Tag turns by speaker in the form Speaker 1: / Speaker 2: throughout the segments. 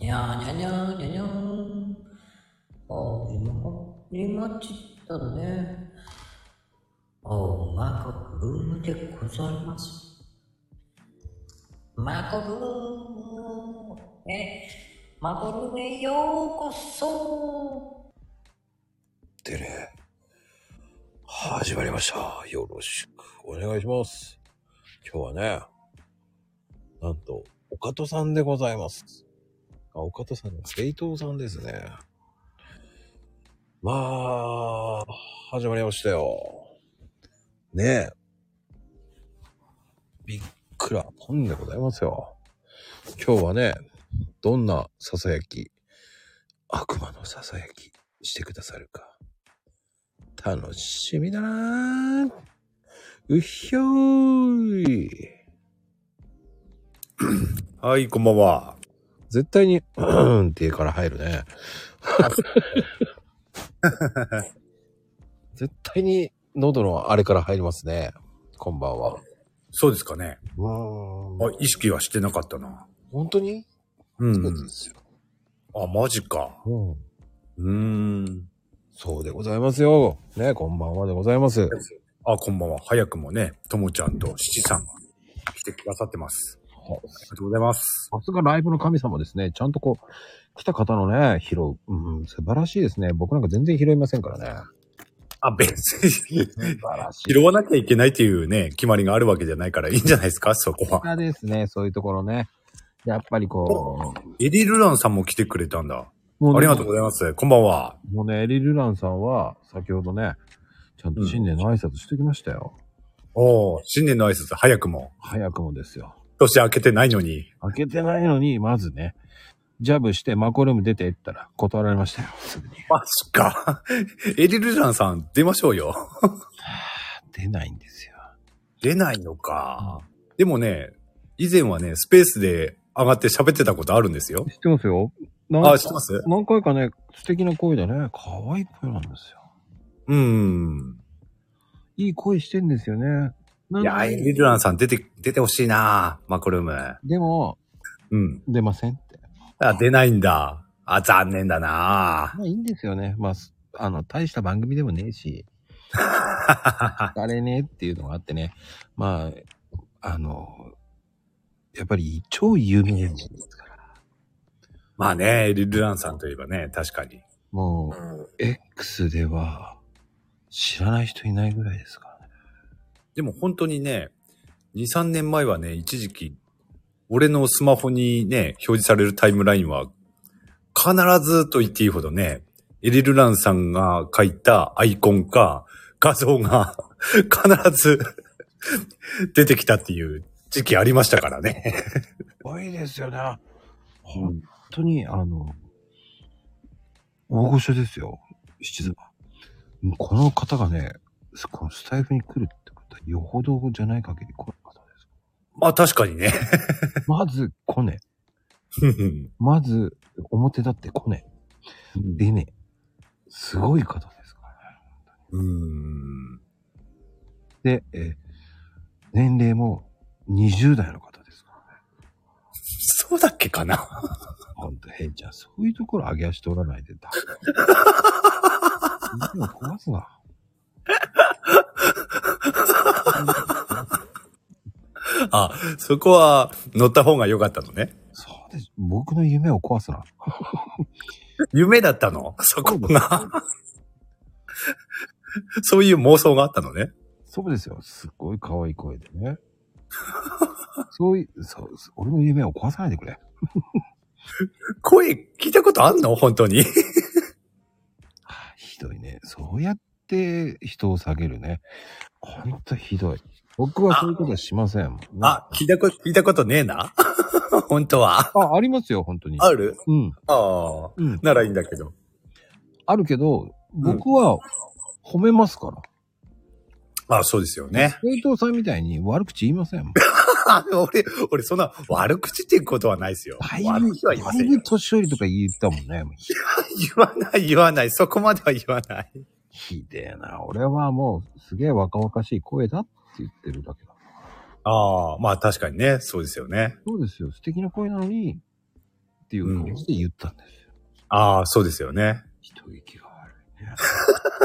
Speaker 1: にゃーにゃにゃーにゃにゃーん。あ、うまくりまちったね。あ、うまくルームでございます。マコルームえ、マコルームへようこそ
Speaker 2: ってね。始まりました。よろしくお願いします。今日はね、なんと、岡戸さんでございます。あ、岡戸さん、生徒さんですね。まあ、始まりましたよ。ねえ。びっくらこんでございますよ。今日はね、どんなささやき、悪魔のささやきしてくださるか。楽しみだなぁうっひょーい
Speaker 3: はい、こんばんは。
Speaker 2: 絶対に、うんってから入るね。絶対に喉のあれから入りますね。こんばんは。
Speaker 3: そうですかね。
Speaker 2: うー
Speaker 3: あ
Speaker 2: ん。、
Speaker 3: 意識はしてなかったな。
Speaker 2: 本当に、
Speaker 3: うん
Speaker 2: そううんで。すよ、
Speaker 3: あ、マジか。
Speaker 2: うん。
Speaker 3: うーん。
Speaker 2: そうでございますよ。ね、こんばんはでございます。
Speaker 3: あ、こんばんは。早くもね、ともちゃんと七さんが来てくださってます。ありがとうございます。
Speaker 2: さすがライブの神様ですね。ちゃんとこう、来た方のね、拾う。うん、素晴らしいですね。僕なんか全然拾いませんからね。、
Speaker 3: あ、別に
Speaker 2: 素晴らし
Speaker 3: 拾わなきゃいけないというね、決まりがあるわけじゃないからいいんじゃないですか、そこ
Speaker 2: さす
Speaker 3: は。
Speaker 2: がですね、そういうところね。やっぱりこ
Speaker 3: エリルランさんも来てくれたんだ。
Speaker 2: う、も
Speaker 3: あ
Speaker 2: う
Speaker 3: り
Speaker 2: ね
Speaker 3: がとうございます。こんばんは。
Speaker 2: もうね、エリルランさんは、先ほどね、ちゃんと新年の挨拶してきましたよ。
Speaker 3: おー、新年の挨拶早くも。
Speaker 2: 早くもですよ。
Speaker 3: 年明けてないのに。
Speaker 2: 開けてないのに、まずね、ジャブしてマコルーム出て行ったら断られましたよ。すぐに。
Speaker 3: マジか。 エリルランさん出ましょうよ。
Speaker 2: 出ないんですよ。
Speaker 3: 出ないのか。でもね、以前はね、スペースで上がって喋ってたことあるんですよ。
Speaker 2: 知ってますよなん
Speaker 3: あ、知ってます
Speaker 2: 何回かね、素敵な声でね、可愛い声なんですよ。
Speaker 3: うん。
Speaker 2: いい声してんですよね。ないの
Speaker 3: や、エ
Speaker 2: に
Speaker 3: リルランさん出て、出てほしいなマコルーム。
Speaker 2: でも、
Speaker 3: うん。
Speaker 2: 出ませんって。
Speaker 3: あ、出ないんだ。あ、残念だな
Speaker 2: まあいいんですよね。まあ、すあの、大した番組でもねえ し、あれねっていうのがあってね。まあ、あの、やっぱり超有名人ですから。
Speaker 3: まあね、エリルランさんといえばね、確かに。
Speaker 2: もう、X では知らない人いないぐらいですからね。
Speaker 3: でも本当にね、2、3年前はね、一時期、俺のスマホにね、表示されるタイムラインは、必ずと言っていいほどね、エリルランさんが書いたアイコンか、画像が 必ず出てきたっていう時期ありましたからね。
Speaker 2: すごいですよね。本当に、あの、大御所ですよ。七座。もうこの方がね、すこのスタイフに来るってことは、よほどじゃない限り来ない方です。
Speaker 3: まあ確かにね。
Speaker 2: まず来ね。
Speaker 3: うん
Speaker 2: まず、表立って来ね。出ね。すごい方ですからね。
Speaker 3: うん。
Speaker 2: で、えー年齢も20代の方ですからね。
Speaker 3: そうだっけかな
Speaker 2: ほんと、ヘイちゃん、そういうところ上げ足取らないでだ。いつも壊すな。
Speaker 3: あ、そこは乗った方が良かったのね。
Speaker 2: そうです。僕の夢を壊すな。
Speaker 3: 夢だったのそこが。そういう妄想があったのね。
Speaker 2: そうですよ。すっごい可愛い声でね。そういう、そう、そう俺の夢を壊さないでくれ。
Speaker 3: 声聞いたことあんの本当に。
Speaker 2: ひどいね。そうやって人を下げるね。ほんとひどい。僕はそういうことはしませんもんね、
Speaker 3: あ、聞いたこと、聞いたことねえな。 本当は。
Speaker 2: あ、ありますよ、本当に。
Speaker 3: ある
Speaker 2: うん。
Speaker 3: ああ。
Speaker 2: うん。
Speaker 3: ならいいんだけど。
Speaker 2: あるけど、僕は褒めますから。
Speaker 3: あそうですよね。
Speaker 2: 斉藤さんみたいに悪口言いませんもん。
Speaker 3: あ 俺、俺そんな悪口っていうことはないですよ。
Speaker 2: だい
Speaker 3: 悪
Speaker 2: ぶ、
Speaker 3: 口は言いま
Speaker 2: だ
Speaker 3: せ
Speaker 2: い
Speaker 3: んよ
Speaker 2: ぶ。年寄りとか言ったもんね。もうひ
Speaker 3: 言わない、言わない。そこまでは言わない。
Speaker 2: ひでえな。俺はもうすげえ若々しい声だって言ってるだけだ。
Speaker 3: ああ、まあ確かにね。そうですよね。
Speaker 2: そうですよ。素敵な声なのに、っていう感じで言ったんですよ。
Speaker 3: ああ、そうですよね。
Speaker 2: 人聞きが悪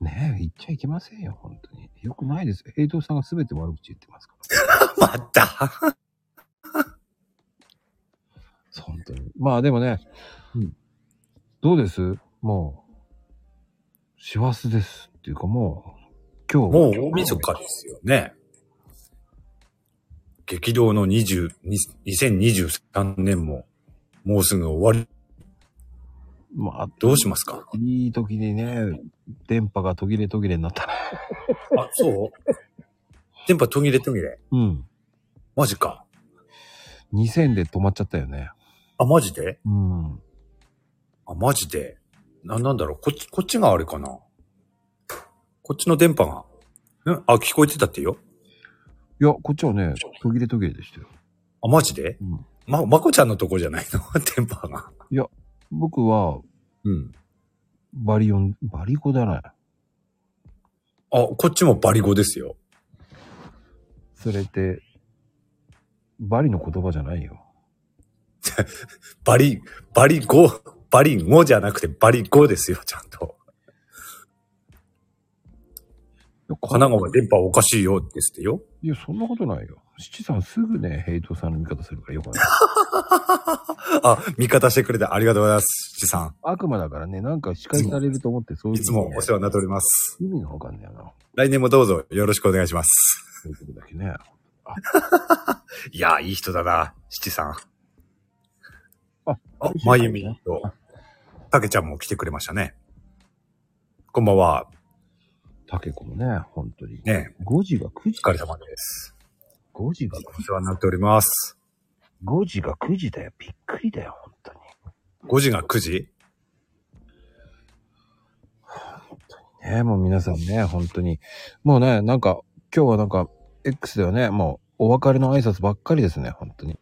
Speaker 2: い ね。ねえ、言っちゃいけませんよ、本当に。よくないです。平等さんが全て悪口言ってますから。
Speaker 3: また。
Speaker 2: そう本当に。まあでもね、
Speaker 3: うん
Speaker 2: どうですもう、師走です。っていうかもう、今日。
Speaker 3: もう大晦日ですよね。激動の20、2023年も、もうすぐ終わり。
Speaker 2: まあ、
Speaker 3: どうしますか
Speaker 2: いい時にね、電波が途切れ途切れになったら。
Speaker 3: あ、そう電波途切れ途切れ。
Speaker 2: うん。
Speaker 3: マジか。
Speaker 2: 2000で止まっちゃったよね。
Speaker 3: あ、マジで
Speaker 2: うん。
Speaker 3: あ、マジで。な、なんだろう、こっち、こっちがあれかな。こっちの電波が。んあ、聞こえてたってよ。
Speaker 2: いや、こっちはね、途切れ途切れでしたよ。
Speaker 3: あ、マジで
Speaker 2: うん。
Speaker 3: ま、まこちゃんのとこじゃないの 電波が。
Speaker 2: 僕は、
Speaker 3: うん。
Speaker 2: バリオン、バリコだね。
Speaker 3: あ、こっちもバリ語ですよ。
Speaker 2: それって、バリの言葉じゃないよ。
Speaker 3: バリ、バリ語、バリ語じゃなくてバリ語ですよ、ちゃんと。神奈川電波おかしいよですってよ。
Speaker 2: いや、そんなことないよ。七さんすぐね、ヘイトさんの味方するからよくない。
Speaker 3: あ、味方してくれてありがとうございます、七さ
Speaker 2: 悪魔だからね、なんか司会されると思って、そうい
Speaker 3: ん。
Speaker 2: う、
Speaker 3: いつもお世話になっております。
Speaker 2: 意味がわかんないよな。
Speaker 3: 来年もどうぞよろしくお願いします。
Speaker 2: そういうことだけね。
Speaker 3: いやー、いい人だな、七さん。
Speaker 2: あ、
Speaker 3: あ、まゆみと、たけちゃんも来てくれましたね。こんばんは。
Speaker 2: タケコもね、本当に。
Speaker 3: ね
Speaker 2: 5時が9時
Speaker 3: お疲れ様です。
Speaker 2: 5時が9
Speaker 3: お世話になっております。
Speaker 2: 5時が9時だよ。びっくりだよ、本当に。
Speaker 3: 5時が9時
Speaker 2: ねえ、もう皆さんね、本当に。もうね、なんか、今日はなんか、X ではね、もう、お別れの挨拶ばっかりですね、本当に。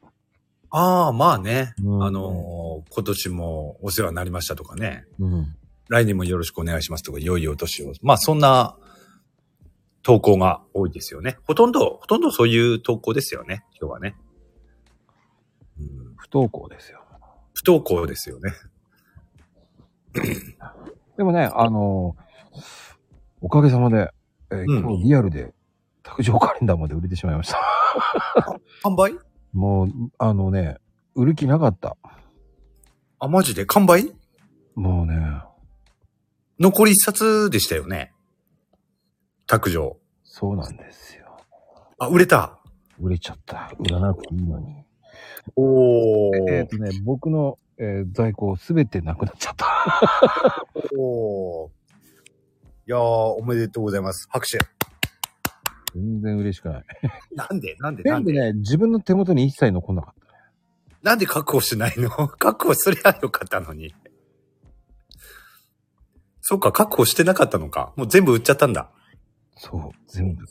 Speaker 3: ああ、まあね。
Speaker 2: うん
Speaker 3: あのー今年もお世話になりましたとかね。
Speaker 2: うん。
Speaker 3: 来年もよろしくお願いしますとか、良いお年を。まあ、そんな投稿が多いですよね。ほとんど、ほとんどそういう投稿ですよね。今日はね。うん、
Speaker 2: 不登校ですよ。
Speaker 3: 不投稿ですよね。
Speaker 2: でもね、あのおかげさまで、えー
Speaker 3: うん
Speaker 2: 今日リアルで、卓上カレンダーまで売れてしまいました。
Speaker 3: 完売
Speaker 2: もう、あのね、売る気なかった。
Speaker 3: あ、マジで完売
Speaker 2: もうね、
Speaker 3: 残り一冊でしたよね。卓上。
Speaker 2: そうなんですよ。
Speaker 3: あ、売れた。
Speaker 2: 売れちゃった。売らなくていいのに。
Speaker 3: おー。
Speaker 2: えっ、とね、僕の、えー在庫すべてなくなっちゃった。
Speaker 3: おーいやー、おめでとうございます。拍手。
Speaker 2: 全然嬉しくない。
Speaker 3: なんでなんでな
Speaker 2: 全
Speaker 3: ん
Speaker 2: 部
Speaker 3: で
Speaker 2: ね、自分の手元に一切残んなかったね。
Speaker 3: なんで確保しないの 確保すりゃよかったのに。そうか、確保してなかったのか。もう全部売っちゃったんだ。
Speaker 2: そう、全部。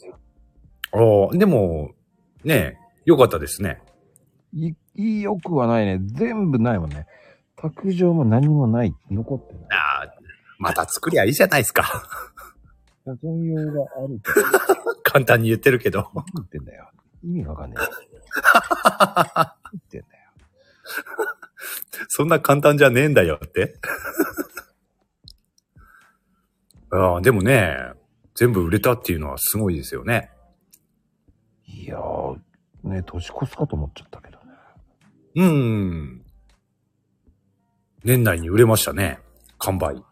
Speaker 3: おーでも、ねえ、よかったですね。
Speaker 2: い、いいよくはないね。全部ないもんね。卓上も何もない。残ってない。
Speaker 3: あーまた作りゃいいじゃないですか。
Speaker 2: 保存用があるって
Speaker 3: 簡単に言ってるけど。
Speaker 2: 言ってんだよ。意味がわかんない。言ってんだよ。
Speaker 3: そんな簡単じゃねえんだよって。 ああ、でもね、全部売れたっていうのはすごいですよね。
Speaker 2: いやー、ね、年越すかと思っちゃったけどね。
Speaker 3: うん。年内に売れましたね。完売。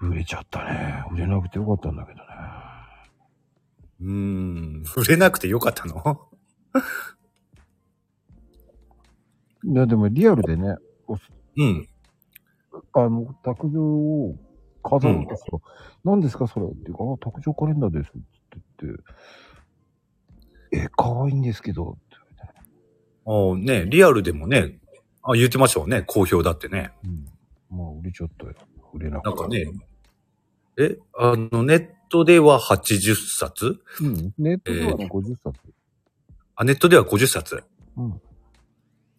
Speaker 2: 売れちゃったね。売れなくてよかったんだけどね。
Speaker 3: うー ん。売れなくてよかったの
Speaker 2: いや、でもリアルでね、
Speaker 3: うん。
Speaker 2: あの、卓上を飾るんですよ。何ですかそれっていうか、あ、卓上カレンダーですって言って、え、可愛いんですけど、って
Speaker 3: ああ、ね、リアルでもね、あ言ってましたもんね。好評だって
Speaker 2: 言われ
Speaker 3: ね。
Speaker 2: て。うん。まあ、売れちゃったよ。売れなくて
Speaker 3: なんかね、え、あの、ネットでは80冊
Speaker 2: うん。ネットでは
Speaker 3: え
Speaker 2: ね、50冊。
Speaker 3: あ、ネットでは50冊。
Speaker 2: うん。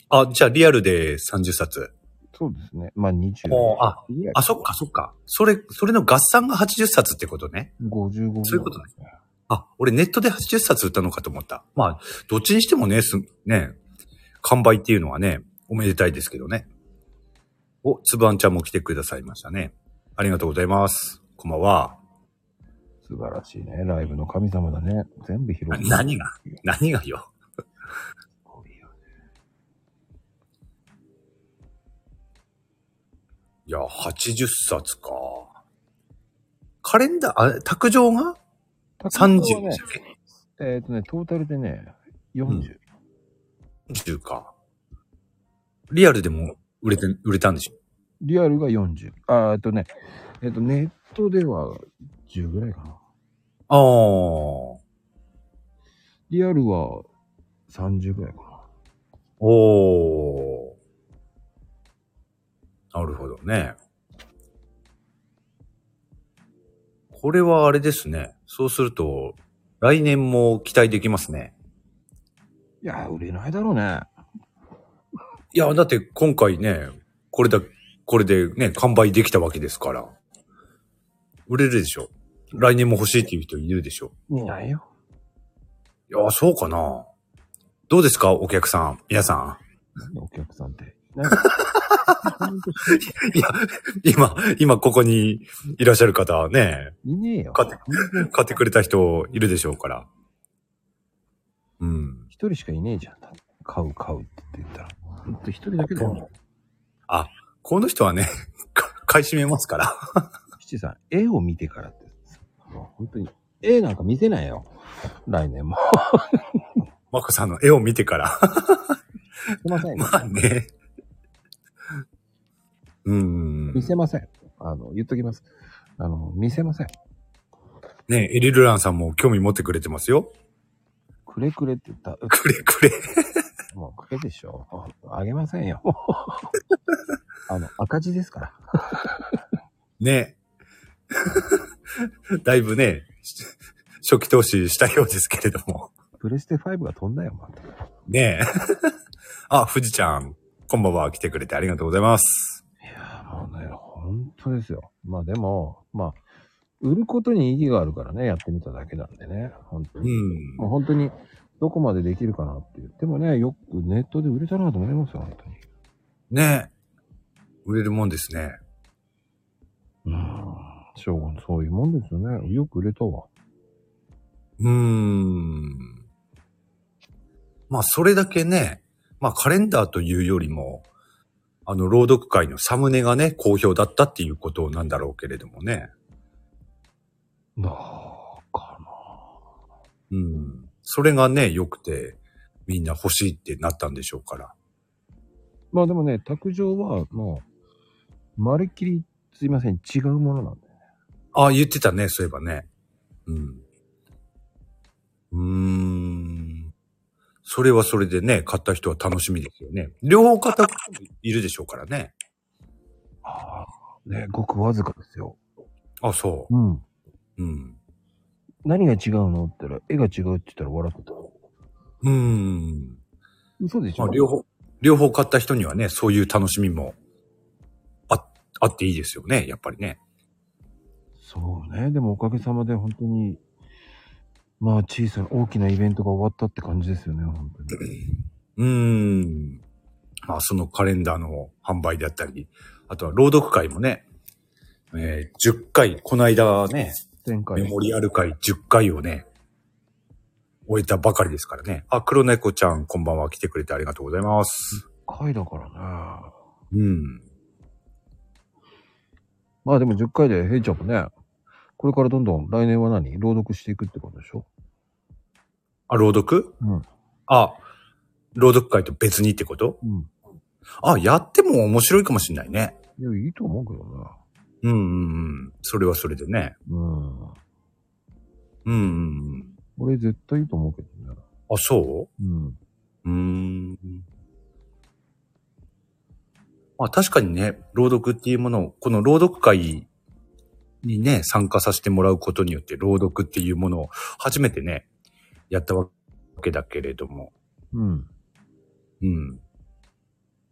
Speaker 3: あ、じゃあリアルで30冊。
Speaker 2: そうですね。まあ、20。
Speaker 3: おーあ
Speaker 2: いや、
Speaker 3: あ、そっかそっか。それ、それの合算が80冊ってことね。
Speaker 2: 55
Speaker 3: そういうこと
Speaker 2: ですね。
Speaker 3: あ、俺ネットで80冊売ったのかと思った。まあ、どっちにしてもね、す、ね、完売っていうのはね、おめでたいですけどね。お、つぶあんちゃんも来てくださいましたね。ありがとうございます。こんばんは。
Speaker 2: 素晴らしいね。ライブの神様だね。全部拾って。
Speaker 3: 何が何がよ。いや、80冊か。カレンダー、あ、卓上が
Speaker 2: 三十
Speaker 3: ?30 で
Speaker 2: ね
Speaker 3: し、たっけ
Speaker 2: えっ、とね、トータルでね、40。
Speaker 3: 40か。リアルでも売れて、売れたんでしょ
Speaker 2: リアルが40。あーえっとね、えっ、と、ネットでは10ぐらいかな。
Speaker 3: ああ。
Speaker 2: リアルは30ぐらいかな。
Speaker 3: おー。なるほどね。これはあれですね。そうすると、来年も期待できますね。
Speaker 2: いやー、売れないだろうね。
Speaker 3: いや、だって今回ね、これだ、これでね、完売できたわけですから。売れるでしょ。来年も欲しいっていう人いるでしょ。
Speaker 2: いないよ。
Speaker 3: いや、そうかな。どうですか、お客さん、皆さん。
Speaker 2: お客さんって。なんか本当
Speaker 3: いや、今、今ここにいらっしゃる方はね、
Speaker 2: いねえよ。
Speaker 3: 買って買ってくれた人いるでしょうから。うん。
Speaker 2: 一人しかいねえじゃん。買う買うって言ったら。ほんと一人だけだよ。
Speaker 3: この人はね、 か買い占めますから。
Speaker 2: 七さん、絵を見てからって。もう本当に、絵なんか見せないよ。来年も。
Speaker 3: マコさんの絵を見てから。
Speaker 2: 見せません。
Speaker 3: まあね。うん
Speaker 2: 見。せません。あの、言っときます。あの、見せません。
Speaker 3: ねエリルランさんも興味持ってくれてますよ。
Speaker 2: くれくれって言った。
Speaker 3: くれくれ。
Speaker 2: もうくれでしょ。あげませんよ。 あの、赤字ですから。
Speaker 3: ね だいぶね、し初期投資したようですけれども。
Speaker 2: プレステ5が飛んだよ、また。
Speaker 3: ねえ。あ、富士ちゃん、こんばんは。来てくれてありがとうございます。
Speaker 2: いやーもうね、本当ですよ。まあでも、まあ、売ることに意義があるからね、やってみただけなんでね。本当
Speaker 3: う
Speaker 2: に。
Speaker 3: ん。
Speaker 2: もう本当に、どこまでできるかなっていう。でもね、よくネットで売れたなと思いますよ、本当に。
Speaker 3: ね売れるもんですね。
Speaker 2: うん。将軍、そういうもんですよね。よく売れたわ。
Speaker 3: うーん。まあ、それだけね、まあ、カレンダーというよりも、あの、朗読会のサムネがね、好評だったっていうことなんだろうけれどもね。
Speaker 2: なあ、か
Speaker 3: うん。それがね、良くて、みんな欲しいってなったんでしょうから。
Speaker 2: な。まあでもね、卓上は、もう、まるっきり、すいません、違うものなんで。
Speaker 3: ああ、言ってたね、そういえばね。うん。うーん。それはそれでね、買った人は楽しみですよね。両方いるでしょうからね。
Speaker 2: ああ、ね、ごくわずかですよ。
Speaker 3: あ、そ
Speaker 2: うん。
Speaker 3: う。うん。
Speaker 2: 何が違うのって言ったら、絵が違うって言ったら笑ってた。
Speaker 3: うーん。
Speaker 2: 嘘でし
Speaker 3: ま
Speaker 2: ょ、
Speaker 3: あ、両方、両方買った人にはね、そういう楽しみも、あ、あっていいですよね、やっぱりね。
Speaker 2: そうね。でもおかげさまで本当に、まあ小さな大きなイベントが終わったって感じですよね、本当に。
Speaker 3: うーん。まあ、そのカレンダーの販売であったり、あとは朗読会もね、えー10回、この間ね、
Speaker 2: 前回。
Speaker 3: メモリアル会10回をね、終えたばかりですからね。あ、黒猫ちゃん、こんばんは。来てくれてありがとうございます。
Speaker 2: 回だからね。
Speaker 3: うん。
Speaker 2: まあでも10回で、ヘイちゃんもね、これからどんどん来年は何朗読していくってことでしょ
Speaker 3: あ、朗読
Speaker 2: うん。
Speaker 3: あ、朗読会と別にってこと
Speaker 2: うん。
Speaker 3: あ、やっても面白いかもしんないね。
Speaker 2: いや、いいと思うけどな。
Speaker 3: うんうんうん。それはそれでね。
Speaker 2: うん。
Speaker 3: うんうんうん。
Speaker 2: 俺絶対いいと思うけどね。
Speaker 3: あ、そ
Speaker 2: うん。
Speaker 3: ううーん。まあ確かにね、朗読っていうものを、この朗読会にね、参加させてもらうことによって、朗読っていうものを初めてね、やったわけだけれども。
Speaker 2: うん。
Speaker 3: うん。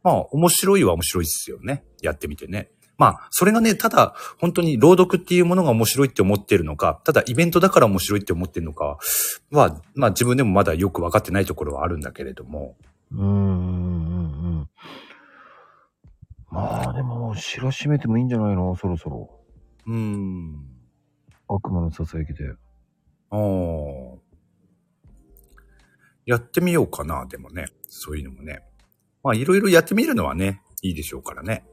Speaker 3: まあ、面白いは面白いっすよね。やってみてね。まあ、それがね、ただ、本当に朗読っていうものが面白いって思ってるのか、ただイベントだから面白いって思ってるのかは、まあ自分でもまだよく分かってないところはあるんだけれども、
Speaker 2: うんうんうんうん。まあでももう知らしめてもいいんじゃないのそろそろ。
Speaker 3: うーん。
Speaker 2: 悪魔のささやきで。
Speaker 3: あーやってみようかな、でもね。そういうのもね。まあ、いろいろやってみるのはね、いいでしょうからね。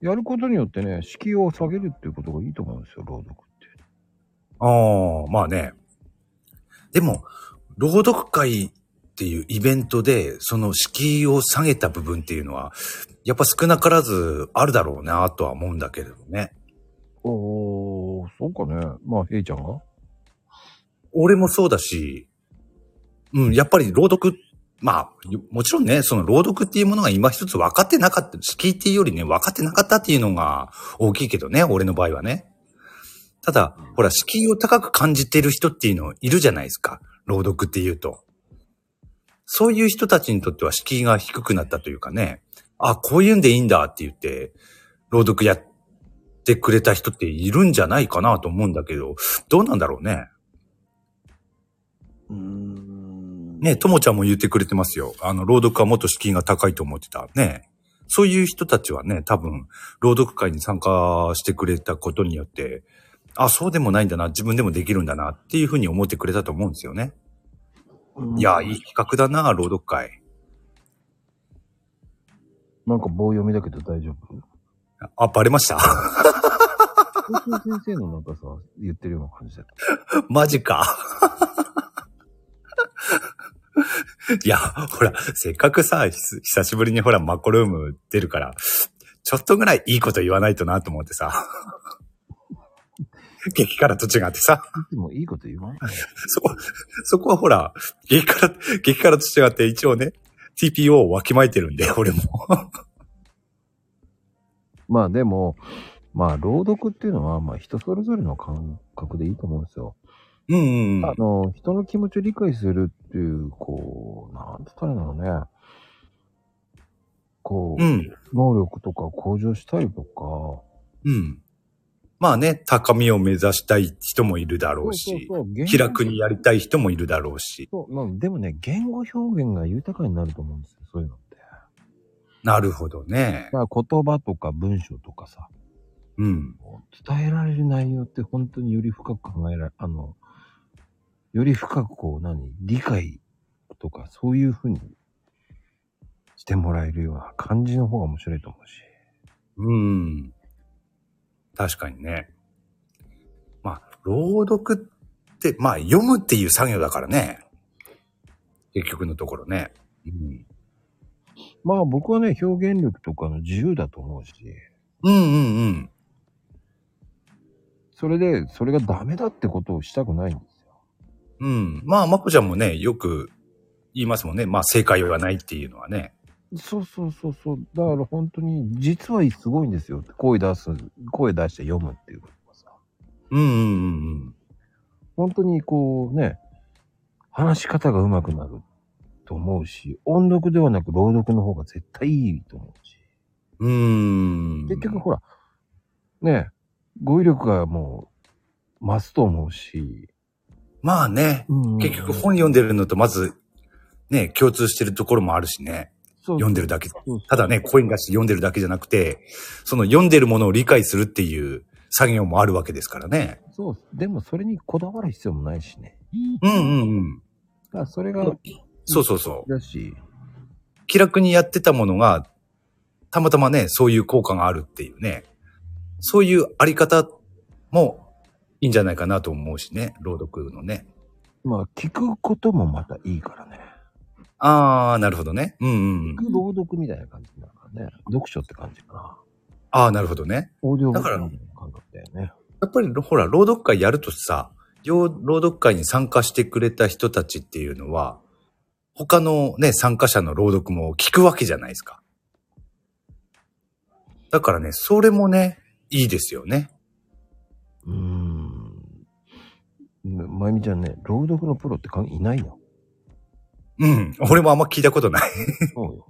Speaker 2: やることによってね、敷居を下げるっていうことがいいと思うんですよ、朗読って。
Speaker 3: ああ、まあね。でも、朗読会っていうイベントで、その敷居を下げた部分っていうのは、やっぱ少なからずあるだろうなとは思うんだけれどね。
Speaker 2: おー、そうかね。まあ、ヘイちゃんが
Speaker 3: 俺もそうだし、うん、やっぱり朗読、まあ、よもちろんね、その朗読っていうものが今一つ分かってなかった、敷居っていうよりね、分かってなかったっていうのが大きいけどね、俺の場合はね。ただ、ほら、敷居を高く感じてる人っていうのいるじゃないですか。朗読っていうと。そういう人たちにとっては敷居が低くなったというかね、あ、こういうんでいいんだって言って、朗読やってくれた人っているんじゃないかなと思うんだけど、どうなんだろうね。
Speaker 2: うーん。
Speaker 3: ね、ともちゃんも言ってくれてますよ。あの、朗読はもっと敷居が高いと思ってた。ね。そういう人たちはね、多分、朗読会に参加してくれたことによって、あ、そうでもないんだな、自分でもできるんだな、っていうふうに思ってくれたと思うんですよね。いや、いい企画だな、朗読会。
Speaker 2: なんか棒読みだけど大丈夫
Speaker 3: あ、バレました
Speaker 2: 校長先生のなんかさ、言ってるような感じだった。
Speaker 3: マジか。いや、ほら、せっかくさ、ひす久しぶりにほら、マコルーム出るから、ちょっとぐらいいいこと言わないとなと思ってさ。激辛と違ってさ、
Speaker 2: いつもいいこと言わない。
Speaker 3: そこ、そこはほら、激辛、激辛と違って一応ね、TPO をわきまえてるんで、俺も。
Speaker 2: まあでも、まあ朗読っていうのは、まあ人それぞれの感覚でいいと思うんですよ。
Speaker 3: うんうんうん
Speaker 2: あ。の、人の気持ちを理解するっていう、こう、なんつったらいいんだろうね。こう、
Speaker 3: うん。
Speaker 2: 能力とか向上したいとか、
Speaker 3: うん。まあね、高みを目指したい人もいるだろうし。
Speaker 2: そうそうそう
Speaker 3: 気楽にやりたい人もいるだろうし。
Speaker 2: そうまあでもね、言語表現が豊かになると思うんですよ、そういうのって。
Speaker 3: なるほどね。
Speaker 2: まあ言葉とか文章とかさ、
Speaker 3: うん。
Speaker 2: 伝えられる内容って本当により深く考えられ、あの、より深くこう何、理解とかそういうふうにしてもらえるような感じの方が面白いと思うし。
Speaker 3: うん。確かにね。まあ、朗読って、まあ、読むっていう作業だからね。結局のところね。うん。
Speaker 2: まあ僕はね、表現力とかの自由だと思うし、
Speaker 3: うんうんうん。
Speaker 2: それで、それがダメだってことをしたくないんですよ。
Speaker 3: うん。まあ、まこちゃんもね、よく言いますもんね。まあ、正解はないっていうのはね。
Speaker 2: そうそうそうそう。だから本当に、実はすごいんですよ。声出す、声出して読むっていうことがさ。
Speaker 3: うんうんうんうん。
Speaker 2: 本当にこうね、話し方が上手くなると思うし、音読ではなく朗読の方が絶対いいと思うし。
Speaker 3: うーん。
Speaker 2: 結局ほら、ね、語彙力がもう増すと思うし。
Speaker 3: まあね。結局本読んでるのとまず、ね、共通してるところもあるしね。読んでるだけ
Speaker 2: そうそう
Speaker 3: ただね、声に出して読んでるだけじゃなくて、その読んでるものを理解するっていう作業もあるわけですからね。
Speaker 2: そう。でもそれにこだわる必要もないしね。
Speaker 3: うんうんうん。
Speaker 2: だからそれが、
Speaker 3: そうそうそう。
Speaker 2: だし、
Speaker 3: 気楽にやってたものが、たまたまね、そういう効果があるっていうね。そういうあり方もいいんじゃないかなと思うしね、朗読のね。
Speaker 2: まあ聞くこともまたいいからね。
Speaker 3: あー、なるほどね。うんうんうん。
Speaker 2: 聞く朗読みたいな感じになるからね。読書って感じかな。
Speaker 3: あー、なるほどね。
Speaker 2: オーディオブッ
Speaker 3: だから
Speaker 2: クみたいな感覚だよね。
Speaker 3: やっぱり、ほら、朗読会やるとさ、要朗読会に参加してくれた人たちっていうのは、他のね、参加者の朗読も聞くわけじゃないですか。だからね、それもね、いいですよね。
Speaker 2: うーん。まゆみちゃんね、朗読のプロってかいないよ。
Speaker 3: うん。俺もあんま聞いたことない。
Speaker 2: そうよ。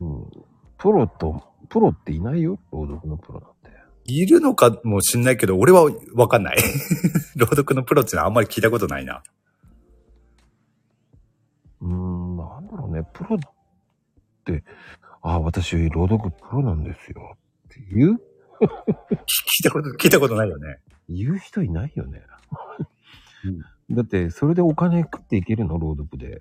Speaker 2: うん。プロとプロっていないよ、朗読のプロなんて。
Speaker 3: いるのかもしんないけど、俺はわかんない。 朗読のプロっていうのはあんまり聞いたことないな。
Speaker 2: うーん、なんだろうね、プロって、あ、私、朗読プロなんですよって言う
Speaker 3: 聞いたこと、聞いたことないよね。
Speaker 2: 言う人いないよね。だって、それでお金食っていけるの、朗読で。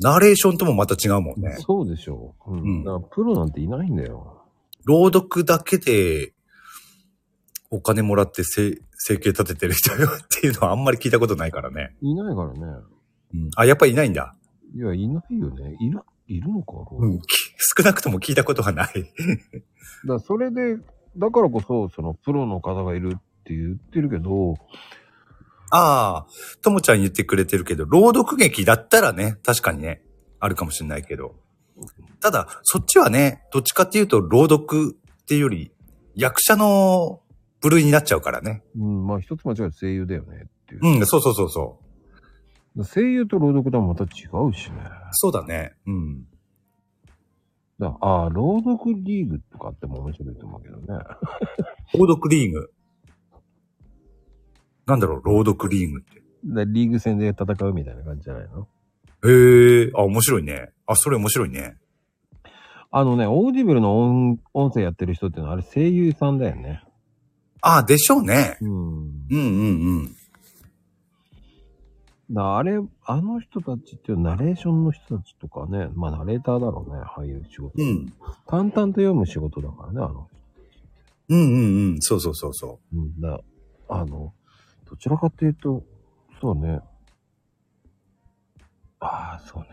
Speaker 3: ナレーションともまた違うもんね。
Speaker 2: そうでしょう。うん。
Speaker 3: うん
Speaker 2: だからプロなんていないんだよ。
Speaker 3: 朗読だけで、お金もらって生、生計立ててる人よっていうのはあんまり聞いたことないからね。
Speaker 2: いないからね。
Speaker 3: うん。あ、やっぱりいないんだ。
Speaker 2: いや、いないよね。いる、いるのか、朗読。
Speaker 3: うん。き少なくとも聞いたことがない。
Speaker 2: だからそれで、だからこそ、その、プロの方がいるって言ってるけど、
Speaker 3: ああ、ともちゃん言ってくれてるけど、朗読劇だったらね、確かにね、あるかもしれないけど。ただ、そっちはね、どっちかっていうと、朗読っていうより、役者の部類になっちゃうからね。
Speaker 2: うん、まあ一つ間違えば声優だよねっていう。
Speaker 3: うん、そうそうそうそう。
Speaker 2: 声優と朗読とはまた違うしね。
Speaker 3: そうだね。うん。
Speaker 2: だああ、朗読リーグとかっても面白いと思うけどね。
Speaker 3: 朗読リーグ。なんだろう、朗読リーグって。
Speaker 2: でリーグ戦で戦うみたいな感じじゃないの
Speaker 3: へえ、あ、面白いね。あ、それ面白いね。
Speaker 2: あのね、オーディブルの音音声やってる人ってのはあれ声優さんだよね。
Speaker 3: あ、でしょうね。
Speaker 2: うん。
Speaker 3: うんうんうん。
Speaker 2: だあれ、あの人たちっていうナレーションの人たちとかね、まあナレーターだろうね、俳優仕事。
Speaker 3: うん。
Speaker 2: 淡々と読む仕事だからね、あの
Speaker 3: うんうんうん。そうそうそうそ
Speaker 2: うんだ、あの、どちらかというと、そうね。ああ、そうね。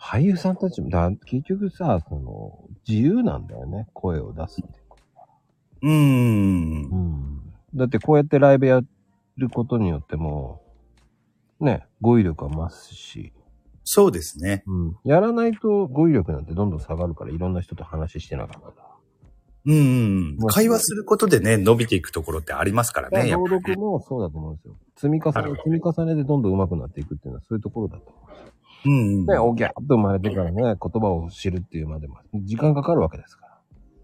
Speaker 2: 俳優さんたちも、だ結局さ、その、自由なんだよね、声を出すって。
Speaker 3: う。うーん
Speaker 2: う。ん。だってこうやってライブやることによっても、ね、語彙力は増すし、
Speaker 3: そうですね。
Speaker 2: うん。やらないと語彙力なんてどんどん下がるから、いろんな人と話してなかった。
Speaker 3: うんうんう
Speaker 2: も
Speaker 3: ん。
Speaker 2: う
Speaker 3: 会話することでね、伸びていくところってありますからね。やっ
Speaker 2: 朗
Speaker 3: ぱ
Speaker 2: 読もそうだと思うんですよ。積み重
Speaker 3: なる
Speaker 2: ね、積み重ねでどんどん上手くなっていくっていうのはそういうところだと思う。
Speaker 3: うんうん。
Speaker 2: ね、おぎゃーっと生まれてからね、言葉を知るっていうまでも、時間かかるわけですから。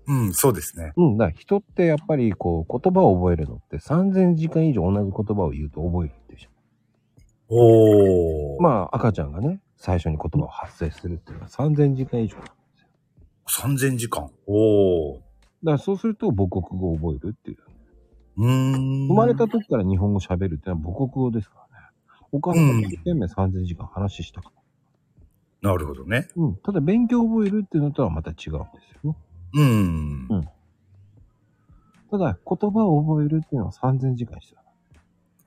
Speaker 3: うん、そうですね。
Speaker 2: うん、だから人ってやっぱりこう、言葉を覚えるのって3000時間以上同じ言葉を言うと覚えるっていうじ
Speaker 3: お
Speaker 2: ゃん。
Speaker 3: まあ、
Speaker 2: まあ、赤ちゃんがね、最初に言葉を発生するっていうのは3000時間以上なんですよ。
Speaker 3: 3000時間。おー。
Speaker 2: だからそうすると母国語を覚えるっていう。
Speaker 3: うーん。
Speaker 2: 生まれた時から日本語喋るっていうのは母国語ですからね。お母さんが一生懸命3000時間話したから。
Speaker 3: なるほどね。
Speaker 2: うん。ただ勉強を覚えるっていうのとはまた違うんですよね。
Speaker 3: うん。
Speaker 2: ただ言葉を覚えるっていうのは3000時間必要。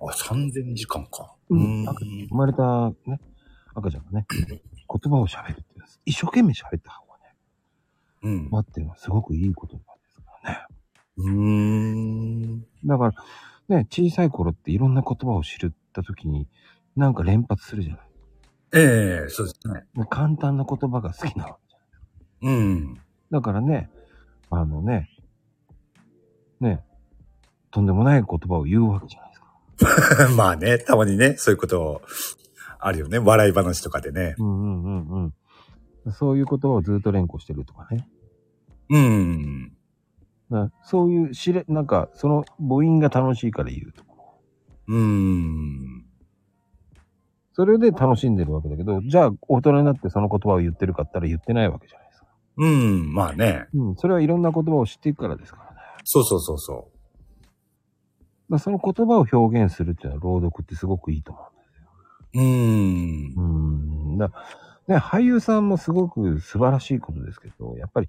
Speaker 3: あ、3000時間か。
Speaker 2: うん
Speaker 3: うー
Speaker 2: 生まれたね、赤ちゃんが ね、言葉を喋るっていうのは一生懸命喋った方がね、
Speaker 3: うん。
Speaker 2: 待っていうのはすごくいいことなんですからね。
Speaker 3: うーん。
Speaker 2: だから、ね、小さい頃っていろんな言葉を知った時に、なんか連発するじゃない。
Speaker 3: ええそうですね。
Speaker 2: ね簡単な言葉が好きなわけじゃん。
Speaker 3: うん。
Speaker 2: だからね、あのね、ね、とんでもない言葉を言うわけじゃないですか。
Speaker 3: まあね、たまにね、そういうことあるよね。笑い話とかでね。
Speaker 2: うんうんうんうん。そういう言葉をずっと連呼してるとかね。
Speaker 3: うん。
Speaker 2: なそういう知れ、なんか、その母音が楽しいから言うとか。
Speaker 3: うん。
Speaker 2: それで楽しんでるわけだけど、じゃあ、大人になってその言葉を言ってるかって言ったら言ってないわけじゃないですか。
Speaker 3: うん。まあね。
Speaker 2: うん。それはいろんな言葉を知っていくからですからね。だか
Speaker 3: そうそうそうそう。
Speaker 2: らその言葉を表現するっていうのは朗読ってすごくいいと思
Speaker 3: うーん。
Speaker 2: う。うん。だね、俳優さんもすごく素晴らしいことですけど、やっぱり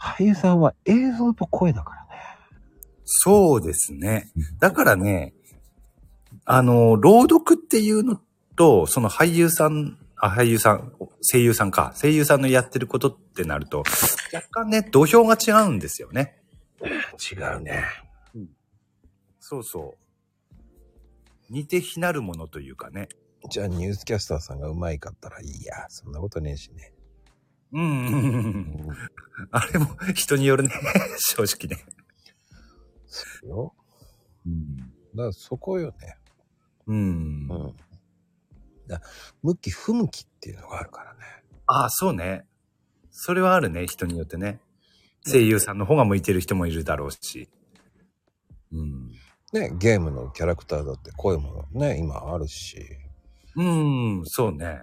Speaker 2: 俳優さんは映像と声だからね。
Speaker 3: そうですね。だからね、あの、朗読っていうのと、その俳優さん、あ、俳優さん、声優さんか、声優さんのやってることってなると、若干ね、土俵が違うんですよね。
Speaker 2: 違うね。
Speaker 3: そうそう。似て非なるものというかね。
Speaker 2: じゃあ、ニュースキャスターさんがうまいかったらいいや。そんなことねえしね。
Speaker 3: うん。
Speaker 2: うん。
Speaker 3: あれも人によるね、 正直ね。
Speaker 2: そうよ。だからそこよね。
Speaker 3: うん。
Speaker 2: うん。だ向き不向きっていうのがあるからね。
Speaker 3: ああ、そうね。それはあるね、人によってね。声優さんの方が向いてる人もいるだろうし。うん。
Speaker 2: ね、ゲームのキャラクターだって声もね、今あるし。
Speaker 3: うん、そうね。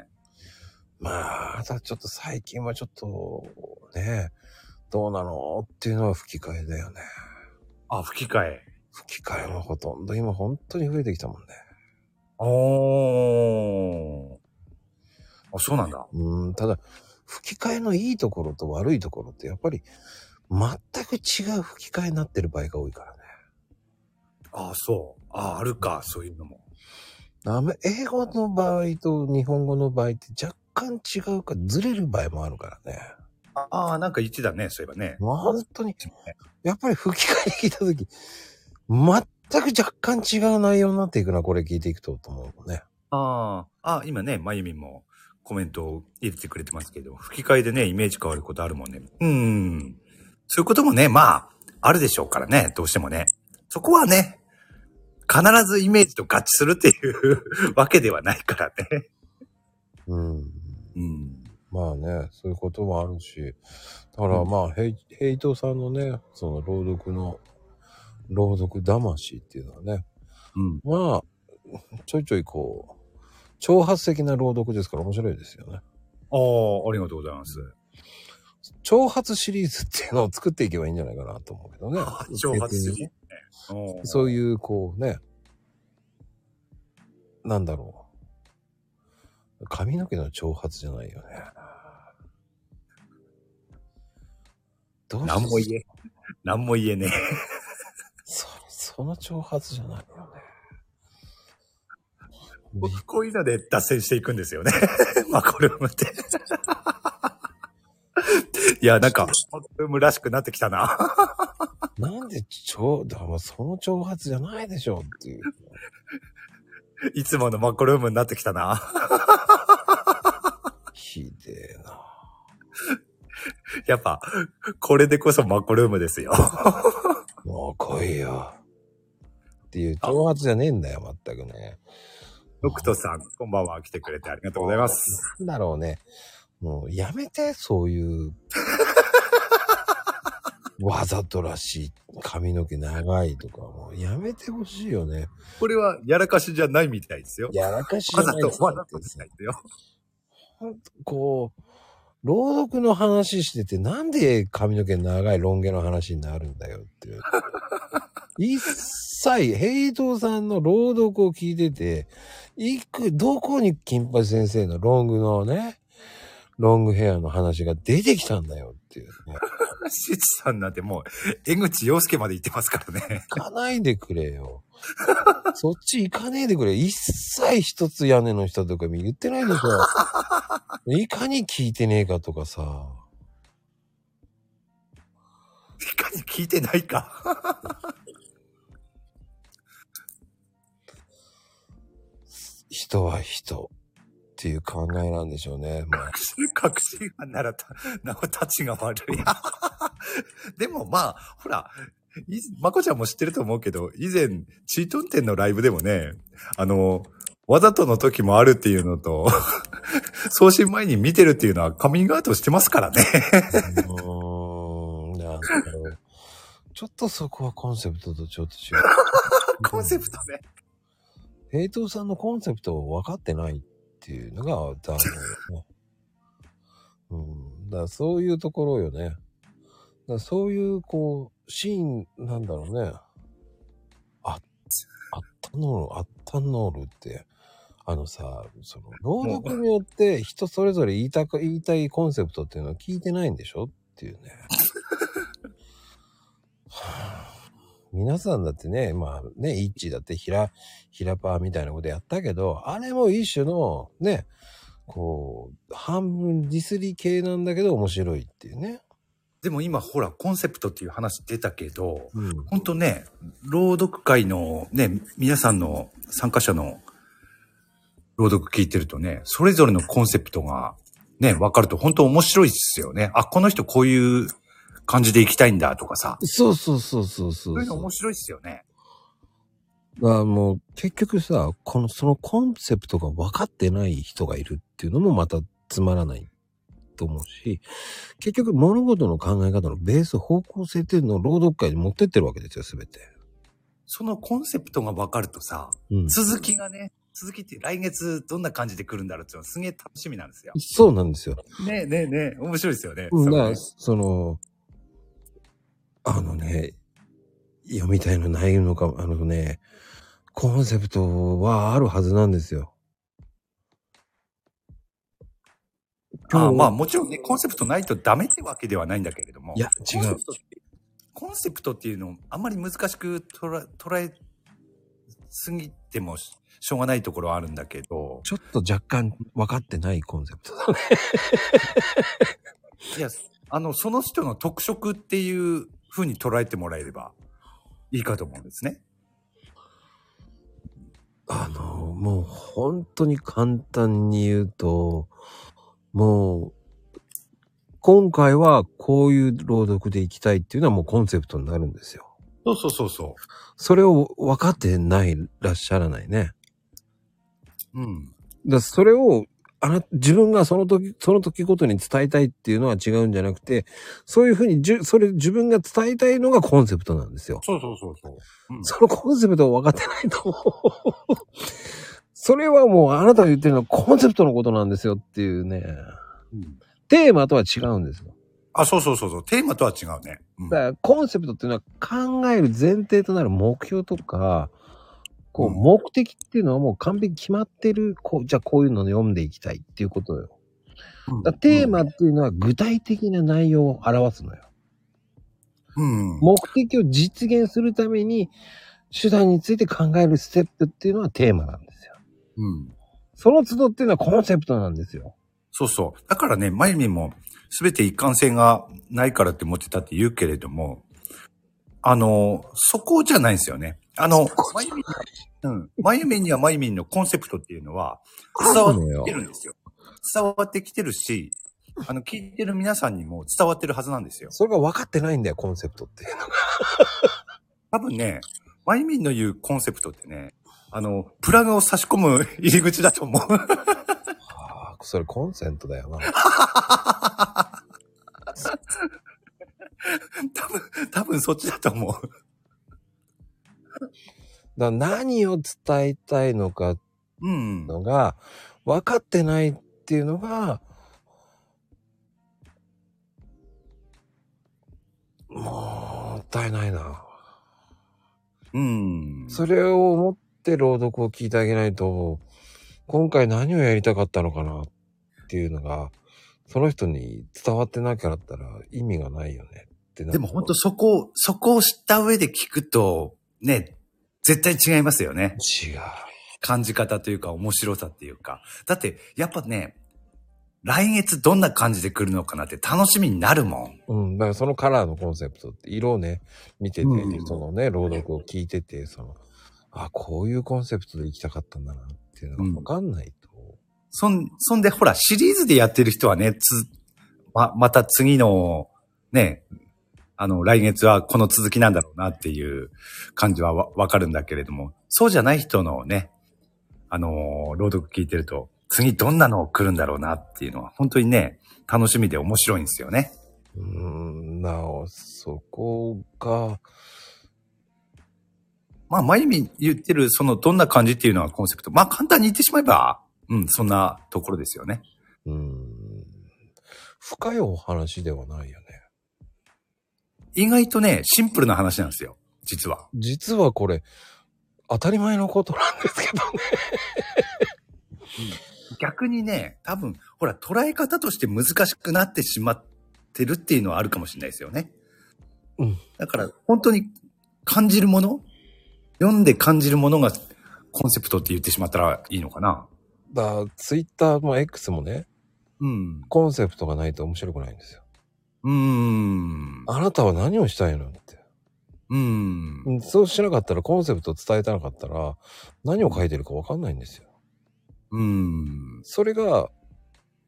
Speaker 2: まあ、ただちょっと最近はちょっと、ね、どうなのっていうのは吹き替えだよね。
Speaker 3: あ、吹き替え。
Speaker 2: 吹き替えもほとんど今本当に増えてきたもんね。
Speaker 3: おー。あ、そうなんだ。
Speaker 2: うん、ただ、吹き替えのいいところと悪いところってやっぱり全く違う吹き替えになってる場合が多いからね。
Speaker 3: あ、そう。あ、あるか、そういうのも。
Speaker 2: ダメ英語の場合と日本語の場合って若干違うかずれる場合もあるからね。
Speaker 3: ああ、なんか言ってたね、そういえばね。
Speaker 2: 本当に、やっぱり吹き替え聞いたとき、全く若干違う内容になっていくな、これ聞いていくとと思うもんね。
Speaker 3: ああ、あ、今ね、まゆみんもコメントを入れてくれてますけど、吹き替えでね、イメージ変わることあるもんね。うん。そういうこともね、まあ、あるでしょうからね、どうしてもね。そこはね、必ずイメージと合致するっていうわけではないからね。
Speaker 2: うん。
Speaker 3: うん。
Speaker 2: まあね、そういうこともあるし、だからまあ、ヘイヘイトさんのね、その朗読の、朗読魂っていうのはね、
Speaker 3: うん。
Speaker 2: まあ、ちょいちょいこう、挑発的な朗読ですから面白いですよね。
Speaker 3: ああ、ありがとうございます。
Speaker 2: 挑発シリーズっていうのを作っていけばいいんじゃないかなと思うけどね。
Speaker 3: 挑発するね。
Speaker 2: そう
Speaker 3: う。
Speaker 2: いう、こうね、なんだろう。髪の毛の挑発じゃないよね。どう
Speaker 3: 何も
Speaker 2: して
Speaker 3: 言え。何も言えねえ。
Speaker 2: そその挑発じゃないよね。
Speaker 3: 僕こういうので脱線していくんですよね。 マコルームって。 いや、なんか、マコルームらしくなってきたな。
Speaker 2: なんで挑、だからもうその挑発じゃないでしょうっていう。
Speaker 3: いつものマコルームになってきたな。
Speaker 2: ひでえな。
Speaker 3: やっぱ、これでこそマコルームですよ。
Speaker 2: もう来いよ。っていう挑発じゃねえんだよ、全くね。
Speaker 3: ロクトさん、こんばんは。来てくれてありがとうございます。
Speaker 2: なんだろうね。もうやめて、そう いう。わざとらしい髪の毛長いとかもうやめてほしいよね。
Speaker 3: これは、やらかしじゃないみたいですよ。
Speaker 2: やらかしじゃ
Speaker 3: わ
Speaker 2: な
Speaker 3: ざ
Speaker 2: いで
Speaker 3: と、
Speaker 2: す
Speaker 3: わざとですよ。
Speaker 2: こう、朗読の話しててなんで髪の毛長いロン毛の話になるんだよっていう。一切、ヘイトさんの朗読を聞いてて、いく、どこに金八先生のロングのね、ロングヘアの話が出てきたんだよっていうね。
Speaker 3: シチさんなんてもう、江口洋介まで行ってますからね。
Speaker 2: 行かないでくれよ。そっち行かねえでくれ。一切一つ屋根の人とか言ってないでしょ。いかに聞いてねえかとかさ。
Speaker 3: いかに聞いてないか。
Speaker 2: 人は人っていう考えなんでしょうね。 まあ、
Speaker 3: 確信、確信犯ならた、なおたちが悪い。 でもまあ、ほら、いまこちゃんも知ってると思うけど、以前、チートン店のライブでもね、あの、わざとの時もあるっていうのと、 送信前に見てるっていうのはカミングアウトしてますからね。
Speaker 2: うーん、なんだろう。ちょっとそこはコンセプトとちょっと違う。
Speaker 3: コンセプトね。
Speaker 2: 平等さんのコンセプトを分かってないっていうの が残念ね。うん。だからそういうところよね。だからそういう、こう、シーンなんだろうね。あ、あったのる、あったのるって。あのさ、その、朗読によって人それぞれ言いたく、言いたいコンセプトっていうのは聞いてないんでしょっていうね。 はあ皆さんだってね、まあね、イッチーだって平平パーみたいなことやったけど、あれも一種のね、こう、半分ディスり系なんだけど面白いっていうね。
Speaker 3: でも今、ほら、コンセプトっていう話出たけど、
Speaker 2: うん。
Speaker 3: 本当ね、朗読会のね、皆さんの参加者の朗読聞いてるとね、それぞれのコンセプトがね、わかると本当面白いっすよね。あ、この人こういう感じで行きたいんだとかさ。
Speaker 2: そうそうそうそうそ
Speaker 3: そう
Speaker 2: う
Speaker 3: いうの
Speaker 2: そ
Speaker 3: 面
Speaker 2: う。
Speaker 3: 白いっすよね。
Speaker 2: だからもう結局さ、この、そのコンセプトが分かってない人がいるっていうのもまたつまらないと思うし、結局物事の考え方のベース方向性っていうのを朗読会に持ってってるわけですよ、すべて。
Speaker 3: そのコンセプトが分かるとさ、
Speaker 2: うん。
Speaker 3: 続きがね、続きって来月どんな感じで来るんだろうっていうのはすげえ楽しみなんですよ。
Speaker 2: そうなんですよ。
Speaker 3: ねえねえねえ、面白いですよね。
Speaker 2: うん、
Speaker 3: そ
Speaker 2: ま
Speaker 3: の
Speaker 2: あ、
Speaker 3: ね
Speaker 2: その、あのね、読みたいのないのか、あのね、コンセプトはあるはずなんですよ。
Speaker 3: ああまあもちろんね、コンセプトないとダメってわけではないんだけれども。
Speaker 2: いや違う
Speaker 3: コンセプトって。コンセプトっていうのをあんまり難しく捉え、捉えすぎてもししょうがないところはあるんだけど、
Speaker 2: ちょっと若干分かってないコンセプトだね。
Speaker 3: いや、あの、その人の特色っていう風に捉えてもらえればいいかと思うんですね。
Speaker 2: あの、もう本当に簡単に言うと、もう、今回はこういう朗読でいきたいっていうのはもうコンセプトになるんですよ。
Speaker 3: そうそうそうそ
Speaker 2: それを分かってないらっしゃらないね。
Speaker 3: う。うん。
Speaker 2: だからそれをあな自分がその時その時ごとに伝えたいっていうのは違うんじゃなくてそういうふうにじゅそれ自分が伝えたいのがコンセプトなんですよ。
Speaker 3: そうそうそうそう。うん
Speaker 2: そのコンセプトを分かってないとそれはもうあなたが言ってるのはコンセプトのことなんですよっていうね
Speaker 3: うん
Speaker 2: テーマとは違うんですよ。
Speaker 3: あ、そうそうそうそう。テーマとは違うね。うん
Speaker 2: だからコンセプトっていうのは考える前提となる目標とか、こう
Speaker 3: うん
Speaker 2: 目的っていうのはもう完璧に決まってる、こう、じゃあこういうのを読んでいきたいっていうことよ。
Speaker 3: うん
Speaker 2: だからテーマっていうのは具体的な内容を表すのよ。
Speaker 3: うん。
Speaker 2: 目的を実現するために手段について考えるステップっていうのはテーマなんですよ。
Speaker 3: うん。
Speaker 2: その都度っていうのはコンセプトなんですよ。
Speaker 3: そうそう。だからね、まゆみも全て一貫性がないからって思ってたって言うけれども、あの、そこじゃないんですよね。あの、まゆみ、うん。まゆみにはまゆみのコンセプトっていうのは伝わってるんですよ。伝わってきてるし、あの、聞いてる皆さんにも伝わってるはずなんですよ。
Speaker 2: それが分かってないんだよ、コンセプトって いうのが。
Speaker 3: 多分ね、まゆみんの言うコンセプトってね、あの、プラグを差し込む入り口だと思う。
Speaker 2: ああ、それコンセントだよな。
Speaker 3: 多分、多分そっちだと思う。
Speaker 2: だから何を伝えたいのか
Speaker 3: うん。
Speaker 2: のが分かってないっていうのがもったいないな
Speaker 3: うん。
Speaker 2: それを思って朗読を聞いてあげないと今回何をやりたかったのかなっていうのがその人に伝わってなかったら意味がないよねってな
Speaker 3: でも本当そこを、そこを知った上で聞くと、ね、絶対違いますよね。
Speaker 2: 違う
Speaker 3: 感じ方というか面白さっていうか。だって、やっぱね、来月どんな感じで来るのかなって楽しみになるもん。
Speaker 2: うん、だからそのカラーのコンセプトって色をね見てて、
Speaker 3: うん
Speaker 2: そのね朗読を聞いててそのあこういうコンセプトで行きたかったんだなっていうのが分かんないと、
Speaker 3: そん、そんでほら、シリーズでやってる人はね、つ、ま、また次の、ね、あの、来月はこの続きなんだろうなっていう感じはわ、わかるんだけれども、そうじゃない人のね、あのー朗読聞いてると、次どんなの来るんだろうなっていうのは、本当にね、楽しみで面白いんですよね。
Speaker 2: うーんなおそこが
Speaker 3: まあ、まゆみ言ってる、その、どんな感じっていうのはコンセプト。まあ、簡単に言ってしまえば、うん、そんなところですよね。
Speaker 2: うーん深いお話ではないよね
Speaker 3: 意外とね、シンプルな話なんですよ。実は。
Speaker 2: 実はこれ当たり前のことなんですけどね
Speaker 3: 逆にね、多分、ほら、捉え方として難しくなってしまってるっていうのはあるかもしれないですよね。
Speaker 2: うん。
Speaker 3: だから、本当に感じるもの読んで感じるものがコンセプトって言ってしまったらいいのかな
Speaker 2: だツイッターも X もね
Speaker 3: うん。
Speaker 2: コンセプトがないと面白くないんですよ
Speaker 3: うーん。
Speaker 2: あなたは何をしたいのって
Speaker 3: うーん。
Speaker 2: うんそうしなかったらコンセプトを伝えてなかったら何を書いてるかわかんないんですよ。
Speaker 3: うーん。
Speaker 2: それが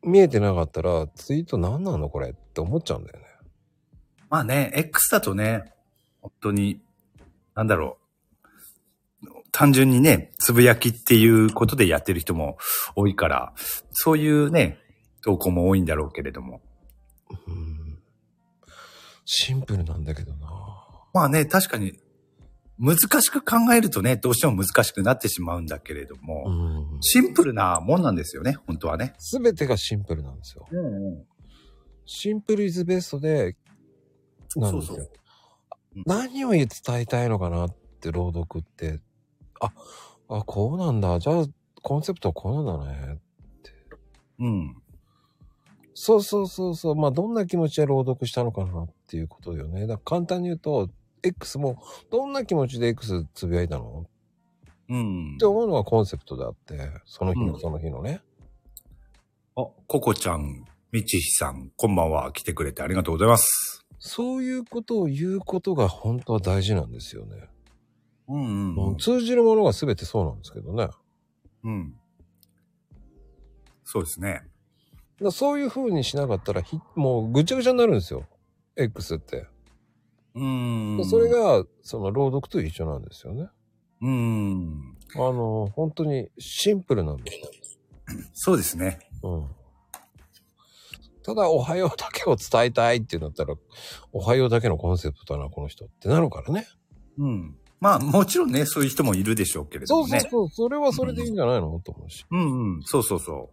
Speaker 2: 見えてなかったらツイート何なのこれって思っちゃうんだよね。
Speaker 3: まあね、X だとね、本当に、なんだろう。単純にね、つぶやきっていうことでやってる人も多いから、そういうね、投稿も多いんだろうけれども。
Speaker 2: うんシンプルなんだけどな。
Speaker 3: まあね、確かに、難しく考えるとね、どうしても難しくなってしまうんだけれども、
Speaker 2: うん。
Speaker 3: シンプルなもんなんですよね、本当はね。
Speaker 2: すべてがシンプルなんですよ。シンプルイズベストで、なんですよ
Speaker 3: そうそううん
Speaker 2: 何を伝えたいのかなって朗読って、あ、あ、こうなんだ。じゃあ、コンセプトはこうなんだね。
Speaker 3: うん。
Speaker 2: そうそうそうそう。まあ、どんな気持ちで朗読したのかなっていうことよね。だから簡単に言うと、X も、どんな気持ちで X つぶやいたの
Speaker 3: うん
Speaker 2: って。思うのがコンセプトであって、その日
Speaker 3: う
Speaker 2: の
Speaker 3: ん
Speaker 2: その日のね。
Speaker 3: あ、ココちゃん、みちひさん、こんばんは。来てくれてありがとうございます。
Speaker 2: そういうことを言うことが本当は大事なんですよね。
Speaker 3: うんうん
Speaker 2: もう通じるものが全てそうなんですけどね。だか
Speaker 3: うん。そうですね。
Speaker 2: らそういう風にしなかったらひ、もうぐちゃぐちゃになるんですよ。X って。
Speaker 3: うん
Speaker 2: でそれ、が、その朗読と一緒なんですよね。
Speaker 3: うん。
Speaker 2: あの、本当にシンプルなんですよ。
Speaker 3: そうですね。
Speaker 2: うん。ただ、おはようだけを伝えたいってなったら、おはようだけのコンセプトだな、この人ってなるからね。
Speaker 3: うん。まあ、もちろんね、そういう人もいるでしょうけれど
Speaker 2: そ
Speaker 3: も
Speaker 2: うそう
Speaker 3: ね。
Speaker 2: そう、それはそれでいいんじゃないのと思うし。
Speaker 3: うんうん。そうそうそ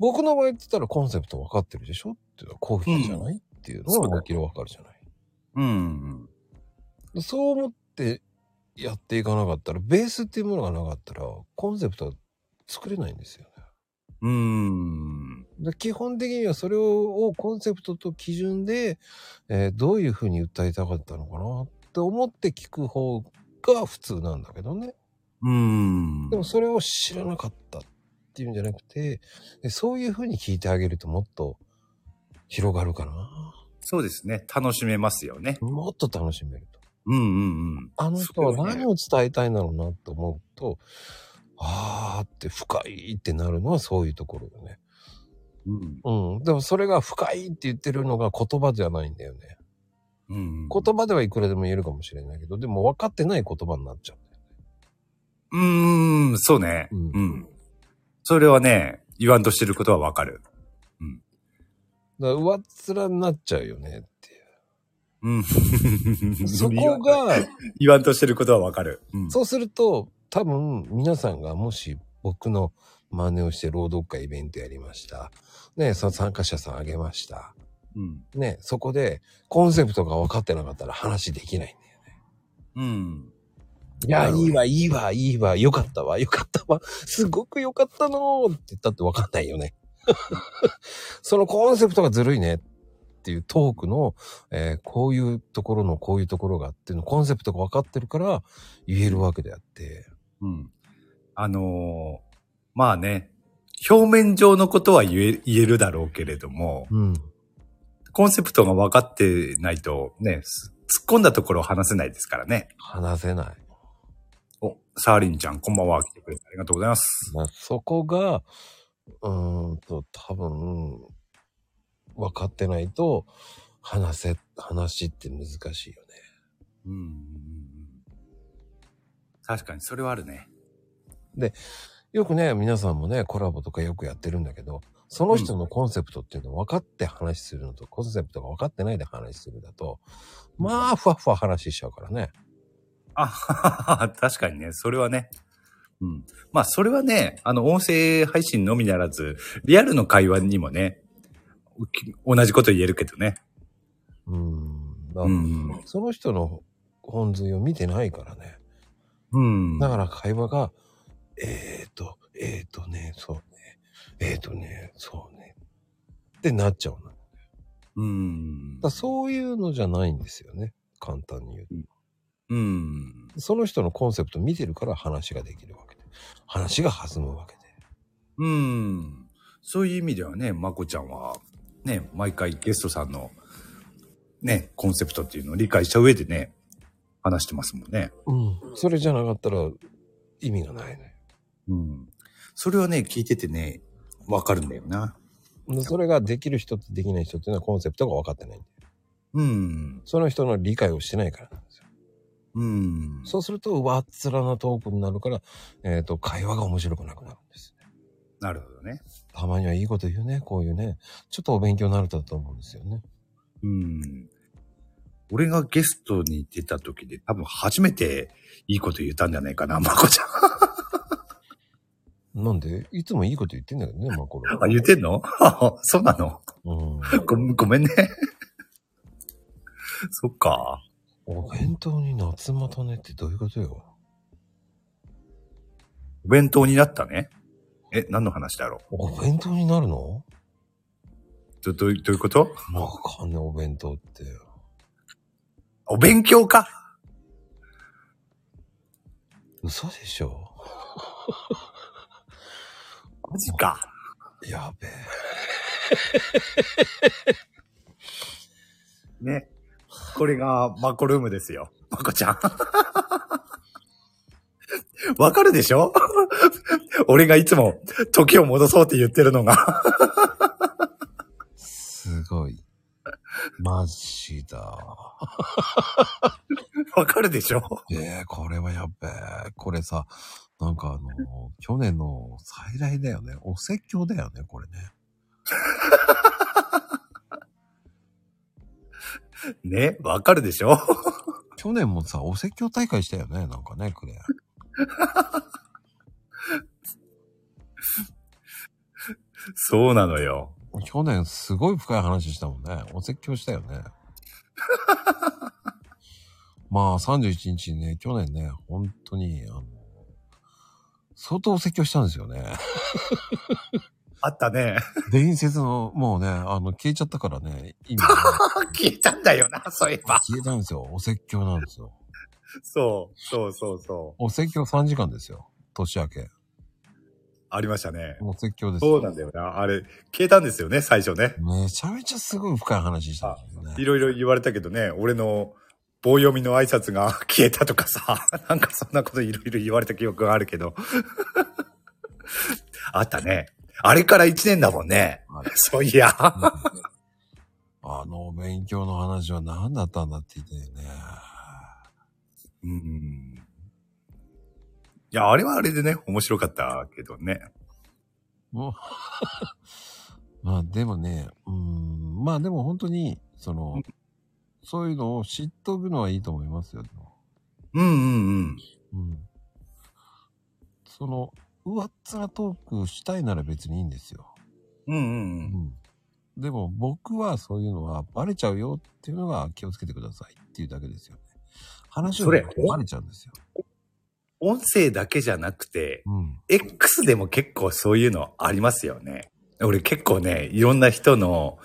Speaker 2: 僕の場合って言ったらコンセプト分かってるでしょっていうのはコーヒーじゃない、っていうの
Speaker 3: そうだ
Speaker 2: は
Speaker 3: ね
Speaker 2: もちろん分かるじゃない。
Speaker 3: う。うん。
Speaker 2: でそう思ってやっていかなかったら、ベースっていうものがなかったら、コンセプトは作れないんですよ
Speaker 3: うん。
Speaker 2: ね。で基本的にはそれををコンセプトと基準で、えーどういうふうに訴えたかったのかなって思って聞く方が普通なんだけどね。
Speaker 3: うん。
Speaker 2: でもそれを知らなかったっていうんじゃなくて、えそういうふうに聞いてあげるともっと広がるかな。
Speaker 3: そうですね。楽しめますよね。
Speaker 2: もっと楽しめると。
Speaker 3: うんうんうん。
Speaker 2: あの人は
Speaker 3: そうね
Speaker 2: 何を伝えたいんだろうなと思うと、あーって深いってなるのはそういうところだね。
Speaker 3: うん。
Speaker 2: うん。でもそれが深いって言ってるのが言葉じゃないんだよね。
Speaker 3: うん。
Speaker 2: 言葉ではいくらでも言えるかもしれないけど、でも分かってない言葉になっちゃう。
Speaker 3: うん、そうね。
Speaker 2: う
Speaker 3: うんん。それはね、言わんとしてることはわかる。
Speaker 2: だから上っ面になっちゃうよねってい
Speaker 3: うん。
Speaker 2: う。そこが、
Speaker 3: 言わんとしてることはわかる。うん。
Speaker 2: そうすると、多分皆さんがもし僕の真似をして朗読会イベントやりました。ね、その参加者さんあげました。
Speaker 3: うん。
Speaker 2: ね、そこでコンセプトが分かってなかったら話できないんだよ。
Speaker 3: うん。
Speaker 2: いや、
Speaker 3: なるほど
Speaker 2: いいわ、いいわ、いいわ、よかったわ、よかったわ、すごくよかったのーって言ったって分かんないよね。 そのコンセプトがずるいねっていうトークの、えーこういうところのこういうところがっていうのコンセプトが分かってるから言えるわけであって。
Speaker 3: うん。あのーまあね、表面上のことは言え言えるだろうけれども、
Speaker 2: うん。
Speaker 3: コンセプトが分かってないとね、す突っ込んだところを話せないですからね。
Speaker 2: 話せない。
Speaker 3: お、サーリンちゃん、こんばんは。来てくれてありがとうございます。
Speaker 2: まあ、そこが、うーんと、多分、分かってないと、話せ、話って難しいよね。
Speaker 3: うん。確かに、それはあるね。
Speaker 2: よくね、皆さんもね、コラボとかよくやってるんだけど、その人のコンセプトっていうのを分かって話するのと、コンセプトが分かってないで話するだと、まあ、ふわふわ話しちゃうからね。
Speaker 3: あ ははは、確かにね、それはね。うん。まあ、それはね、あの、音声配信のみならず、リアルの会話にもね、おき同じこと言えるけどね。
Speaker 2: うん。だ
Speaker 3: うん。
Speaker 2: その人の本髄を見てないからね。
Speaker 3: うん。
Speaker 2: だから会話が、えーと、えーとね、そうね、えーとね、そうね、ってなっちゃうの。だか
Speaker 3: うん。
Speaker 2: らそういうのじゃないんですよね。簡単に言う
Speaker 3: うん。
Speaker 2: と。その人のコンセプト見てるから話ができるわけで。話が弾むわけで。
Speaker 3: うん。そういう意味ではね、まこちゃんは、ね、毎回ゲストさんの、ね、コンセプトっていうのを理解した上でね、話してますもんね。
Speaker 2: うん。それじゃなかったら意味がないね。
Speaker 3: うん。それはね、聞いててね、わかるんだよな。
Speaker 2: でそれができる人とできない人っていうのはコンセプトが分かってないんだよ。
Speaker 3: うん。
Speaker 2: その人の理解をしてないからなんですよ。
Speaker 3: うん。
Speaker 2: そうすると、上っ面なトークになるから、えっ、と、会話が面白くなくなるんです。
Speaker 3: なるほどね。
Speaker 2: たまにはいいこと言うね、こういうね。ちょっとお勉強になるとだと思うんですよね。
Speaker 3: うん。俺がゲストに出た時で多分初めていいこと言ったんじゃないかな、まこちゃん。
Speaker 2: なんで、いつもいいこと言ってんだけどね、まあこれ。
Speaker 3: あ、言ってんの そうなの
Speaker 2: うん。
Speaker 3: ごごめんね。 そっか。
Speaker 2: お弁当に夏またねってどういうことよ。
Speaker 3: お弁当になったね。え、何の話だろ
Speaker 2: お弁当になるの
Speaker 3: うどどういうどういうこと
Speaker 2: わかんない、お弁当って。
Speaker 3: お勉強か
Speaker 2: 嘘でしょ
Speaker 3: マジか。
Speaker 2: やべえ。
Speaker 3: ね。これがマコルームですよ。マコちゃん。 わかるでしょ俺がいつも時を戻そうって言ってるのが。
Speaker 2: すごい。マジだ。
Speaker 3: わかるでしょ
Speaker 2: ええこれはやっべえ。これさ、なんかあの、去年の再来だよね。お説教だよね、これね。
Speaker 3: ね。わかるでしょ
Speaker 2: 去年もさ、お説教大会したよね、なんかね、クレア。
Speaker 3: そうなのよ。
Speaker 2: 去年すごい深い話したもんね。お説教したよね。 まあ31日にね、去年ね、本当に、あの、相当お説教したんですよね。
Speaker 3: あった ね。
Speaker 2: 伝説の、もうね、あの、消えちゃったからね、今、 ね、
Speaker 3: 消えたんだよな、そういえば。
Speaker 2: 消えたんですよ。お説教なんですよ。
Speaker 3: そう、そうそうそう。
Speaker 2: お説教3時間ですよ。年明け。
Speaker 3: ありましたね。
Speaker 2: お説教ですよ。
Speaker 3: そうなんだよな。あれ、消えたんですよね、最初ね。
Speaker 2: めちゃめちゃすごい深い話したんだよ
Speaker 3: い
Speaker 2: ね。
Speaker 3: ろいろ言われたけどね、俺の棒読みの挨拶が 消えたとかさ、 なんかそんなこといろいろ言われた記憶があるけど。 あったね。あれから1年だもんね。
Speaker 2: はい
Speaker 3: そういや。
Speaker 2: あの、勉強の話は何だったんだって言ってたよね。
Speaker 3: うん。いや、あれはあれでね、面白かったけどね。
Speaker 2: もう まあでもね、うん、まあでも本当に、その、そういうのを知っとくのはいいと思いますよ。でも
Speaker 3: うんうんうん。
Speaker 2: うん。その、上っ面トークしたいなら別にいいんですよ。
Speaker 3: うん
Speaker 2: う
Speaker 3: うん
Speaker 2: ん。でも僕はそういうのはバレちゃうよっていうのは気をつけてくださいっていうだけですよね。話を
Speaker 3: それ
Speaker 2: バレちゃうんですよ。
Speaker 3: うん。音声だけじゃなくて、
Speaker 2: うん。
Speaker 3: X でも結構そういうのありますよね。俺結構ね、いろんな人の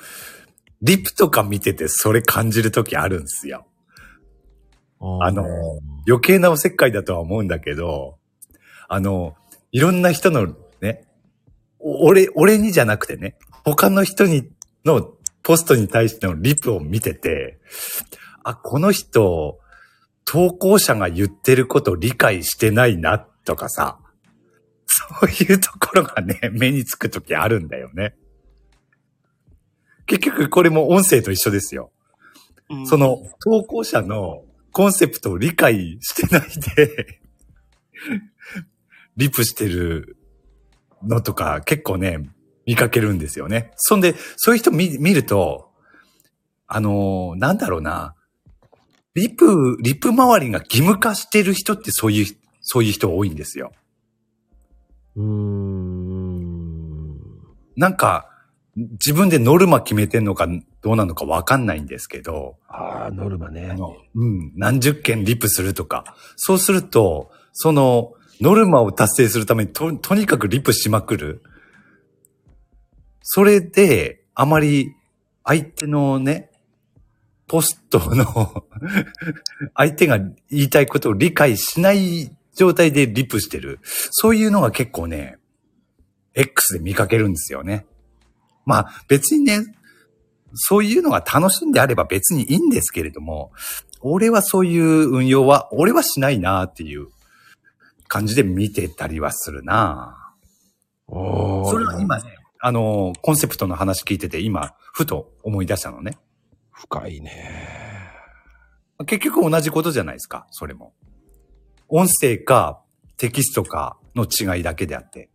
Speaker 3: リプとか見ててそれ感じるときあるんですよ。あの
Speaker 2: うん
Speaker 3: 余計なおせっかいだとは思うんだけど、あの、いろんな人のね、お俺、俺にじゃなくてね、他の人にのポストに対してのリプを見てて、あ、この人、投稿者が言ってること理解してないなとかさ、そういうところがね、 目につくときあるんだよね。結局これも音声と一緒ですよ。その投稿者のコンセプトを理解してないで、 リプしてるのとか結構ね、見かけるんですよね。そんで、そういう人見見ると、あのーなんだろうな、リプ、リプ周りが義務化してる人ってそういう、そういう人多いんですよ。
Speaker 2: うーん。
Speaker 3: なんか、自分でノルマ決めてんのかどうなのかわかんないんですけど、
Speaker 2: ああ、ノルマね
Speaker 3: あ。の、うん、何十件リプするとか。そうすると、その、ノルマを達成するためにと、とにかくリプしまくる。それで、あまり、相手のね、ポストの、 相手が言いたいことを理解しない状態でリプしてる。そういうのが結構ね、X で見かけるんですよね。まあ、別にね、そういうのが楽しんであれば別にいいんですけれども、俺はそういう運用は、俺はしないなっていう感じで見てたりはするな
Speaker 2: おー
Speaker 3: それは今ね、あの、コンセプトの話聞いてて今、ふと思い出したのね。
Speaker 2: 深いね。
Speaker 3: 結局同じことじゃないですか、それも。音声かテキストかの違いだけであって。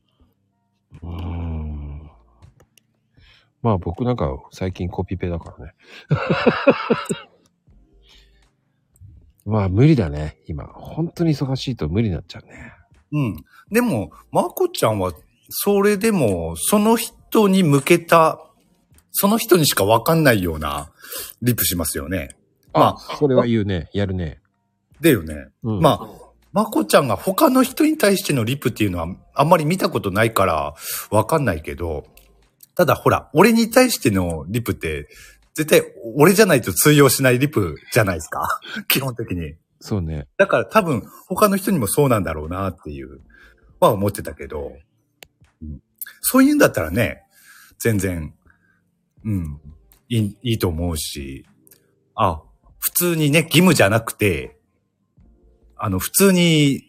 Speaker 2: うーん。まあ僕なんか最近コピペだからね。 まあ無理だね、今。本当に忙しいと無理になっちゃうね。
Speaker 3: うん。でも、まこちゃんは、それでも、その人に向けた、その人にしかわかんないようなリプしますよね。まあ、
Speaker 2: それは言うね、やるね。
Speaker 3: だよね。
Speaker 2: うん、
Speaker 3: まあ、まこちゃんが他の人に対してのリプっていうのはあんまり見たことないからわかんないけど、ただほら、俺に対してのリプって、絶対俺じゃないと通用しないリプじゃないですか。 基本的に。
Speaker 2: そうね。
Speaker 3: だから多分他の人にもそうなんだろうなっていうは思ってたけど、うんそういうんだったらね、全然、うん、いいいいと思うし、あ、普通にね、義務じゃなくて、あの、普通に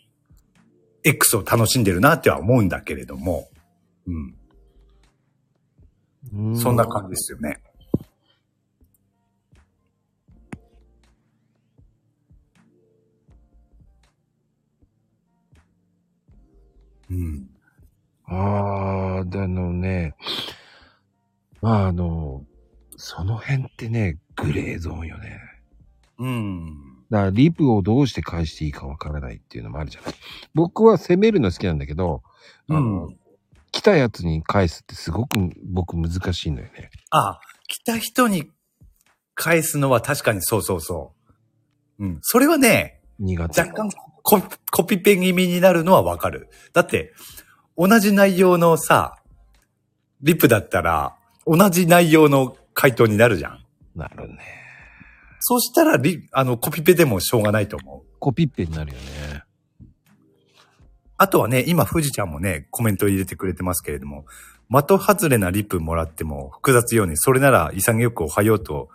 Speaker 3: X を楽しんでるなっては思うんだけれども、うん、
Speaker 2: う
Speaker 3: そんな感じですよね。うん。
Speaker 2: ああ、だのね。まああの、その辺ってね、グレーゾーンよね。
Speaker 3: うん。
Speaker 2: だからリプをどうして返していいかわからないっていうのもあるじゃない。僕は攻めるの好きなんだけど、あの、
Speaker 3: うん
Speaker 2: 来たやつに返すってすごく僕難しいのよね。
Speaker 3: あ、来た人に返すのは確かにそうそうそう。うん。それはね、
Speaker 2: 苦手。
Speaker 3: 若干ココピペ気味になるのはわかる。だって、同じ内容のさ、リプだったら、同じ内容の回答になるじゃん。
Speaker 2: なるね。
Speaker 3: そうしたらリ、あの、コピペでもしょうがないと思う。
Speaker 2: コピッペになるよね。
Speaker 3: あとはね、今、富士ちゃんもね、コメントを入れてくれてますけれども、的外れなリプもらっても複雑ように、それなら潔くおはようと、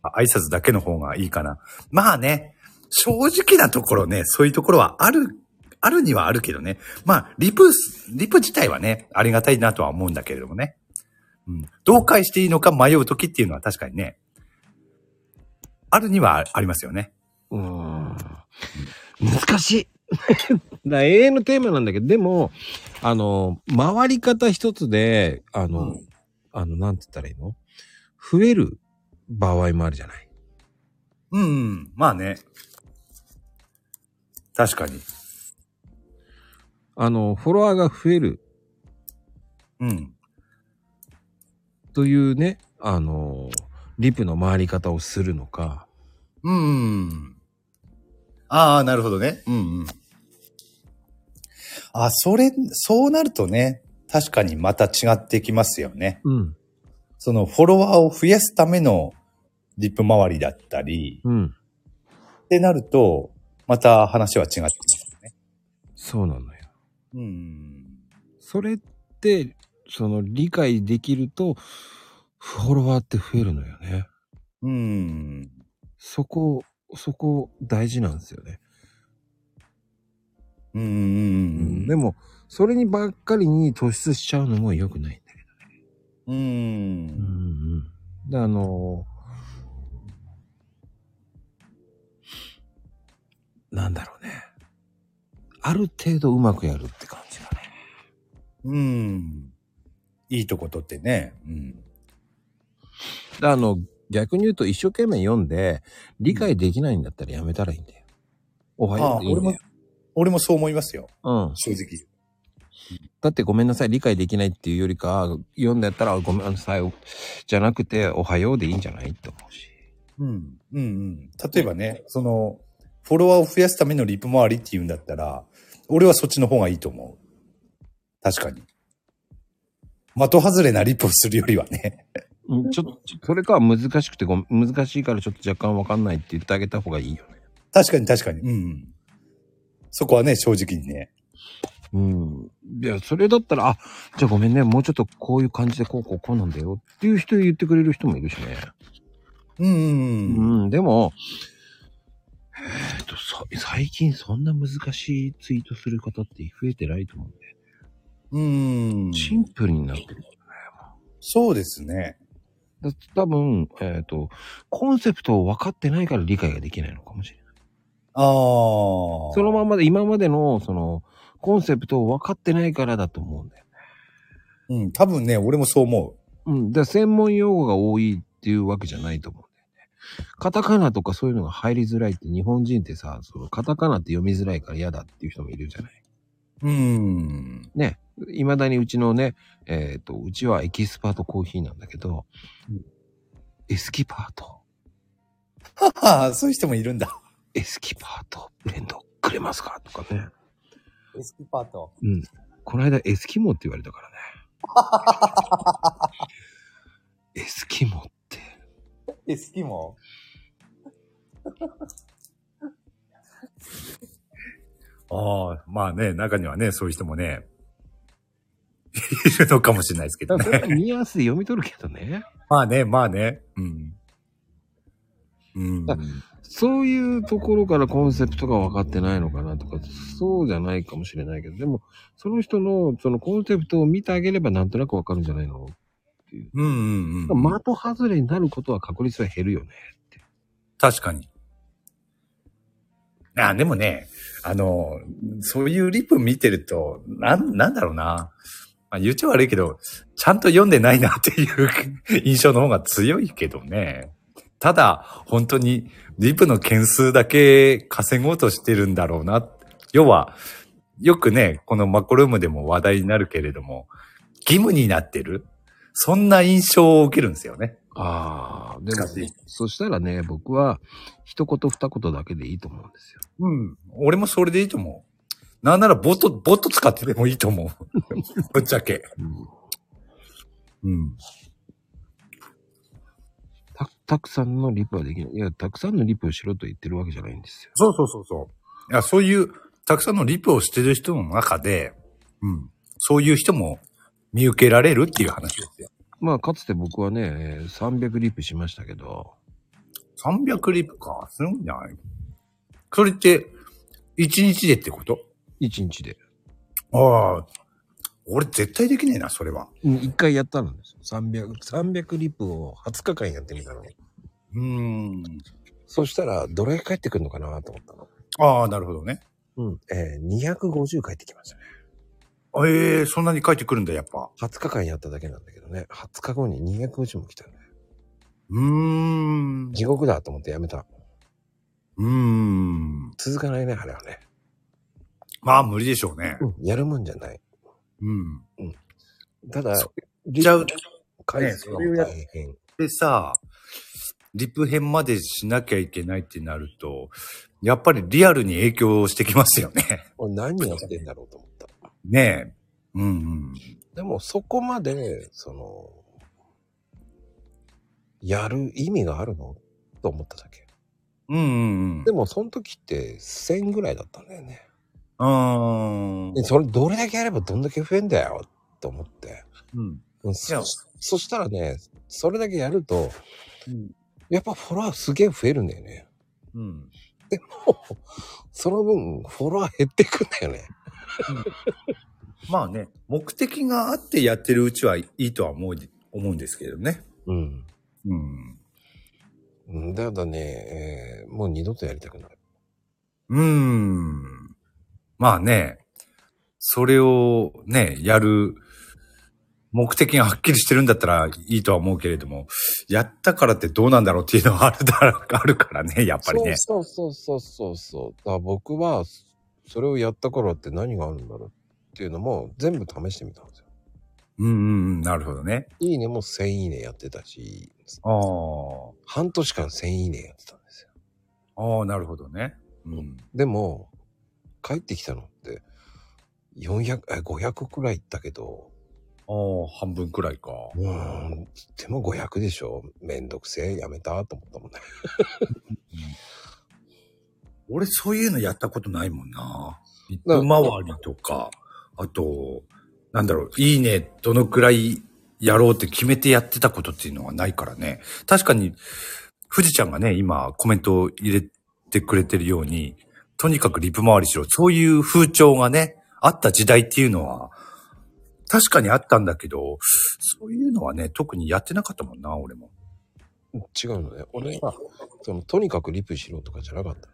Speaker 3: あ挨拶だけの方がいいかな。まあね、正直なところね、そういうところはある、あるにはあるけどね。まあ、リプ、リプ自体はね、ありがたいなとは思うんだけれどもね。うん。どう返していいのか迷うときっていうのは確かにね、あるにはありますよね。
Speaker 2: うーん。難しい。 だ永遠のテーマなんだけど、でも、あの、回り方一つで、あの、
Speaker 3: うん
Speaker 2: あの、なんて言ったらいいの増える場合もあるじゃない。
Speaker 3: うん、うん、まあね。確かに。
Speaker 2: あの、フォロワーが増える
Speaker 3: うん。
Speaker 2: というね、あの、リプの回り方をするのか、
Speaker 3: うんうん。ああ、なるほどね。うんうん。あ、それ、そうなるとね、確かにまた違ってきますよね。
Speaker 2: うん、
Speaker 3: そのフォロワーを増やすためのリップ周りだったり、
Speaker 2: うん、
Speaker 3: ってなると、また話は違ってきますよね。
Speaker 2: そうなのよ。
Speaker 3: うん。
Speaker 2: それって、その理解できると、フォロワーって増えるのよね。
Speaker 3: うん。
Speaker 2: そこ、そこ大事なんですよね。
Speaker 3: うんうんう
Speaker 2: で
Speaker 3: ん
Speaker 2: も、それにばっかりに突出しちゃうのも良くないんだけど。
Speaker 3: うん。うん。
Speaker 2: うん。で、あのなんだろうね。ある程度うまくやるって感じだね。
Speaker 3: うん。いいとこ取ってね。うん。
Speaker 2: で、あの、逆に言うと一生懸命読んで、理解できないんだったらやめたらいいんだよ。おはようでいいんだよ。
Speaker 3: 俺もそう思いますよ。
Speaker 2: うん。
Speaker 3: 正直。
Speaker 2: だってごめんなさい、理解できないっていうよりか、読んでやったらごめんなさい、じゃなくて、おはようでいいんじゃないって思うし。
Speaker 3: うん。うんうん。例えばね、その、フォロワーを増やすためのリプ周りっていうんだったら、俺はそっちの方がいいと思う。確かに。的外れなリプをするよりはね。
Speaker 2: うんちょっと、それかは難しくてごめん、難しいからちょっと若干わかんないって言ってあげた方がいいよね。
Speaker 3: 確かに確かに。うんうん。そこはね、正直にね。
Speaker 2: うん。いや、それだったら、あ、じゃあごめんね、もうちょっとこういう感じでこうこうこうなんだよっていう人言ってくれる人もいるしね。
Speaker 3: うんうんうん。
Speaker 2: うん、でも、えっと、さ最近そんな難しいツイートする方って増えてないと思うんで、
Speaker 3: うん。
Speaker 2: シンプルになってる。
Speaker 3: そうですね。
Speaker 2: だ多分、えっ、と、コンセプトを分かってないから理解ができないのかもしれない。
Speaker 3: ああ。
Speaker 2: そのままで、今までの、その、コンセプトを分かってないからだと思うんだよね。
Speaker 3: うん、多分ね、俺もそう思う。
Speaker 2: うん。で、専門用語が多いっていうわけじゃないと思うんだよね。カタカナとかそういうのが入りづらいって日本人ってさ、そのカタカナって読みづらいから嫌だっていう人もいるじゃない。
Speaker 3: うん。
Speaker 2: ね。いまだにうちのね、えっ、と、うちはエキスパートコーヒーなんだけど、
Speaker 3: うん
Speaker 2: エスキパート、
Speaker 3: はは、そういう人もいるんだ。
Speaker 2: エスキパートブレンドくれますかとかね。
Speaker 3: エスキパート。
Speaker 2: うん。この間エスキモって言われたからね。 エスキモって。
Speaker 3: エスキモ。ああ、まあね、中にはね、そういう人もね、いるのかもしれないですけど
Speaker 2: だ
Speaker 3: ね
Speaker 2: か。らそれはニュアンスで読み取るけどね。
Speaker 3: まあね、まあね。うん。うん。
Speaker 2: あそういうところからコンセプトが分かってないのかなとか、そうじゃないかもしれないけど、でも、その人の、そのコンセプトを見てあげればなんとなく分かるんじゃないの
Speaker 3: うんうんうん。
Speaker 2: 的外れになることは確率は減るよね。
Speaker 3: 確かに。あ、でもね、あの、そういうリプ見てると、なん、なんだろうな。まあ、言っちゃ悪いけど、ちゃんと読んでないなっていう 印象の方が強いけどね。ただ、本当に、リプの件数だけ稼ごうとしてるんだろうな。要は、よくね、このマコルームでも話題になるけれども、義務になってる。そんな印象を受けるんですよね。
Speaker 2: ああ、でも
Speaker 3: 難しい、
Speaker 2: そしたらね、僕は、一言二言だけでいいと思うんですよ。
Speaker 3: うん。俺もそれでいいと思う。なんならボット、ボット使ってでもいいと思 う。ぶっちゃけ。うん。
Speaker 2: た、たくさんのリプはできない。いや、たくさんのリプをしろと言ってるわけじゃないんですよ。
Speaker 3: そうそうそうそう。いや、そういう、たくさんのリプをしてる人の中で、うん。そういう人も見受けられるっていう話ですよ。
Speaker 2: まあ、かつて僕はね、えー300リプしましたけど、
Speaker 3: 300リプか。すごいな。それって、1日でってこと
Speaker 2: 1日で。
Speaker 3: ああ。俺絶対できねえな、それは。
Speaker 2: うん一回やったんですよ。300、300リップを20日間やってみたの。
Speaker 3: うーん。
Speaker 2: そしたら、どれが返ってくるのかなと思ったの。
Speaker 3: ああ、なるほどね。
Speaker 2: うん。えー、250返ってきましたね。
Speaker 3: ええそんなに書いてくるんだ、やっぱ。
Speaker 2: 20日間やっただけなんだけどね。20日後に250も来たね。
Speaker 3: うーん。
Speaker 2: 地獄だと思ってやめた。
Speaker 3: うーん。
Speaker 2: 続かないね、あれはね。
Speaker 3: まあ無理でしょうね。
Speaker 2: ん。やるもんじゃない。
Speaker 3: うん。
Speaker 2: ただ
Speaker 3: そ、
Speaker 2: リ
Speaker 3: じゃあ
Speaker 2: ップ返すの
Speaker 3: ねそういうや
Speaker 2: が
Speaker 3: つ
Speaker 2: 大変。
Speaker 3: でさ、リプ編までしなきゃいけないってなると、やっぱりリアルに影響してきますよね。
Speaker 2: 俺何やってんだろうと思った。
Speaker 3: ねえ。うん
Speaker 2: でも、そこまで、その、やる意味があるのと思っただけ。
Speaker 3: うん。うんうんうん。
Speaker 2: でも、その時って1000ぐらいだったんだよね。
Speaker 3: うーん。
Speaker 2: でそれ、どれだけやればどんだけ増えんだよ、と思って。
Speaker 3: うん。
Speaker 2: うんそそしたらね、それだけやると、
Speaker 3: うん。
Speaker 2: やっぱフォロワーすげえ増えるんだよね。
Speaker 3: うん。
Speaker 2: でも、その分、フォロワー減っていくんだよね。
Speaker 3: まあね、目的があってやってるうちはいいとは思う、思うんですけどね。
Speaker 2: うん
Speaker 3: うん。
Speaker 2: うん。だからね、えーもう二度とやりたくない。
Speaker 3: うーん。まあね、それをね、やる目的がはっきりしてるんだったらいいとは思うけれども、やったからってどうなんだろうっていうのはあるだろうあるからね、やっぱりね。
Speaker 2: そうそうそうそうそう。だから僕は、それをやったからって何があるんだろうっていうのも全部試してみたんですよ。
Speaker 3: うんうんうん、なるほどね。
Speaker 2: いいねも1000いいねやってたし、
Speaker 3: ああ、
Speaker 2: 半年間1000いいねやってたんですよ。
Speaker 3: ああ、なるほどね。うん。
Speaker 2: でも、帰ってきたのって、400、え500くらい行ったけど、
Speaker 3: ああ、半分くらいか。
Speaker 2: うーん、でも500でしょめんどくせえ、やめたと思ったもんね。
Speaker 3: 俺そういうのやったことないもんな。一
Speaker 2: な
Speaker 3: 歩回りとか、あと、なんだろう、いいね、どのくらいやろうって決めてやってたことっていうのはないからね。確かに、富士ちゃんがね、今コメントを入れてくれてるように、とにかくリプ回りしろ。そういう風潮がね、あった時代っていうのは、確かにあったんだけど、そういうのはね、特にやってなかったもんな、俺も。
Speaker 2: 違うのね。俺は、その、とにかくリプしろとかじゃなかった。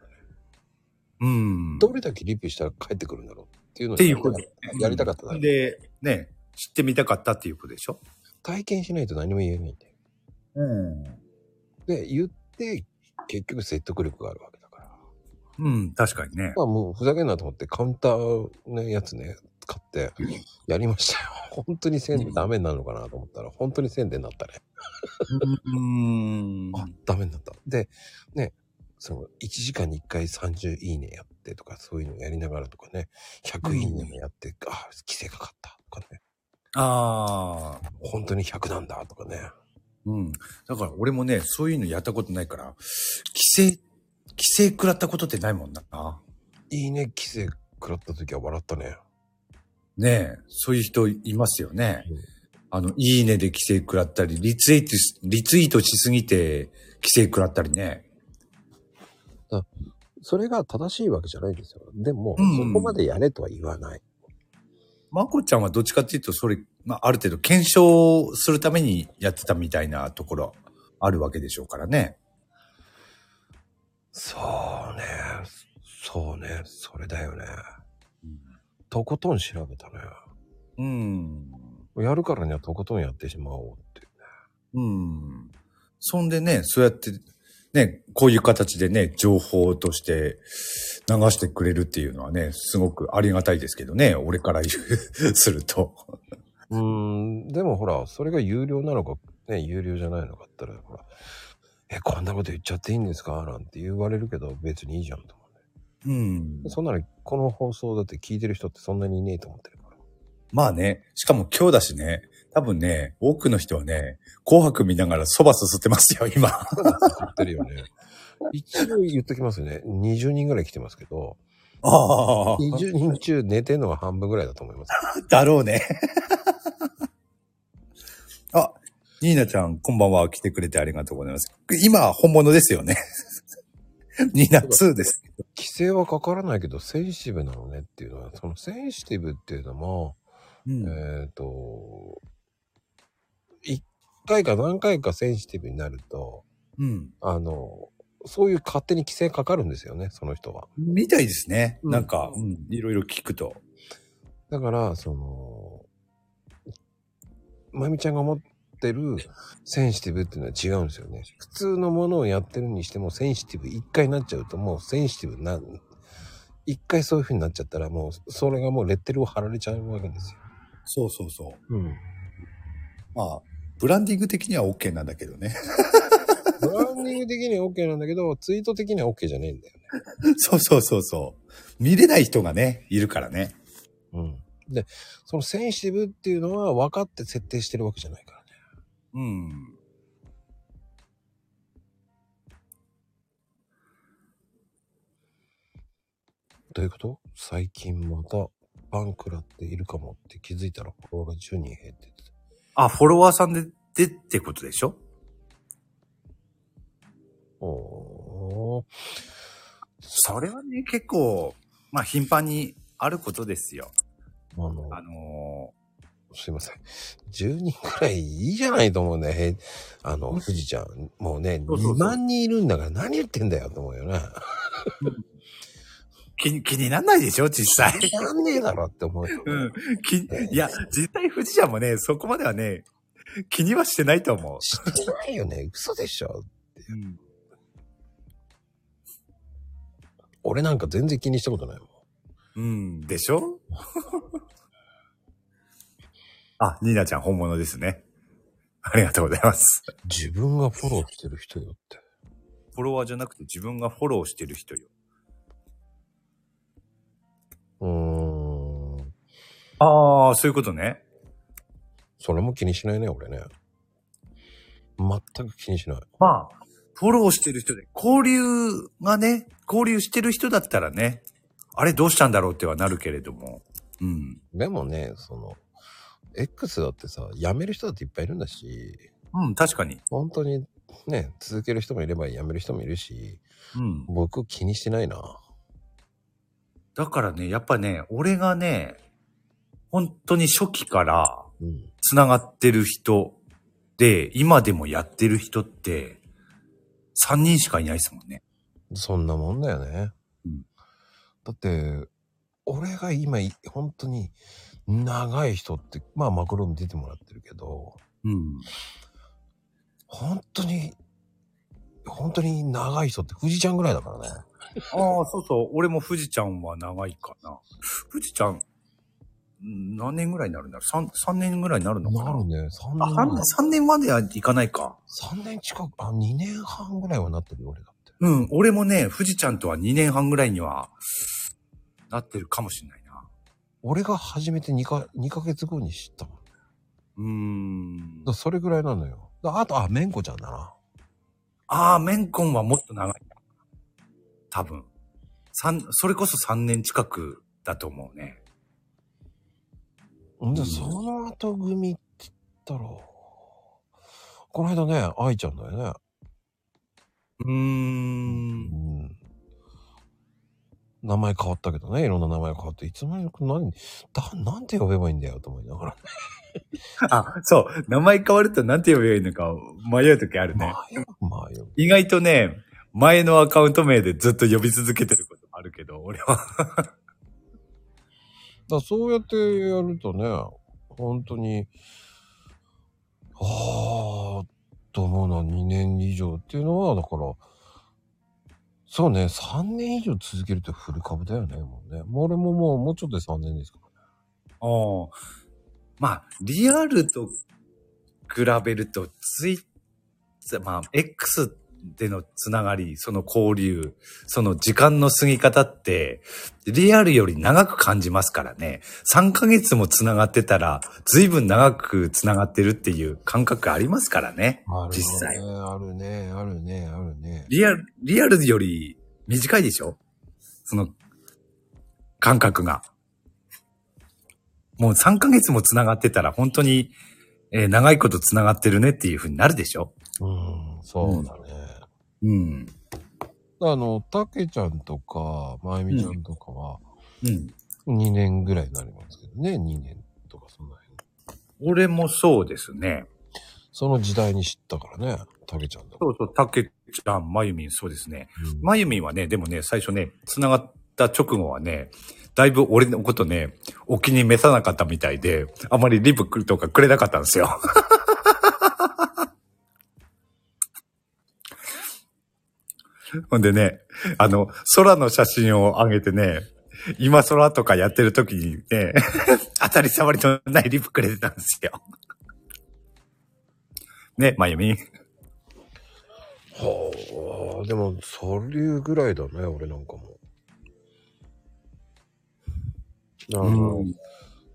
Speaker 3: うん。
Speaker 2: どれだけリプしたら帰ってくるんだろうっていうのを
Speaker 3: っていうこと
Speaker 2: やりたかっただけ。
Speaker 3: で、ね、知ってみたかったっていうことでしょ
Speaker 2: 体験しないと何も言えないんだよ。
Speaker 3: うん。
Speaker 2: で、言って、結局説得力があるわけだから。
Speaker 3: うん、確かにね。
Speaker 2: まあもうふざけんなと思ってカウンターのやつね、買ってやりましたよ。 本当にせんでダメになるのかなと思ったら、本当にせんでなったね。
Speaker 3: うん。
Speaker 2: あ、ダメになった。で、ね、その1時間に1回30いいねやってとか、そういうのやりながらとかね、100いいねもやって、あ、規制かかったとかね、
Speaker 3: ああ。
Speaker 2: 本当に100なんだとかね。
Speaker 3: うん。だから俺もね、そういうのやったことないから、規制、規制食らったことってないもんな。
Speaker 2: いいね規制食らった時は笑ったね。
Speaker 3: ねえ、そういう人いますよね。
Speaker 2: うん
Speaker 3: あの、いいねで規制食らったり、リツイートし、リツイートしすぎて規制食らったりね。
Speaker 2: それが正しいわけじゃないんですよ。でも、
Speaker 3: うんうん
Speaker 2: そこまでやれとは言わない。
Speaker 3: まこちゃんはどっちかっていうと、それ、まあ、ある程度検証するためにやってたみたいなところあるわけでしょうからね。
Speaker 2: そうね。そうね。それだよね。とことん調べたね。
Speaker 3: うん。
Speaker 2: やるからにはとことんやってしまおうって。
Speaker 3: うん。そんでね、そうやって、ね、こういう形でね、情報として流してくれるっていうのはね、すごくありがたいですけどね、俺から言う、すると。
Speaker 2: うーん。でもほら、それが有料なのか、ね、有料じゃないのかって言ったら、ほら、え、こんなこと言っちゃっていいんですかなんて言われるけど、別にいいじゃんと思う
Speaker 3: うん
Speaker 2: ね。そんなの、この放送だって聞いてる人ってそんなにいねえと思ってるから。
Speaker 3: まあね、しかも今日だしね、多分ね、多くの人はね、紅白見ながら蕎麦すすってますよ、今。
Speaker 2: 言ってるよね。一応言っときますね。20人ぐらい来てますけど、
Speaker 3: ああ、
Speaker 2: 20人中寝てんのが半分ぐらいだと思います。
Speaker 3: だろうね。 あ、ニーナちゃん、こんばんは。来てくれてありがとうございます。今、本物ですよね。 ニーナ2です。
Speaker 2: 規制はかからないけどセンシティブなのねっていうのはそのセンシティブっていうのも、
Speaker 3: うん。
Speaker 2: えっ、と一回か何回かセンシティブになると
Speaker 3: うん。
Speaker 2: あのそういう勝手に規制かかるんですよねその人は
Speaker 3: みたいですね。
Speaker 2: うん
Speaker 3: なんか、うんいろいろ聞くと。
Speaker 2: だからそのまゆみちゃんが持ってるセンシティブっていうのは違うんですよね普通のものをやってるにしてもセンシティブ一回なっちゃうともうセンシティブな一回そういう風になっちゃったらもうそれがもうレッテルを貼られちゃうわけですよ
Speaker 3: そうそうそう。
Speaker 2: うん。
Speaker 3: まあ、ブランディング的には OK なんだけどね。
Speaker 2: ブランディング的には OK なんだけど、ツイート的には OK じゃねえんだよね。
Speaker 3: そうそうそうそう。見れない人がね、いるからね。
Speaker 2: うん。で、そのセンシティブっていうのは分かって設定してるわけじゃないからね。
Speaker 3: うん。
Speaker 2: どういうこと最近またパンクラっているかもって気づいたらフォロワーが10人減ってて。
Speaker 3: あ、フォロワーさんで、でってことでしょ
Speaker 2: おー。
Speaker 3: それはね、結構、まあ、頻繁にあることですよ。
Speaker 2: あの、
Speaker 3: あの
Speaker 2: すいません。10人くらいいいじゃないと思うね。へあの、富士ちゃん。もうね、
Speaker 3: そうそうそう
Speaker 2: 2万人いるんだから何言ってんだよと思うよね。
Speaker 3: ー気に、気になんないでしょ実際。
Speaker 2: やんねえだろって思うよね。
Speaker 3: うん。気、いや、実際富士山もね、そこまではね、気にはしてないと思う。
Speaker 2: 知ってないよね。嘘でしょ。
Speaker 3: うん、
Speaker 2: 俺なんか全然気にしたことないもん。
Speaker 3: うん、でし ょあ、ニーナちゃん本物ですね。ありがとうございます。
Speaker 2: 自分がフォローしてる人よって。
Speaker 3: フォロワーじゃなくて自分がフォローしてる人よ。
Speaker 2: うーん。
Speaker 3: ああ、そういうことね。
Speaker 2: それも気にしないね、俺ね。全く気にしない。
Speaker 3: まあ、フォローしてる人で、交流がね、交流してる人だったらね、あれどうしたんだろうってはなるけれども。うん。
Speaker 2: でもね、その、X だってさ、辞める人だっていっぱいいるんだし、
Speaker 3: うん、確かに。
Speaker 2: 本当にね、続ける人もいれば辞める人もいるし、
Speaker 3: うん。
Speaker 2: 僕気にしてないな。
Speaker 3: だからね、やっぱね、俺がね、本当に初期から
Speaker 2: うん。
Speaker 3: 繋がってる人で、今でもやってる人って、3人しかいないですもんね。
Speaker 2: そんなもんだよね。
Speaker 3: うん
Speaker 2: だって、俺が今い、本当に長い人って、まあマクロに出てもらってるけど、
Speaker 3: うん。
Speaker 2: 本当に、本当に長い人って富士ちゃんぐらいだからね。
Speaker 3: ああ、そうそう。俺も富士ちゃんは長いかな。富士ちゃん、ん何年ぐらいになるんだろう ?3、三年ぐらいになるのか
Speaker 2: な
Speaker 3: な
Speaker 2: るね。3
Speaker 3: あ、3
Speaker 2: 年。
Speaker 3: 年、3年まではいかないか。
Speaker 2: 三年近く、あ、2年半ぐらいはなってるよ、俺だって。
Speaker 3: うん。俺もね、富士ちゃんとは2年半ぐらいには、なってるかもしれないな。
Speaker 2: 俺が始めて2か、二ヶ月後に知ったもん。だか
Speaker 3: うーん
Speaker 2: ら。それぐらいなのよ。だあと、あ、めんこちゃんだな。
Speaker 3: ああ、メンコンはもっと長いな。多分。三、それこそ3年近くだと思うね。
Speaker 2: で、その後組って言ったら、この間ね、愛ちゃんだよね。
Speaker 3: うーん。
Speaker 2: うん名前変わったけどね、いろんな名前変わって、いつまでも何、だ、なんて呼べばいいんだよと思いながら。
Speaker 3: あ、そう。名前変わると何て呼べばいいのか迷うときあるね。
Speaker 2: 迷う、迷う。
Speaker 3: 意外とね、前のアカウント名でずっと呼び続けてることもあるけど、俺は。
Speaker 2: だそうやってやるとね、本当に、ああ、と思うな、2年以上っていうのは、だから、そうね、3年以上続けると古株だよね、もうね。もう俺ももう、もうちょっとで3年ですからね。
Speaker 3: おまあ、リアルと比べると、ツイッター、まあ、X でのつながり、その交流、その時間の過ぎ方って、リアルより長く感じますからね。3ヶ月もつながってたら、随分長くつながってるっていう感覚ありますからね。
Speaker 2: あるね
Speaker 3: 実際
Speaker 2: あるね、あるね、あるね。
Speaker 3: リアル、リアルより短いでしょその、感覚が。もう3ヶ月も繋がってたら本当に、えー長いこと繋がってるねっていう風になるでしょ
Speaker 2: うん、そうだね。
Speaker 3: うん。
Speaker 2: あの、たけちゃんとか、まゆみちゃんとかは、
Speaker 3: うん。
Speaker 2: 2年ぐらいになりますけどね、2年とかその辺。
Speaker 3: 俺もそうですね。
Speaker 2: その時代に知ったからね、たけちゃんとか。
Speaker 3: そうそう、たけちゃん、まゆみん、そうですね。
Speaker 2: うん
Speaker 3: まゆみんはね、でもね、最初ね、繋がった直後はね、だいぶ俺のことね、お気に召さなかったみたいで、あまりリブとかくれなかったんですよ。 ほんでね、あの、空の写真を上げてね、今空とかやってる時にね、 当たり障りのないリプくれてたんですよ。ね、まゆみん。
Speaker 2: はあ、でも、それぐらいだね、俺なんかも。あの、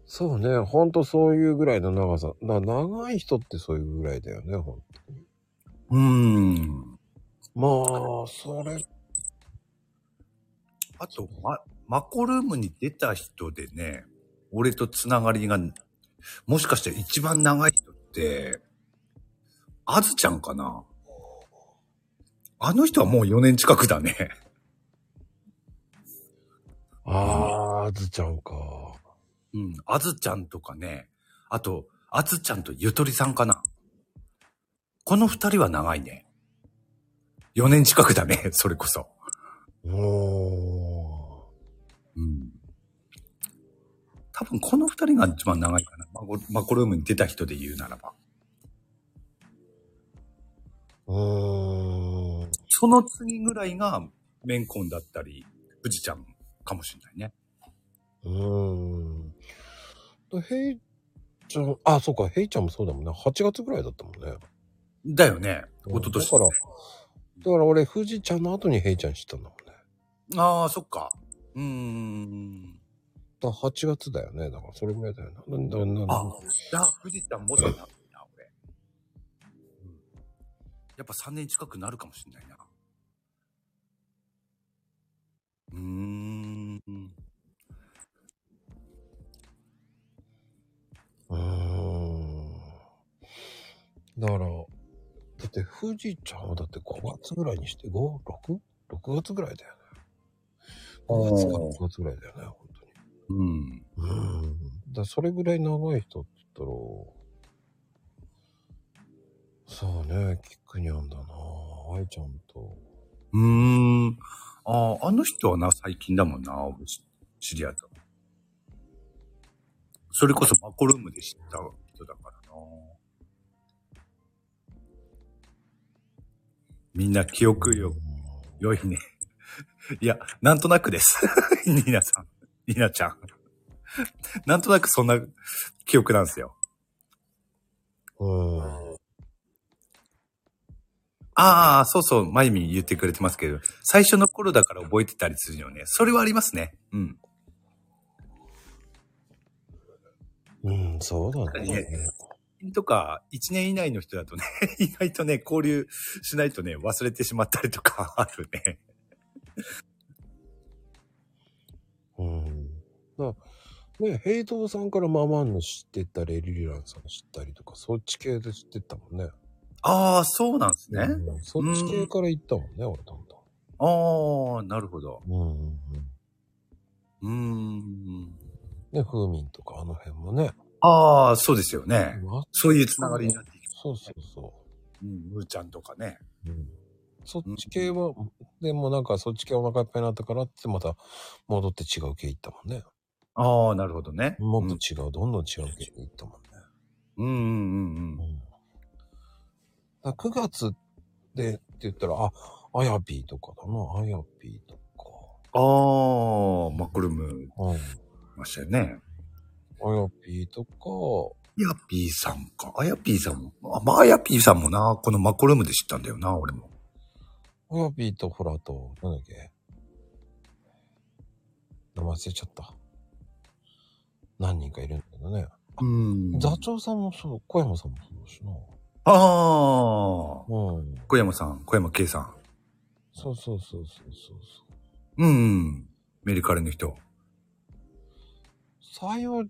Speaker 2: そうね、ほんとそういうぐらいの長さ。な長い人ってそういうぐらいだよね、ほん
Speaker 3: うん。
Speaker 2: まあ、それ、
Speaker 3: あと、ま、マコルームに出た人でね、俺とつながりが、もしかして一番長い人って、あずちゃんかなあの人はもう4年近くだね。
Speaker 2: あーずちゃんか。
Speaker 3: うん。あずちゃんとかね。あと、あずちゃんとゆとりさんかなこの二人は長いね。4年近くだね、それこそ。
Speaker 2: おー。
Speaker 3: うん。多分この二人が一番長いかな。マコマコルームに出た人で言うならば。
Speaker 2: うーん。
Speaker 3: その次ぐらいが、メンコンだったり、富士ちゃんかもしれないね。
Speaker 2: うーん。ヘイちゃん、あ、そうか、ヘイちゃんもそうだもんね。8月ぐらいだったもんね。
Speaker 3: だよね。
Speaker 2: うん
Speaker 3: 一昨年
Speaker 2: だから、だから俺、富士ちゃんの後にヘイちゃん知ったんだもんね。
Speaker 3: ああ、そっか。うーん。
Speaker 2: だから8月だよね。だからそれぐらいだよな。なんだなんだ
Speaker 3: あ、じゃあ、富士ちゃんもっと長いな、俺。うんやっぱ3年近くなるかもしれないな。うーん。
Speaker 2: うーん。だから、だって富士ちゃんはだって5月ぐらいにして、5、6?6 月ぐらいだよね。5月か
Speaker 3: おー
Speaker 2: 6月ぐらいだよね、本
Speaker 3: うん。
Speaker 2: 当に。うん。だからそれぐらい長い人って言ったら、そうね、キックニャンだな愛ちゃんと。
Speaker 3: うーん。ああ、あの人はな、最近だもんな、俺知知り合ったの。それこそマコルームで知った人だからな。みんな記憶よ、良いね。 いや、なんとなくです。 ニーナさん。ニーナちゃん。なんとなくそんな記憶なんですよ。
Speaker 2: うん。
Speaker 3: ああ、そうそう、まゆみん言ってくれてますけど、最初の頃だから覚えてたりするよね。それはありますね。うん。
Speaker 2: うん、そうだね。
Speaker 3: とか、1年以内の人だとね、 意外とね、交流しないとね、忘れてしまったりとかあるね。
Speaker 2: うん。だからね、ヘイトさんからママンの知ってたり、リリランさん知ったりとか、そっち系で知ってったもんね。
Speaker 3: ああ、そうなんですね。
Speaker 2: うんそっち系から行ったもんね、俺、たん
Speaker 3: ああ、なるほど。
Speaker 2: うんうんうん。
Speaker 3: うーん。
Speaker 2: ね、フーミンとかあの辺もね。
Speaker 3: ああ、そうですよね。
Speaker 2: わ
Speaker 3: そういうつながりになっていく。
Speaker 2: そうそうそ
Speaker 3: うん、むーちゃんとかね。
Speaker 2: う。うん。そっち系は、でもなんかそっち系お腹いっぱいになったからってまた戻って違う系行ったもんね。
Speaker 3: ああ、なるほどね。
Speaker 2: もっと違う、どんどん違う系に行ったもんね。
Speaker 3: うんうんうん
Speaker 2: う
Speaker 3: うん。
Speaker 2: ん。だ9月でって言ったら、あ、あやぴーとかだな、あやぴーとか。
Speaker 3: ああ、マクルーム
Speaker 2: うん。
Speaker 3: ましたよね。
Speaker 2: あやぴーとか、
Speaker 3: あやぴーさんか。あやぴーさんも。あ、まあ、あやぴーさんもな、このマコルームで知ったんだよな、俺も。
Speaker 2: あやぴーとほらあと、なんだっけ。名前忘れちゃった。何人かいるんだけどね。
Speaker 3: うん
Speaker 2: 座長さんもそう、小山さんもそうだしな。
Speaker 3: ああ。
Speaker 2: うん。
Speaker 3: 小山さん、小山圭さん。
Speaker 2: そうそうそうそうそうそう。
Speaker 3: うん、うん。メリカレの人。
Speaker 2: 採用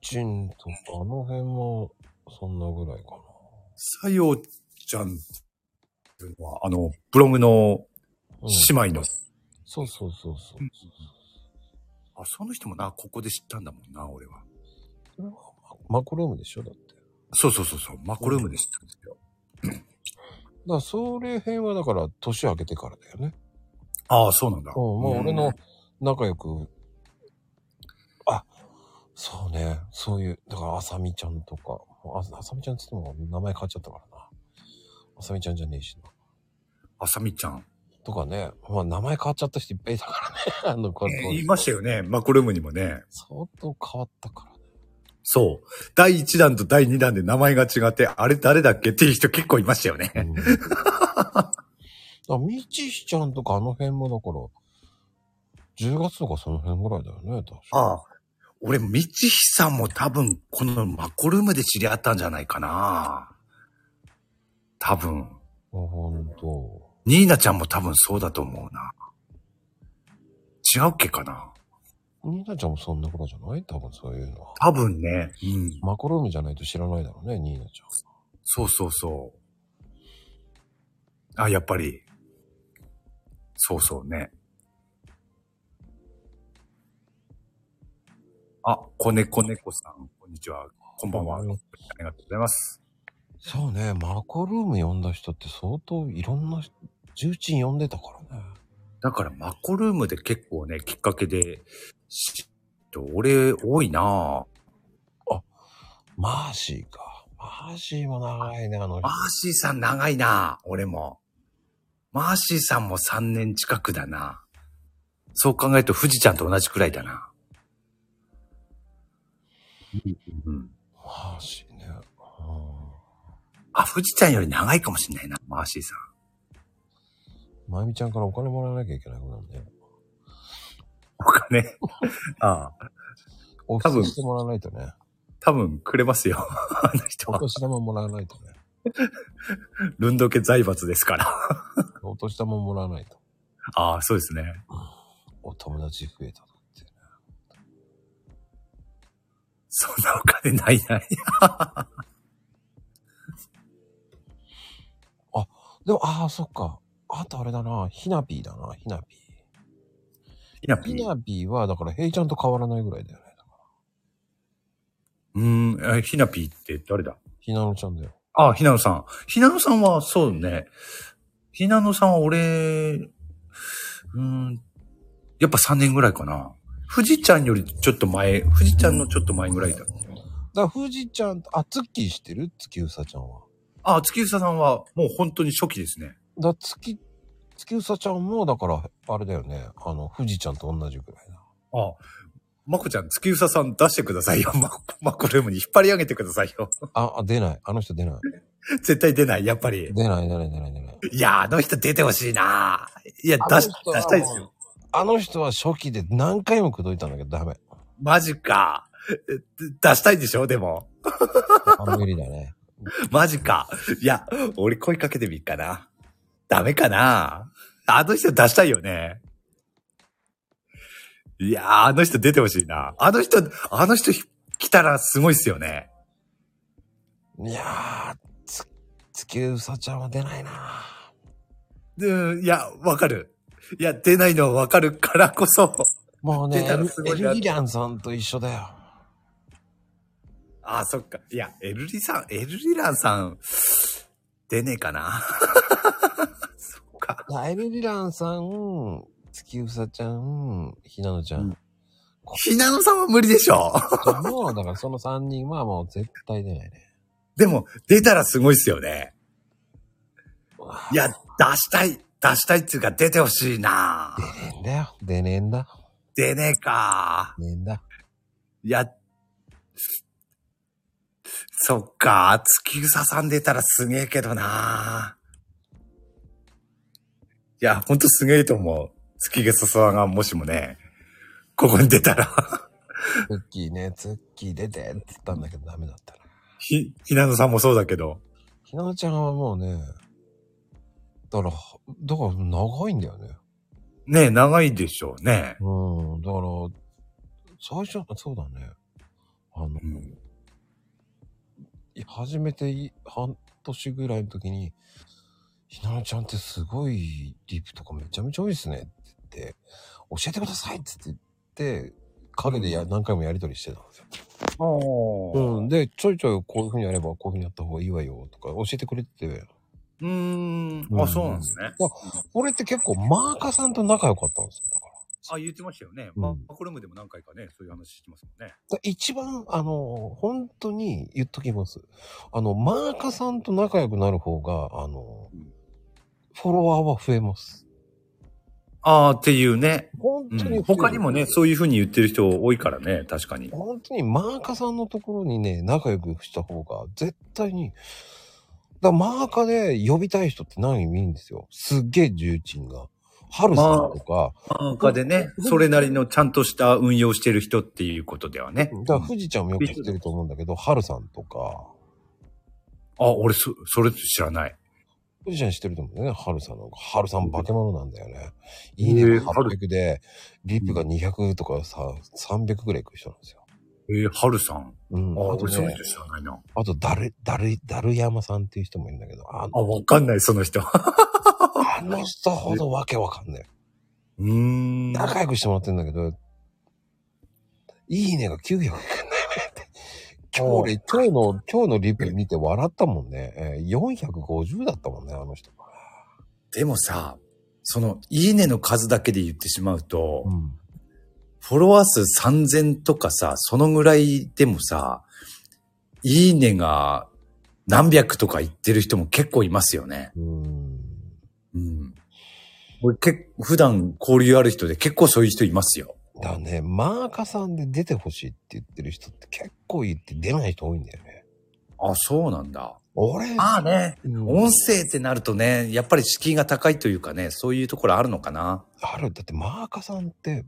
Speaker 2: 人とか、あの辺も、そんなぐらいかな。
Speaker 3: さよちゃんっていうのは、あの、ブログの
Speaker 2: うん
Speaker 3: 姉妹の。
Speaker 2: そうそうそうそう。
Speaker 3: あ、その人もな、ここで知ったんだもんな、俺は。
Speaker 2: それはママクロームでしょだって。だか
Speaker 3: そうそうそうそう、マコルームで知ったんですよ。
Speaker 2: ら、それ辺はだから、年明けてからだよね。
Speaker 3: ああ、そうなんだ。
Speaker 2: うん、もう俺
Speaker 3: う
Speaker 2: の
Speaker 3: ん。
Speaker 2: 仲良く、あ、そうね、そういう、だから、あさみちゃんとか、ああさみちゃんって言っても名前変わっちゃったからな。あさみちゃんじゃねえしな。
Speaker 3: あさみちゃん。
Speaker 2: とかね、まあ名前変わっちゃった人いっぱいいたからね。 あの、こ
Speaker 3: えー言いましたよね、マコルームにもね。
Speaker 2: 相当変わったからね。
Speaker 3: そう。第1弾と第2弾で名前が違って、あれ誰だっけっていう人結構いましたよね。
Speaker 2: うん、あ、みちしちゃんとかあの辺もだから、10月とかその辺ぐらいだよね、確か。
Speaker 3: ああ。俺、道久さんも多分、このマコルームで知り合ったんじゃないかな。多分。
Speaker 2: ほんと。
Speaker 3: ニーナちゃんも多分そうだと思うな。違うっけかな
Speaker 2: ニーナちゃんもそんな頃じゃない多分そういうのは。
Speaker 3: 多分ね。うん。
Speaker 2: マコルームじゃないと知らないだろうね、ニーナちゃん。
Speaker 3: そうそうそう。あ、やっぱり。そうそうね。あ、こねこねこさん、こんにちは。こんばんは。あ
Speaker 2: こん
Speaker 3: り
Speaker 2: ばんは
Speaker 3: がとうございます。
Speaker 2: そうね、マコルーム呼んだ人って相当いろんな人重鎮呼んでたからね。
Speaker 3: だから、マコルームで結構ね、きっかけで、し俺、多いなぁ。
Speaker 2: マーシーか。マーシーも長いね、あの人
Speaker 3: マー。シーさん長いなぁ、俺も。マーシーさんも3年近くだなそう考えると、富士ちゃんと同じくらいだなうん。
Speaker 2: マーシーね。う
Speaker 3: あ、富士ちゃんより長いかもしんないな、マーシーさん。
Speaker 2: ん。まゆみちゃんからお金もらわなきゃいけなくなるね。
Speaker 3: お金。ああ、
Speaker 2: お布施してもらわないとね。
Speaker 3: 多分くれますよ。 あの人
Speaker 2: お
Speaker 3: は。
Speaker 2: 年玉もらわないとね。
Speaker 3: ルンドケ財閥ですから。
Speaker 2: お年玉もらわないと。
Speaker 3: ああ、そうですね。
Speaker 2: お友達増えたとかって。
Speaker 3: そんなお金ないない。
Speaker 2: でも、ああ、そっか。あとあれだな。ひなぴーだな。ひなぴー。
Speaker 3: いや、
Speaker 2: ひなぴーは、だから、平ちゃんと変わらないぐらいだよね。
Speaker 3: うーん、えひなぴーって誰だ
Speaker 2: ひなのちゃんだよ。
Speaker 3: あ、ひなのさん。ひなのさんは、そうね。ひなのさんは俺、うーん、やっぱ3年ぐらいかな。富士ちゃんよりちょっと前、富士ちゃんのちょっと前ぐらいだ。
Speaker 2: だから、富士ちゃん、あ、ツッキー知ってる月うさちゃんは。
Speaker 3: あ、月房さんはもう本当に初期ですね。
Speaker 2: だから月、月うさちゃんも、だから、あれだよね。あの、富士ちゃんと同じくらいだ。
Speaker 3: あ、まこちゃん、月房さん出してくださいよ。 ま、まこルームに引っ張り上げてくださいよ。
Speaker 2: あ、あ出ない。あの人出ない。
Speaker 3: 絶対出ない、やっぱり。
Speaker 2: 出ない、出ない、出ない、出ない。
Speaker 3: いやー、あの人出てほしいなーいや、
Speaker 2: あの
Speaker 3: 出し、
Speaker 2: 人
Speaker 3: 出
Speaker 2: は
Speaker 3: したいですよ。
Speaker 2: あの人は初期で何回も口説いたんだけど、 ダメ。
Speaker 3: マジか。え出したいでしょでも。
Speaker 2: あの無理だね。
Speaker 3: マジか。いや、俺声かけてみっかな。ダメかなあの人出したいよね。いやー、あの人出てほしいな。あの人、あの人ひ来たらすごいっすよね。
Speaker 2: いやー、つ、月うさちゃんは出ないな。
Speaker 3: うん、いや、わかる。いや、出ないのはわかるからこそ。
Speaker 2: もうね、
Speaker 3: 出
Speaker 2: エ
Speaker 3: たら
Speaker 2: ル
Speaker 3: すごい
Speaker 2: エ
Speaker 3: な
Speaker 2: ルギリアンさんと一緒だよ。
Speaker 3: あー、そっか。いや、エルリさん、エルリランさん、出ねえかな。 そっか。
Speaker 2: だからエルギリアンさん、月うさちゃん、ひなのちゃ
Speaker 3: うんん。ひなのさんは無理でしょ。
Speaker 2: もう、だからその3人はもう絶対出ないね。
Speaker 3: でも、出たらすごいっすよね。いや、出したい、出したいっていうか出てほしいな
Speaker 2: 出ねえんだよ。出ねえんだ。
Speaker 3: 出ねえか
Speaker 2: 出ねえんだ。
Speaker 3: いや、そっか、月草さん出たらすげえけどないや、ほんとすげえと思う。月草さんがもしもね、ここに出たら
Speaker 2: ツッキーね、ツッキー出てって言ったんだけどダメだったな。
Speaker 3: ひ、ひなのさんもそうだけど。
Speaker 2: ひなのちゃんはもうね、だから、だから長いんだよね。
Speaker 3: ねえ、長いでしょうね。
Speaker 2: うん、だから、最初、そうだね。あの、
Speaker 3: うん
Speaker 2: 初めてい半年ぐらいの時に、ひなのちゃんってすごいリップとかめちゃめちゃ多いですねって言って、教えてくださいって言って、陰でや何回もやりとりしてたんですよ。うん、で、ちょいちょいこういう風にやればこういう風にやった方がいいわよとか教えてくれてて、
Speaker 3: うーん、あ、そうなんですね。
Speaker 2: 俺って結構マーカさんと仲良かったんですよ。だから。
Speaker 3: あ、言ってましたよね。
Speaker 2: うん
Speaker 3: まあ、コルムでも何回かね、そういう話してますもんね。
Speaker 2: だ一番、あの、本当に言っときます。あの、マーカさんと仲良くなる方が、あの
Speaker 3: うん、
Speaker 2: フォロワーは増えます。
Speaker 3: ああ、っていうね。
Speaker 2: 本当に増える、
Speaker 3: 他にもね、そういうふうに言ってる人多いからね、確かに。
Speaker 2: 本当にマーカさんのところにね、仲良くした方が、絶対に、だからマーカで呼びたい人って何人もいるんですよ。すっげえ重鎮が。ハルさんとか、
Speaker 3: 他でね、それなりのちゃんとした運用してる人っていうことではね。
Speaker 2: だから富士ちゃんもよく知ってると思うんだけど、ハルさんとか、
Speaker 3: あ、俺、そ、それ知らない。
Speaker 2: 富士ちゃん知ってると思うんだよね、ハルさんなんか。ハルさん化け物なんだよね。いいね
Speaker 3: へえ
Speaker 2: が800で、リップが200とかさ、300ぐらいいく人なんですよ。
Speaker 3: えー、はるさん。あ、
Speaker 2: うん。あと
Speaker 3: 俺、その
Speaker 2: ね
Speaker 3: 人、知らないな。
Speaker 2: あと、だる、だる、だるやまさんっていう人もいるんだけど、あ
Speaker 3: あ、
Speaker 2: の
Speaker 3: わかんない、その人。 う
Speaker 2: あの人ほどわけわかんない。
Speaker 3: ーん。
Speaker 2: 仲良くしてもらってんだけど、いいねが900いかない今日ね、今日の、今日のリプ見て笑ったもんね。えー450だったもんね、あの人。
Speaker 3: でもさ、その、いいねの数だけで言ってしまうと、
Speaker 2: ん。
Speaker 3: フォロワー数3000とかさ、そのぐらいでもさ、いいねが何百とか言ってる人も結構いますよね。
Speaker 2: うん。
Speaker 3: うん。俺結構普段交流ある人で結構そういう人いますよ。
Speaker 2: だからね、マーカさんで出てほしいって言ってる人って結構言って出ない人多いんだよね。
Speaker 3: あ、そうなんだ。
Speaker 2: 俺、
Speaker 3: ああね。
Speaker 2: うん
Speaker 3: 音声ってなるとね、やっぱり敷居が高いというかね、そういうところあるのかな。
Speaker 2: ある、だってマーカさんって、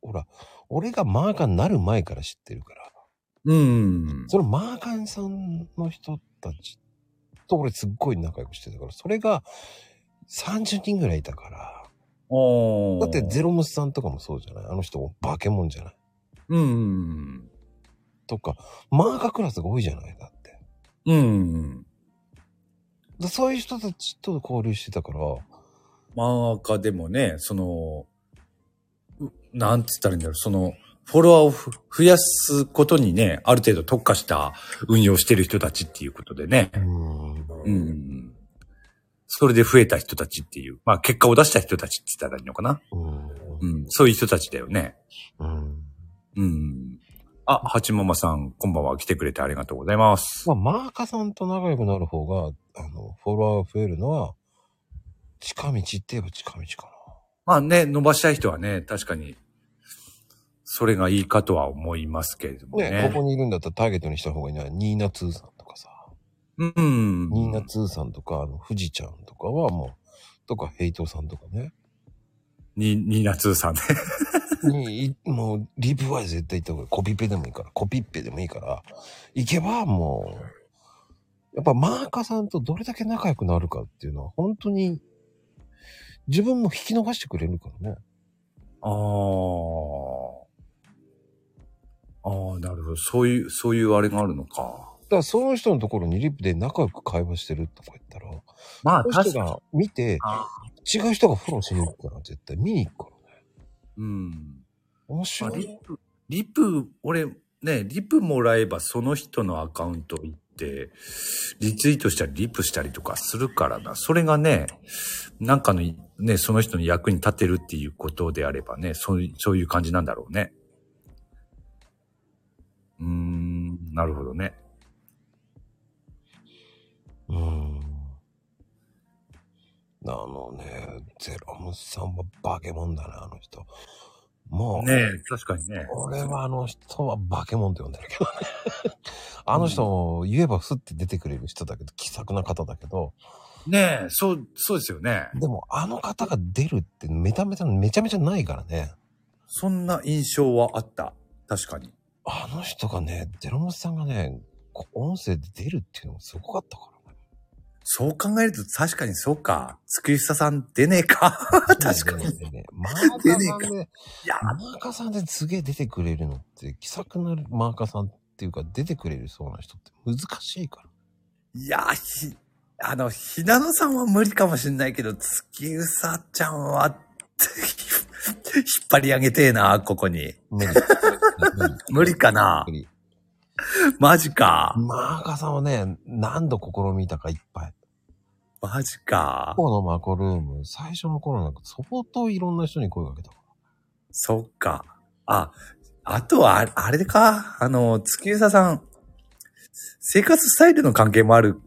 Speaker 2: ほら、俺がマーカになる前から知ってるから。
Speaker 3: うん。
Speaker 2: そのマーカンさんの人たちと俺すっごい仲良くしてたから、それが30人ぐらいいたから、
Speaker 3: お
Speaker 2: だってゼ
Speaker 3: ロ。
Speaker 2: ロムスさんとかもそうじゃないあの人も化け物じゃない
Speaker 3: うん。
Speaker 2: とか、マーカクラスが多いじゃないだって。
Speaker 3: うん。
Speaker 2: だそういう人たちと交流してたから、
Speaker 3: マーカでもね、その、うなんつったらいいんだろう、その、フォロワーをふ増やすことにね、ある程度特化した運用してる人たちっていうことでね。
Speaker 2: うん。
Speaker 3: うん。それで増えた人たちっていう、まあ結果を出した人たちって言ったらいいのかな。
Speaker 2: うん。
Speaker 3: うん。そういう人たちだよね。
Speaker 2: うん。
Speaker 3: うん。あ、八ママさん、こんばんは。来てくれてありがとうございます。
Speaker 2: まあ、マーカさんと仲良くなる方が、あの、フォロワー増えるのは、近道って言えば近道か
Speaker 3: まあね、伸ばしたい人はね、確かに、それがいいかとは思いますけれども
Speaker 2: な。
Speaker 3: ね。
Speaker 2: ね、ここにいるんだったらターゲットにした方がいいのは、ニーナツーさんとかさ、
Speaker 3: うん。
Speaker 2: ニーナツーさんとか、あの、富士ちゃんとかはもう、とか、ヘイトさんとかね。
Speaker 3: に、ニーナツ ーさんね。
Speaker 2: にいもうリプは絶対行った方がいいコピペでもいいからコピッペでもいいから行けばもうやっぱマーカーさんとどれだけ仲良くなるかっていうのは本当に自分も引き伸ばしてくれるからね
Speaker 3: ああ。ああ、なるほど。そういう、そういうあれがあるのか。
Speaker 2: だからその人のところにリプで仲良く会話してるとか言ったら
Speaker 3: まあ、
Speaker 2: その
Speaker 3: 確
Speaker 2: 人
Speaker 3: かに。
Speaker 2: が見て
Speaker 3: あ
Speaker 2: 違う人がフォローしに行くから絶対見に行くからね
Speaker 3: うん。
Speaker 2: 面
Speaker 3: まあ
Speaker 2: 白
Speaker 3: リ
Speaker 2: い
Speaker 3: ップ、リプ、俺、ね、リプもらえばその人のアカウント行って、リツイートしたりリプしたりとかするからな。それがね、なんかのい、ね、その人の役に立てるっていうことであればね、そういう、そういう感じなんだろうね。うーん、なるほどね。
Speaker 2: うんあのねゼロムスさんは化け物だねあの人もう
Speaker 3: ね確かにね。
Speaker 2: 俺はあの人は化け物って呼んでるけどね。あの人を言えばふって出てくれる人だけど、気さくな方だけど、
Speaker 3: ねえ、そう、そうですよね。
Speaker 2: でもあの方が出るってめちゃめちゃ、めちゃめちゃないからね。
Speaker 3: そんな印象はあった。確かに。
Speaker 2: あの人がね、デロモスさんがね、こう音声で出るっていうのもすごかったからね。
Speaker 3: そう考えると確かにそうか。月下さん出ねえか。 確かに。
Speaker 2: ね。ねねマーカーさんで、
Speaker 3: いや、
Speaker 2: マーカーさんですげえ出てくれるのって、気さくなマーカーさんっていうか出てくれるそうな人って難しい から。
Speaker 3: いや、ひ、あの、ひなのさんは無理かもしんないけど、月うさちゃんは、 引っ張り上げてえな、ここに。
Speaker 2: 無理。
Speaker 3: 無理かな
Speaker 2: 無理
Speaker 3: マジか。
Speaker 2: マーカーさんはね、何度試みたかいっぱい。
Speaker 3: マジ
Speaker 2: 過。
Speaker 3: か
Speaker 2: 去のマコルーム、最初の頃なんか相当いろんな人に声かけた。
Speaker 3: そっか。あ、あとはあ、あれか。あの、月うささん、生活スタイルの関係もある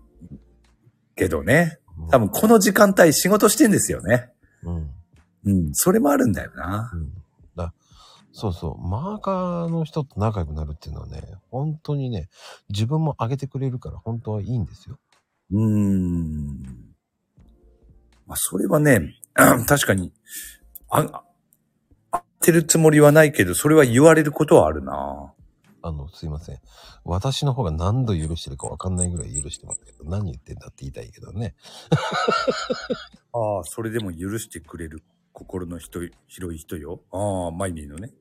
Speaker 3: けどね。多分この時間帯仕事してんですよね。
Speaker 2: うん。うん。
Speaker 3: うん、それもあるんだよな。
Speaker 2: だそうそう、マーカーの人と仲良くなるっていうのはね、本当にね、自分も上げてくれるから本当はいいんですよ。
Speaker 3: うーん。まあ、それはね、 確かに、あ、あ合ってるつもりはないけど、それは言われることはあるな。
Speaker 2: あの、すいません。私の方が何度許してるかわかんないぐらい許してますけど、何言ってんだって言いたいけどね。
Speaker 3: ああ、それでも許してくれる心の人、広い人よ。ああ、マイミーのね。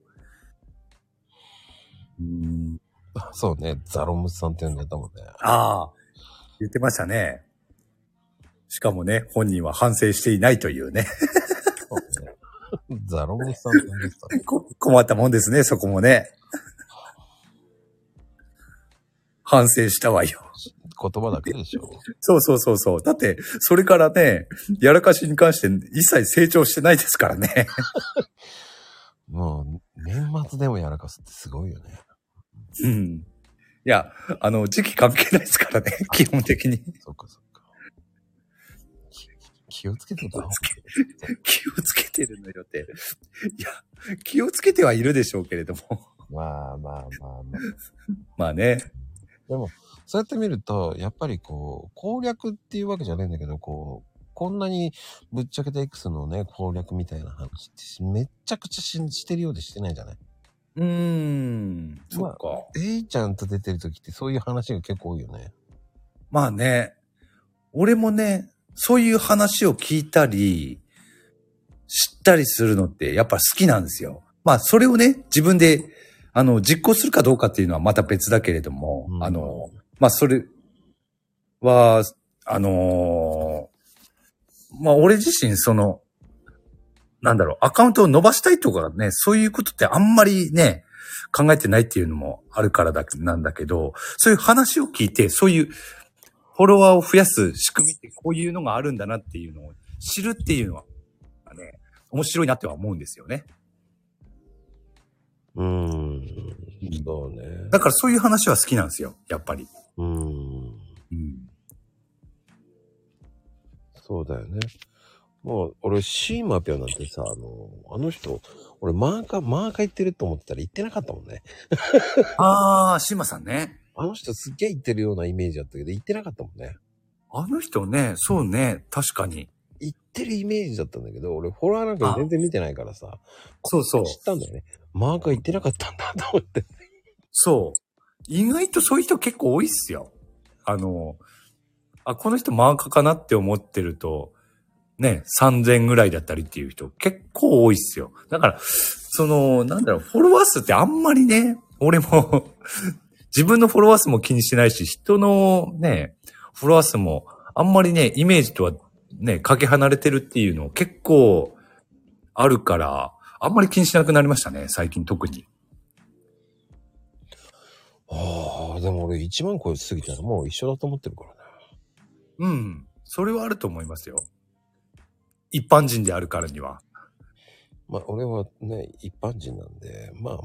Speaker 3: うーん。
Speaker 2: あそうね、ザロムスさんって呼んでたもんね。
Speaker 3: ああ、言ってましたね。しかもね、本人は反省していないというね。
Speaker 2: そうねザロムスさんって呼んでたね。
Speaker 3: こ困ったもんですね、そこもね。 反省したわよ。
Speaker 2: 言葉だけでしょ。
Speaker 3: そうそうそうそう。だって、それからね、やらかしに関して一切成長してないですからね。
Speaker 2: もう、年末でもやらかすってすごいよね。
Speaker 3: うん。いや、あの、時期関係ないですからね、 基本的に。
Speaker 2: そっかそっか。き気をつけてた方が
Speaker 3: 気をつけてるのよって。いや、気をつけてはいるでしょうけれども。
Speaker 2: まあまあまあまあ。
Speaker 3: まあね。
Speaker 2: でも、そうやって見ると、やっぱりこう、攻略っていうわけじゃないんだけど、こう、こんなにぶっちゃけた X のね、攻略みたいな話ってしめっちゃくちゃ信じてるようでしてないじゃない。
Speaker 3: うーん。そ
Speaker 2: ま
Speaker 3: っ
Speaker 2: あ
Speaker 3: か。
Speaker 2: A ちゃんと出てる時ってそういう話が結構多いよね。
Speaker 3: まあね、俺もね、そういう話を聞いたり、知ったりするのってやっぱ好きなんですよ。まあそれをね、自分で、あの、実行するかどうかっていうのはまた別だけれども、
Speaker 2: うん
Speaker 3: あの、まあそれは、あのーまあ俺自身その、なんだろう、アカウントを伸ばしたいとかね、そういうことってあんまりね、考えてないっていうのもあるからだけ、なんだけど、そういう話を聞いて、そういうフォロワーを増やす仕組みってこういうのがあるんだなっていうのを知るっていうのはね、面白いなっては思うんですよね。
Speaker 2: うーん。そうね。
Speaker 3: だからそういう話は好きなんですよ、やっぱり。
Speaker 2: うん。
Speaker 3: うん。
Speaker 2: そうだよね。もう、俺、シーマピョなんてさ、あの、あの人、俺、マーカー、マーカー行ってると思ってたら行ってなかったもんね。
Speaker 3: ああ、シマさんね。
Speaker 2: あの人すっげえ行ってるようなイメージだったけど、行ってなかったもんね。
Speaker 3: あの人ね、そうね、確かに。
Speaker 2: 行ってるイメージだったんだけど、俺、フォロワーなんか全然見てないからさ、
Speaker 3: そうそう。
Speaker 2: 知ったんだよね。マーカー行ってなかったんだと思って。
Speaker 3: そう。意外とそういう人結構多いっすよ。あの、あ、この人漫画かなって思ってると、ね、3000ぐらいだったりっていう人結構多いっすよ。だから、その、なんだろう、フォロワー数ってあんまりね、俺も、 自分のフォロワー数も気にしないし、人のね、フォロワー数もあんまりね、イメージとはね、かけ離れてるっていうの結構あるから、あんまり気にしなくなりましたね、最近特に。
Speaker 2: ああ、でも俺1万超え過ぎたらもう一緒だと思ってるからね。
Speaker 3: うん。それはあると思いますよ。一般人であるからには。
Speaker 2: まあ俺はね、一般人なんで、まあ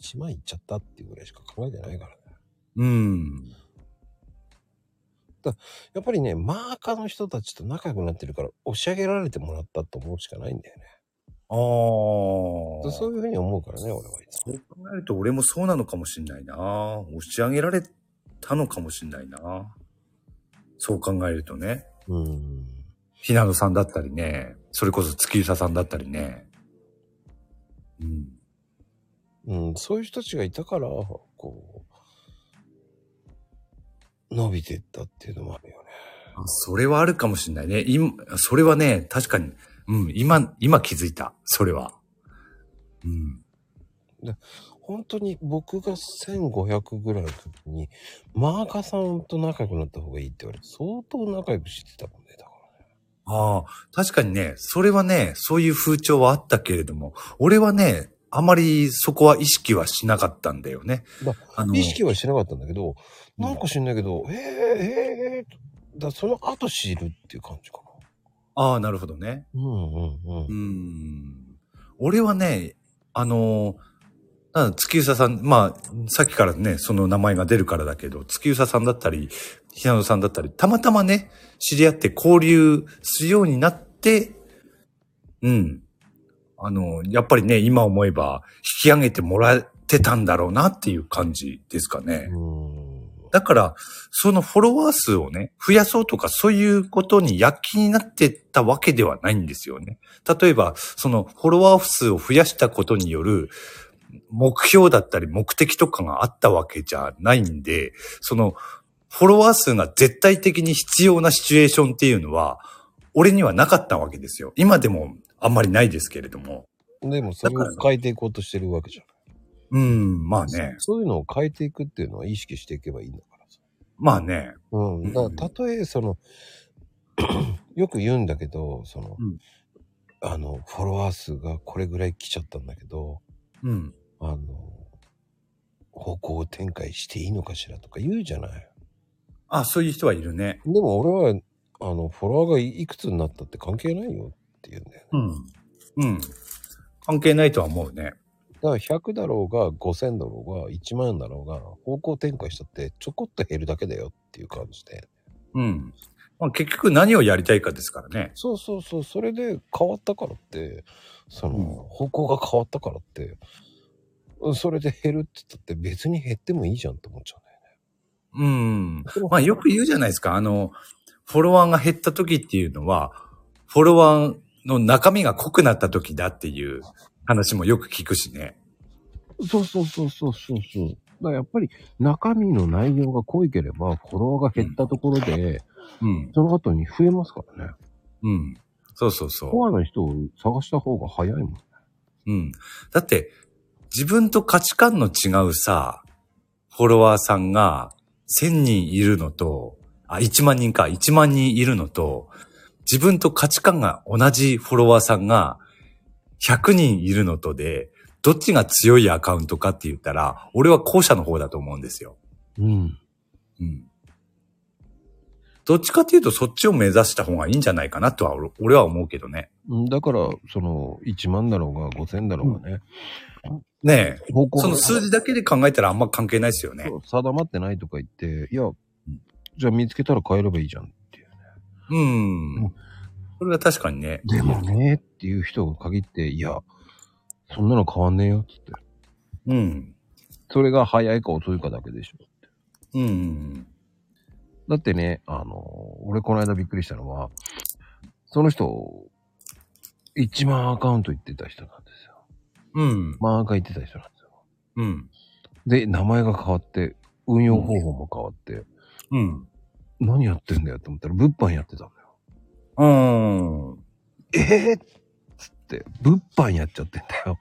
Speaker 2: 1万いっちゃったっていうぐらいしか考えてないからね。
Speaker 3: うん。
Speaker 2: やっぱりね、マーカーの人たちと仲良くなってるから、押し上げられてもらったと思うしかないんだよね。
Speaker 3: ああ。そ
Speaker 2: そうういうふうに思うからね、俺はいつも。
Speaker 3: 考えると俺もそうなのかもしんないな。押し上げられたのかもしんないな。そう考えるとね。
Speaker 2: うん。
Speaker 3: ひなのさんだったりね。それこそ月うささんだったりね。うん。
Speaker 2: うん、そういう人たちがいたから、こう、伸びてったっていうのもあるよね。
Speaker 3: あそれはあるかもしんないね。今、それはね、確かに、うん、今、今気づいた。それは。うん。
Speaker 2: 本当に僕が1500ぐらいの時に、マーカーさんと仲良くなった方がいいって言われて、相当仲良くしてたもんね、だからね。
Speaker 3: ああ、確かにね、それはね、そういう風潮はあったけれども、俺はね、あまりそこは意識はしなかったんだよね。
Speaker 2: ま
Speaker 3: あの
Speaker 2: 意識はしてなかったんだけど、
Speaker 3: うん
Speaker 2: なんか知んないけど、えー、えー、えー、だその後知るっていう感じかな。
Speaker 3: ああ、なるほどね。
Speaker 2: うんうん
Speaker 3: う
Speaker 2: うん。
Speaker 3: ん。俺はね、あの、なんだ月うささん、まあ、さっきからね、その名前が出るからだけど、月うささんだったり、ひなのさんだったり、たまたまね、知り合って交流するようになって、うん。あの、やっぱりね、今思えば、引き上げてもらってたんだろうなっていう感じですかね。
Speaker 2: うん。
Speaker 3: だから、そのフォロワー数をね、増やそうとか、そういうことに躍起になってったわけではないんですよね。例えば、そのフォロワー数を増やしたことによる、目標だったり目的とかがあったわけじゃないんで、その、フォロワー数が絶対的に必要なシチュエーションっていうのは、俺にはなかったわけですよ。今でもあんまりないですけれども。
Speaker 2: でもそれを変えていこうとしてるわけじゃん。
Speaker 3: うん、まあね。
Speaker 2: そういうのを変えていくっていうのは意識していけばいいんだからさ。
Speaker 3: まあね。
Speaker 2: うん。だからたとえその、 よく言うんだけど、その、
Speaker 3: うん
Speaker 2: あの、フォロワー数がこれぐらい来ちゃったんだけど、
Speaker 3: うん。
Speaker 2: あの、方向を展開していいのかしらとか言うじゃない。
Speaker 3: あ、そういう人はいるね。
Speaker 2: でも俺は、あの、フォロワーがいくつになったって関係ないよって言うんだよね。
Speaker 3: うん。うん。関係ないとは思うね。
Speaker 2: だから100だろうが5000だろうが1万だろうが方向転換したってちょこっと減るだけだよっていう感じで。
Speaker 3: うん。まあ、結局何をやりたいかですからね。
Speaker 2: そうそうそう、それで変わったからって、その
Speaker 3: うん
Speaker 2: 方向が変わったからって、それで減るって言ったって別に減ってもいいじゃんと思っちゃうんだよね。
Speaker 3: うん。
Speaker 2: でも
Speaker 3: まあよく言うじゃないですか。あの、フォロワーが減った時っていうのは、フォロワーの中身が濃くなった時だっていう話もよく聞くしね。
Speaker 2: そうそうそうそうそうそう。だからやっぱり中身の内容が濃いければ、フォロワーが減ったところで、
Speaker 3: うん。
Speaker 2: その後に増えますからね。
Speaker 3: うん。そうそうそう。
Speaker 2: コアな人を探した方が早いもん。
Speaker 3: うん。だって、自分と価値観の違うさ、フォロワーさんが1000人いるのと、あ、1万人か、1万人いるのと、自分と価値観が同じフォロワーさんが100人いるのとで、どっちが強いアカウントかって言ったら、俺は後者の方だと思うんですよ。
Speaker 2: うん。
Speaker 3: うん。どっちかっていうとそっちを目指した方がいいんじゃないかなとは俺俺は思うけどね。
Speaker 2: うんだから、その、1万だろうが5000だろうがね、
Speaker 3: ねえ。
Speaker 2: 方向
Speaker 3: その
Speaker 2: が
Speaker 3: 数字だけで考えたらあんま関係ないですよね
Speaker 2: そ。う定まってないとか言って、いや、じゃあ見つけたら変えればいいじゃんっていう。
Speaker 3: うん。それは確かにね。
Speaker 2: でもね、っていう人が限って、いや、そんなの変わんねえよ、つって。
Speaker 3: うん。
Speaker 2: それが早いか遅いかだけでしょ。
Speaker 3: うんうん
Speaker 2: だってね、あの、俺この間びっくりしたのは、その人、1万アカウント行ってた人なんですよ。
Speaker 3: うん。うん。
Speaker 2: 万アカ行ってた人なんですよ。
Speaker 3: うん。
Speaker 2: で、名前が変わって、運用方法も変わって、
Speaker 3: うん。
Speaker 2: 何やってんだよって思ったら、物販やってたんだよ。
Speaker 3: うん。
Speaker 2: えー、っつって、物販やっちゃってんだよ。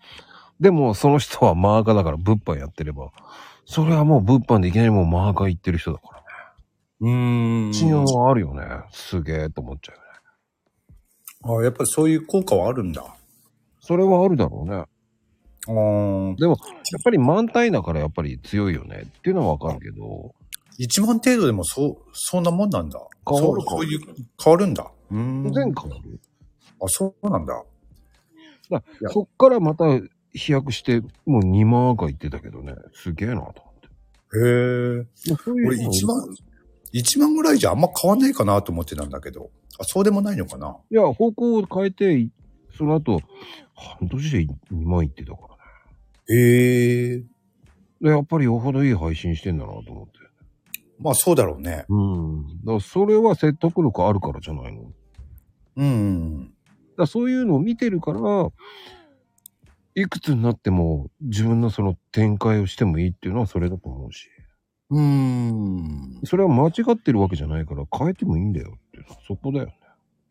Speaker 2: でも、その人はマーカーだから物販やってれば、それはもう物販でいきなりもうマーカー行ってる人だからね。
Speaker 3: うん。
Speaker 2: 信用はあるよね。すげえと思っちゃうよね。
Speaker 3: あやっぱりそういう効果はあるんだ。あ
Speaker 2: それはあるだろうね。
Speaker 3: ー
Speaker 2: でも、やっぱり満タイだからやっぱり強いよねっていうのはわかるけど、
Speaker 3: 1万程度でもそう、そんなもんなんだ。
Speaker 2: 変わる
Speaker 3: そうそういう、変わるんだ。うん
Speaker 2: 全然変わる。
Speaker 3: あ、そうなんだ。いや
Speaker 2: そっからまた飛躍して、もう2万赤いってたけどね、すげえなと思って。
Speaker 3: へえ。
Speaker 2: もうそういう
Speaker 3: 俺
Speaker 2: の
Speaker 3: 1万、1万ぐらいじゃあんま変わんないかなと思ってたんだけど。あ、そうでもないのかな。
Speaker 2: いや、方向を変えて、その後、半年で2万いってたからね。
Speaker 3: へえ。
Speaker 2: で、やっぱりよほどいい配信してんだなと思って。
Speaker 3: まあそうだろうね。
Speaker 2: うん。だからそれは説得力あるからじゃないの。だか
Speaker 3: うん。
Speaker 2: らそういうのを見てるから、いくつになっても自分のその展開をしてもいいっていうのはそれだと思うし。
Speaker 3: うん。
Speaker 2: それは間違ってるわけじゃないから変えてもいいんだよっていうのはそこだよね。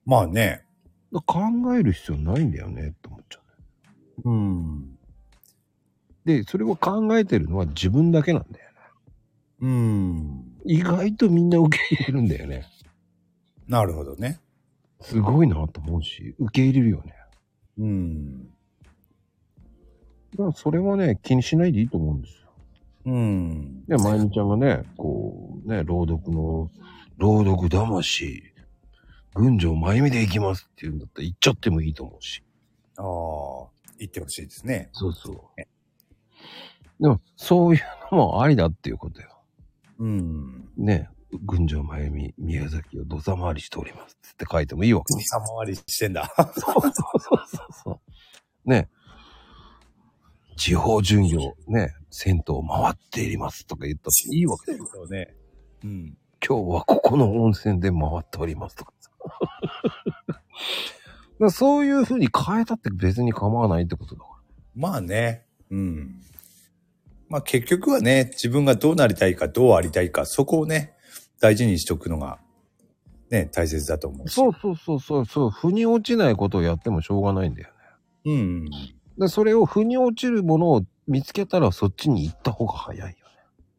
Speaker 3: まあね。
Speaker 2: だから考える必要ないんだよねって思っちゃう
Speaker 3: うん。
Speaker 2: ね。で、それを考えてるのは自分だけなんだよね。
Speaker 3: うん。
Speaker 2: 意外とみんな受け入れるんだよね。
Speaker 3: なるほどね。
Speaker 2: すごいなと思うし、受け入れるよね。
Speaker 3: うん。
Speaker 2: だからそれはね、気にしないでいいと思うんですよ。
Speaker 3: うん。
Speaker 2: で、まゆみちゃんがね、こう、ね、朗読の、朗読魂、群青まゆみで行きますっていうんだったら行っちゃってもいいと思うし。
Speaker 3: ああ、言ってほしいですね。
Speaker 2: そうそう。でも、そういうのもありだっていうことよ。
Speaker 3: うん。
Speaker 2: ね、群青まゆみ、宮崎を土佐回りしておりますって書いてもいいわけ
Speaker 3: おさ回りしてんだ。
Speaker 2: そうそうそうそうそう。ね。地方巡業、ね、銭湯を回っていますとか言ったっていいわけだよ。
Speaker 3: そうね。うん。
Speaker 2: 今日はここの温泉で回っておりますとかさ。 だからそういう風に変えたって別に構わないってことだか
Speaker 3: まあね。うん。まあ結局はね、自分がどうなりたいか、どうありたいか、そこをね、大事にしとくのが、ね、大切だと思う
Speaker 2: ら。
Speaker 3: し。
Speaker 2: そうそうそうそうそう、腑に落ちないことをやってもしょうがないんだよね。
Speaker 3: うん。
Speaker 2: でそれを腑に落ちるものを見つけたらそっちに行った方が早いよね。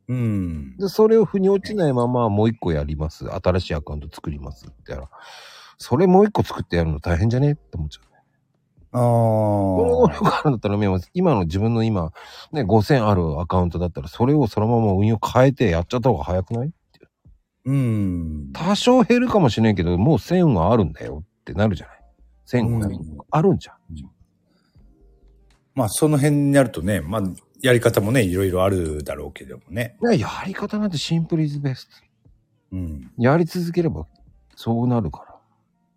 Speaker 3: うん。
Speaker 2: で、それを腑に落ちないままもう一個やります。新しいアカウント作りますってやら。それもう一個作ってやるの大変じゃねって思っちゃう。
Speaker 3: あ
Speaker 2: この能
Speaker 3: あ。
Speaker 2: 力があるんだったら、ね今の自分の今、ね、5000あるアカウントだったら、それをそのまま運用変えてやっちゃった方が早くない
Speaker 3: うん。
Speaker 2: 多少減るかもしれんけど、もう1000があるんだよってなるじゃない。1500
Speaker 3: うん
Speaker 2: あるんじゃん。
Speaker 3: まあその辺になるとね、まあやり方もね、いろいろあるだろうけどもね。
Speaker 2: ねやり方なんてシンプルイズベスト。
Speaker 3: うん。
Speaker 2: やり続ければそうなるか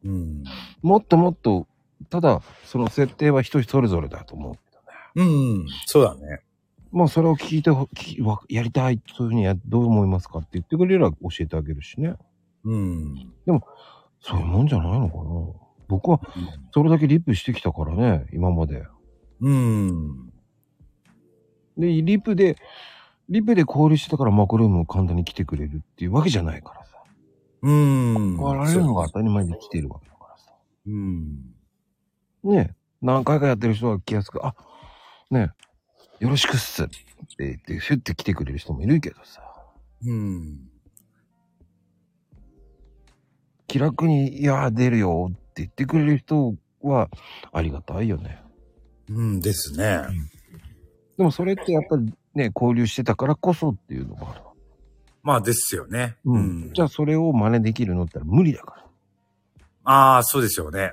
Speaker 2: ら。
Speaker 3: うん。
Speaker 2: もっともっと、ただ、その設定は人それぞれだと思う。
Speaker 3: うん。そうだね。
Speaker 2: まあそれを聞いてほ聞きわやりたいそういうふうにやどう思いますかって言ってくれれば教えてあげるしね
Speaker 3: うん。
Speaker 2: そういうもんじゃないのかな僕はそれだけリップしてきたからね今まで
Speaker 3: うん。
Speaker 2: でリップでリップで交流してたからマクルームを簡単に来てくれるっていうわけじゃないからさ
Speaker 3: うん。
Speaker 2: 我々の方が当たり前で来ているわけだからさ
Speaker 3: うん。
Speaker 2: ねえ何回かやってる人は気安くあねえよろしくっすって言ってヒュッて来てくれる人もいるけどさ
Speaker 3: うん。
Speaker 2: 気楽に、いやー、出るよって言ってくれる人は、ありがたいよね。
Speaker 3: うんですね。
Speaker 2: でもそれってやっぱりね、交流してたからこそっていうのもある。
Speaker 3: まあですよね。
Speaker 2: うん。じゃあそれを真似できるのって言ったら無理だから。
Speaker 3: ああ、そうですよね。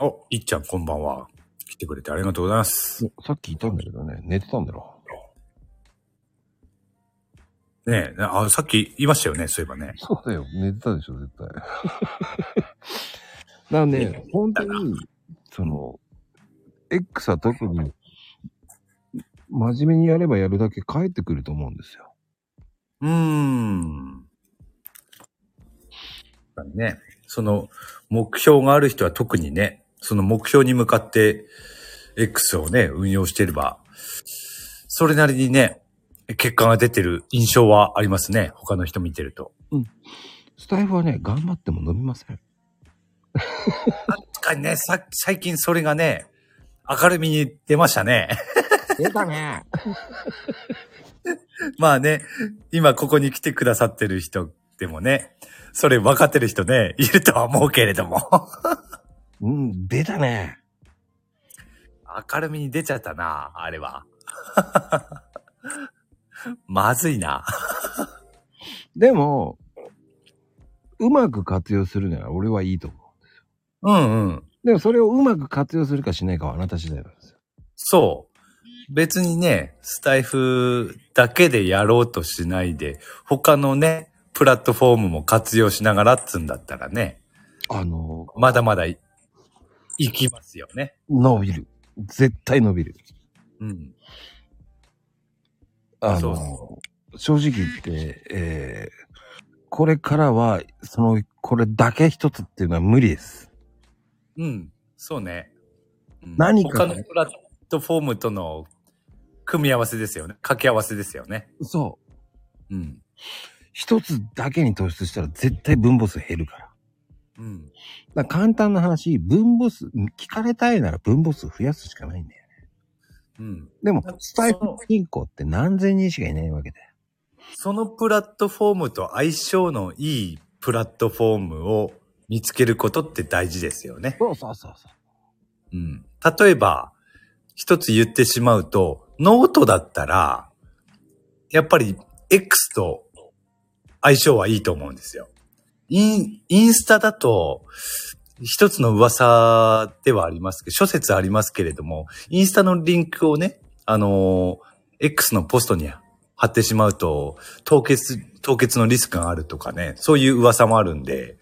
Speaker 3: お、いっちゃんこんばんは。来てくれてありがとうございます。
Speaker 2: さっき言ったんだけどね、寝てたんだろ。
Speaker 3: ねえ、あさっき言いましたよね、そういえばね。
Speaker 2: そうだよ、寝てたでしょ、絶対。だからね、本当に、その、X は特に、真面目にやればやるだけ帰ってくると思うんですよ。
Speaker 3: うーん。やっぱりね、その、目標がある人は特にね、その目標に向かって、X をね、運用していれば、それなりにね、結果が出てる印象はありますね。他の人見てると。
Speaker 2: スタイフはね、頑張っても伸びません。
Speaker 3: 確かにね、さ、最近それがね、明るみに出ましたね。
Speaker 1: 出たね。
Speaker 3: まあね、今ここに来てくださってる人でもね、それ分かってる人ね、いるとは思うけれども。
Speaker 2: うん、出たね。
Speaker 3: 明るみに出ちゃったな、あれ は。まずいな。
Speaker 2: でも、うまく活用するなら俺はいいと思
Speaker 3: うんうん。
Speaker 2: う。でもそれをうまく活用するかしないかはあなた次第なんですよ。
Speaker 3: そう。別にね、スタイフだけでやろうとしないで、他のね、プラットフォームも活用しながらっつんだったらね、
Speaker 2: あの、
Speaker 3: まだまだい、いきますよね。
Speaker 2: 伸びる。絶対伸びる。
Speaker 3: うん。
Speaker 2: あ
Speaker 3: そう
Speaker 2: の、正直言って、えーこれからは、その、これだけ一つっていうのは無理です。
Speaker 3: うん、そうね。うん
Speaker 2: 何かね
Speaker 3: 他のプラットフォームとの組み合わせですよね。掛け合わせですよね。
Speaker 2: そう。
Speaker 3: うん。
Speaker 2: 一つだけに突出したら絶対分母数減るから。
Speaker 3: うん。
Speaker 2: だから簡単な話、分母数、聞かれたいなら分母数増やすしかないんだよ。
Speaker 3: うん。
Speaker 2: でも
Speaker 3: だ、
Speaker 2: スタイプ人口って何千人しかいないわけで。
Speaker 3: そのプラットフォームと相性のいいプラットフォームを見つけることって大事ですよね。
Speaker 2: そうそうそうそ
Speaker 3: うん。例えば、一つ言ってしまうと、ノートだったら、やっぱり X と相性はいいと思うんですよ。イン、インスタだと、一つの噂ではありますけど、諸説ありますけれども、インスタのリンクをね、あのー X のポストに貼ってしまうと、凍結、凍結のリスクがあるとかね、そういう噂もあるんで、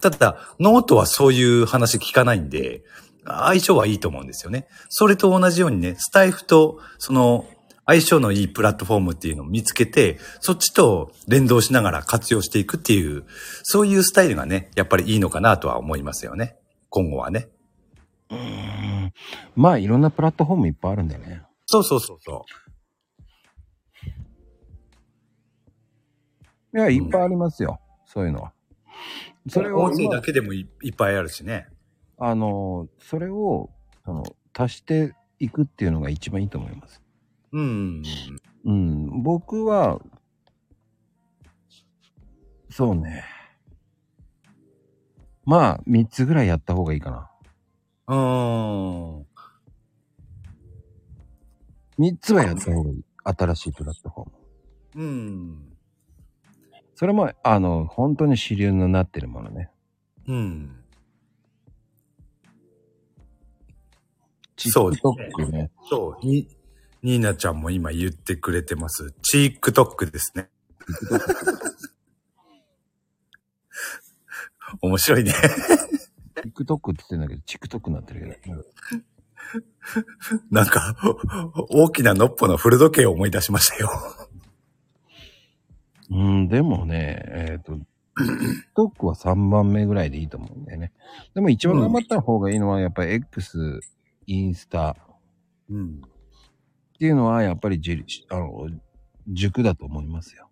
Speaker 3: ただ、ノートはそういう話聞かないんで、相性はいいと思うんですよね。それと同じようにね、スタイフと、その、相性のいいプラットフォームっていうのを見つけて、そっちと連動しながら活用していくっていう、そういうスタイルがね、やっぱりいいのかなとは思いますよね。今後はね。
Speaker 2: う。うーん。まあ、いろんなプラットフォームいっぱいあるんだよね。
Speaker 3: そうそうそうそ
Speaker 2: いや、いっぱいありますよ。そういうのは。
Speaker 3: う。
Speaker 2: それを
Speaker 3: 音声だけでもいいっぱいあるしね。
Speaker 2: あの、それを、その、足していくっていうのが一番いいと思います。
Speaker 3: うん。
Speaker 2: うん、僕は、そうね。まあ、3つぐらいやった方がいいかな。
Speaker 3: うん。
Speaker 2: 3つはやった方がいい。新しいプラットフォーム。
Speaker 3: うん。
Speaker 2: それも、あの、本当に主流になってるものね。
Speaker 3: うん。そうです
Speaker 2: TikTok
Speaker 3: ね
Speaker 2: ね。
Speaker 3: そう、に、ニーナちゃんも今言ってくれてます。チークトックです ね。面白いね。
Speaker 2: TikTok って言ってんだけど、TikTok になってるけど。
Speaker 3: なんか、大きなノッポの古時計を思い出しましたよ。
Speaker 2: うん、でもね、えっ、と、TikTok は3番目ぐらいでいいと思うんだよね。でも一番頑張った方がいいのは、やっぱり X、インスタっ
Speaker 3: うん。
Speaker 2: ていうのは、やっぱりじゅあの塾だと思いますよ。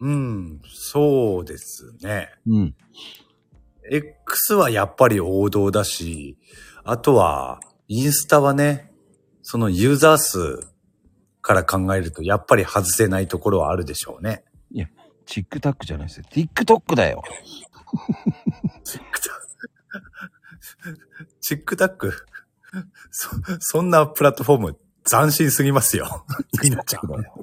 Speaker 3: うん、そうですね。
Speaker 2: うん。
Speaker 3: X はやっぱり王道だし、あとは、インスタはね、そのユーザー数から考えると、やっぱり外せないところはあるでしょうね。
Speaker 2: TikTok じゃないですよ。TikTok だよ。
Speaker 3: チックタック そ、そんなプラットフォーム、斬新すぎますよ。みなちゃん。
Speaker 2: TikTok だよ。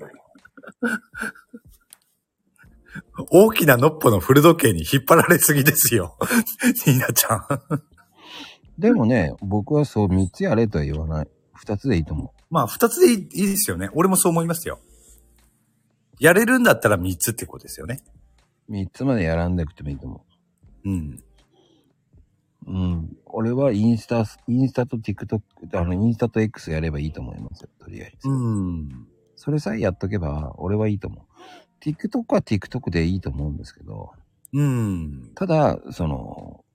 Speaker 3: 大きなノッポの古時計に引っ張られすぎですよ。 ニーナちゃん。
Speaker 2: でもね、僕はそう3つやれとは言わない。2つでいいと思
Speaker 3: まあ、二つでいいいいですよね。俺もそう思いますよ。やれるんだったら三つってことですよね。
Speaker 2: う。3つまでやらんなくてもいいと思
Speaker 3: うん。
Speaker 2: う。うん。俺はインスタ、インスタと TikTok、あの、インスタと X やればいいと思いますよ。とりあえず。
Speaker 3: うん。
Speaker 2: それさえやっとけば、俺はいいと思う。TikTok は TikTok でいいと思うんですけど、
Speaker 3: うん。
Speaker 2: ただ、その、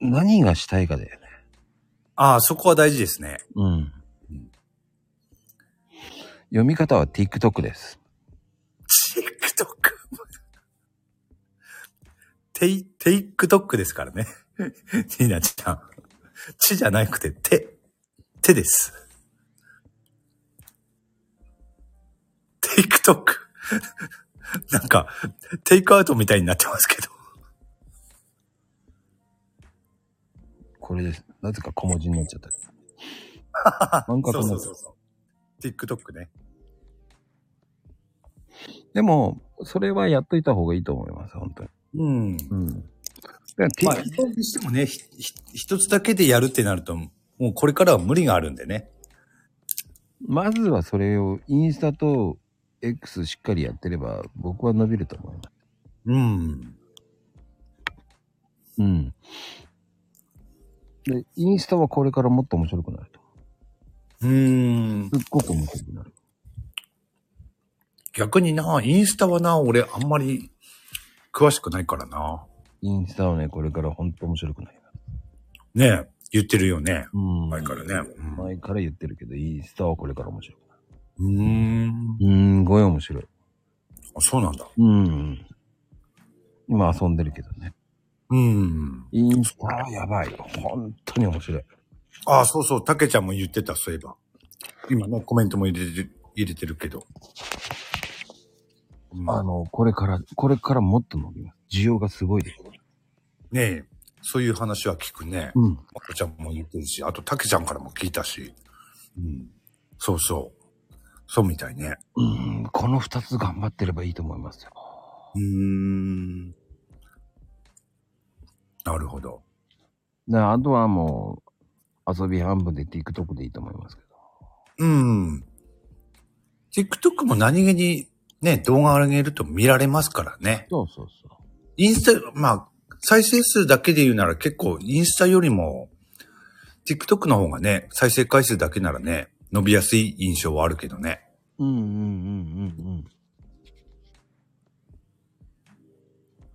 Speaker 2: 何がしたいかだよね。
Speaker 3: ああ、そこは大事ですね。
Speaker 2: うん。読み方は TikTok です。
Speaker 3: TikTok。テイ、テイクトックですから ね。ニーナちゃん。ちじゃなくて、手。手です。テイクトック。なんか、テイクアウトみたいになってますけど。
Speaker 2: これです。なぜか小文字になっちゃった。なんかこ
Speaker 3: そ
Speaker 2: の
Speaker 3: うそうそうそう。TikTok ね。
Speaker 2: でも、それはやっといた方がいいと思います、本当に。
Speaker 3: うん。
Speaker 2: うん。だから
Speaker 3: まあ、
Speaker 2: TikTok
Speaker 3: 人にしてもね、ひひ一つだけでやるってなると、もうこれからは無理があるんでね。
Speaker 2: まずはそれをインスタと X しっかりやってれば、僕は伸びると思います。
Speaker 3: うん。
Speaker 2: うん。で、インスタはこれからもっと面白くなると。
Speaker 3: うん。
Speaker 2: すっごく面白くなる。
Speaker 3: 逆にな、インスタはな、俺あんまり詳しくないからな。
Speaker 2: インスタはね、これから本当面白くなる。
Speaker 3: ねえ言ってるよね。
Speaker 2: うん
Speaker 3: 前からね。
Speaker 2: 前から言ってるけど、インスタはこれから面白くなる。
Speaker 3: うん。
Speaker 2: うーん、ごい面白い。
Speaker 3: あそうなんだ。
Speaker 2: うん。今遊んでるけどね。
Speaker 3: うん。
Speaker 2: インスタはやばい。本当に面白い。
Speaker 3: あそうそう。たけちゃんも言ってた、そういえば。今ね、コメントも入れてる、入れてるけど。うん
Speaker 2: あの、これから、これからもっと伸びます。需要がすごいです。
Speaker 3: ねえ、そういう話は聞くね。
Speaker 2: うん。
Speaker 3: まこちゃんも言ってるし、あと、たけちゃんからも聞いたし。うん。そうそう。そうみたいね。
Speaker 2: うん、この二つ頑張ってればいいと思いますよ。
Speaker 3: うーん。なるほど。
Speaker 2: で、あとはもう、遊び半分で TikTok でいいと思いますけど。
Speaker 3: うん。TikTok も何気にね、動画上げると見られますからね。
Speaker 2: そうそうそ
Speaker 3: インスタ、まあ、再生数だけで言うなら結構インスタよりも TikTok の方がね、再生回数だけならね、伸びやすい印象はあるけどね。
Speaker 2: う。うんうんうんうんうん。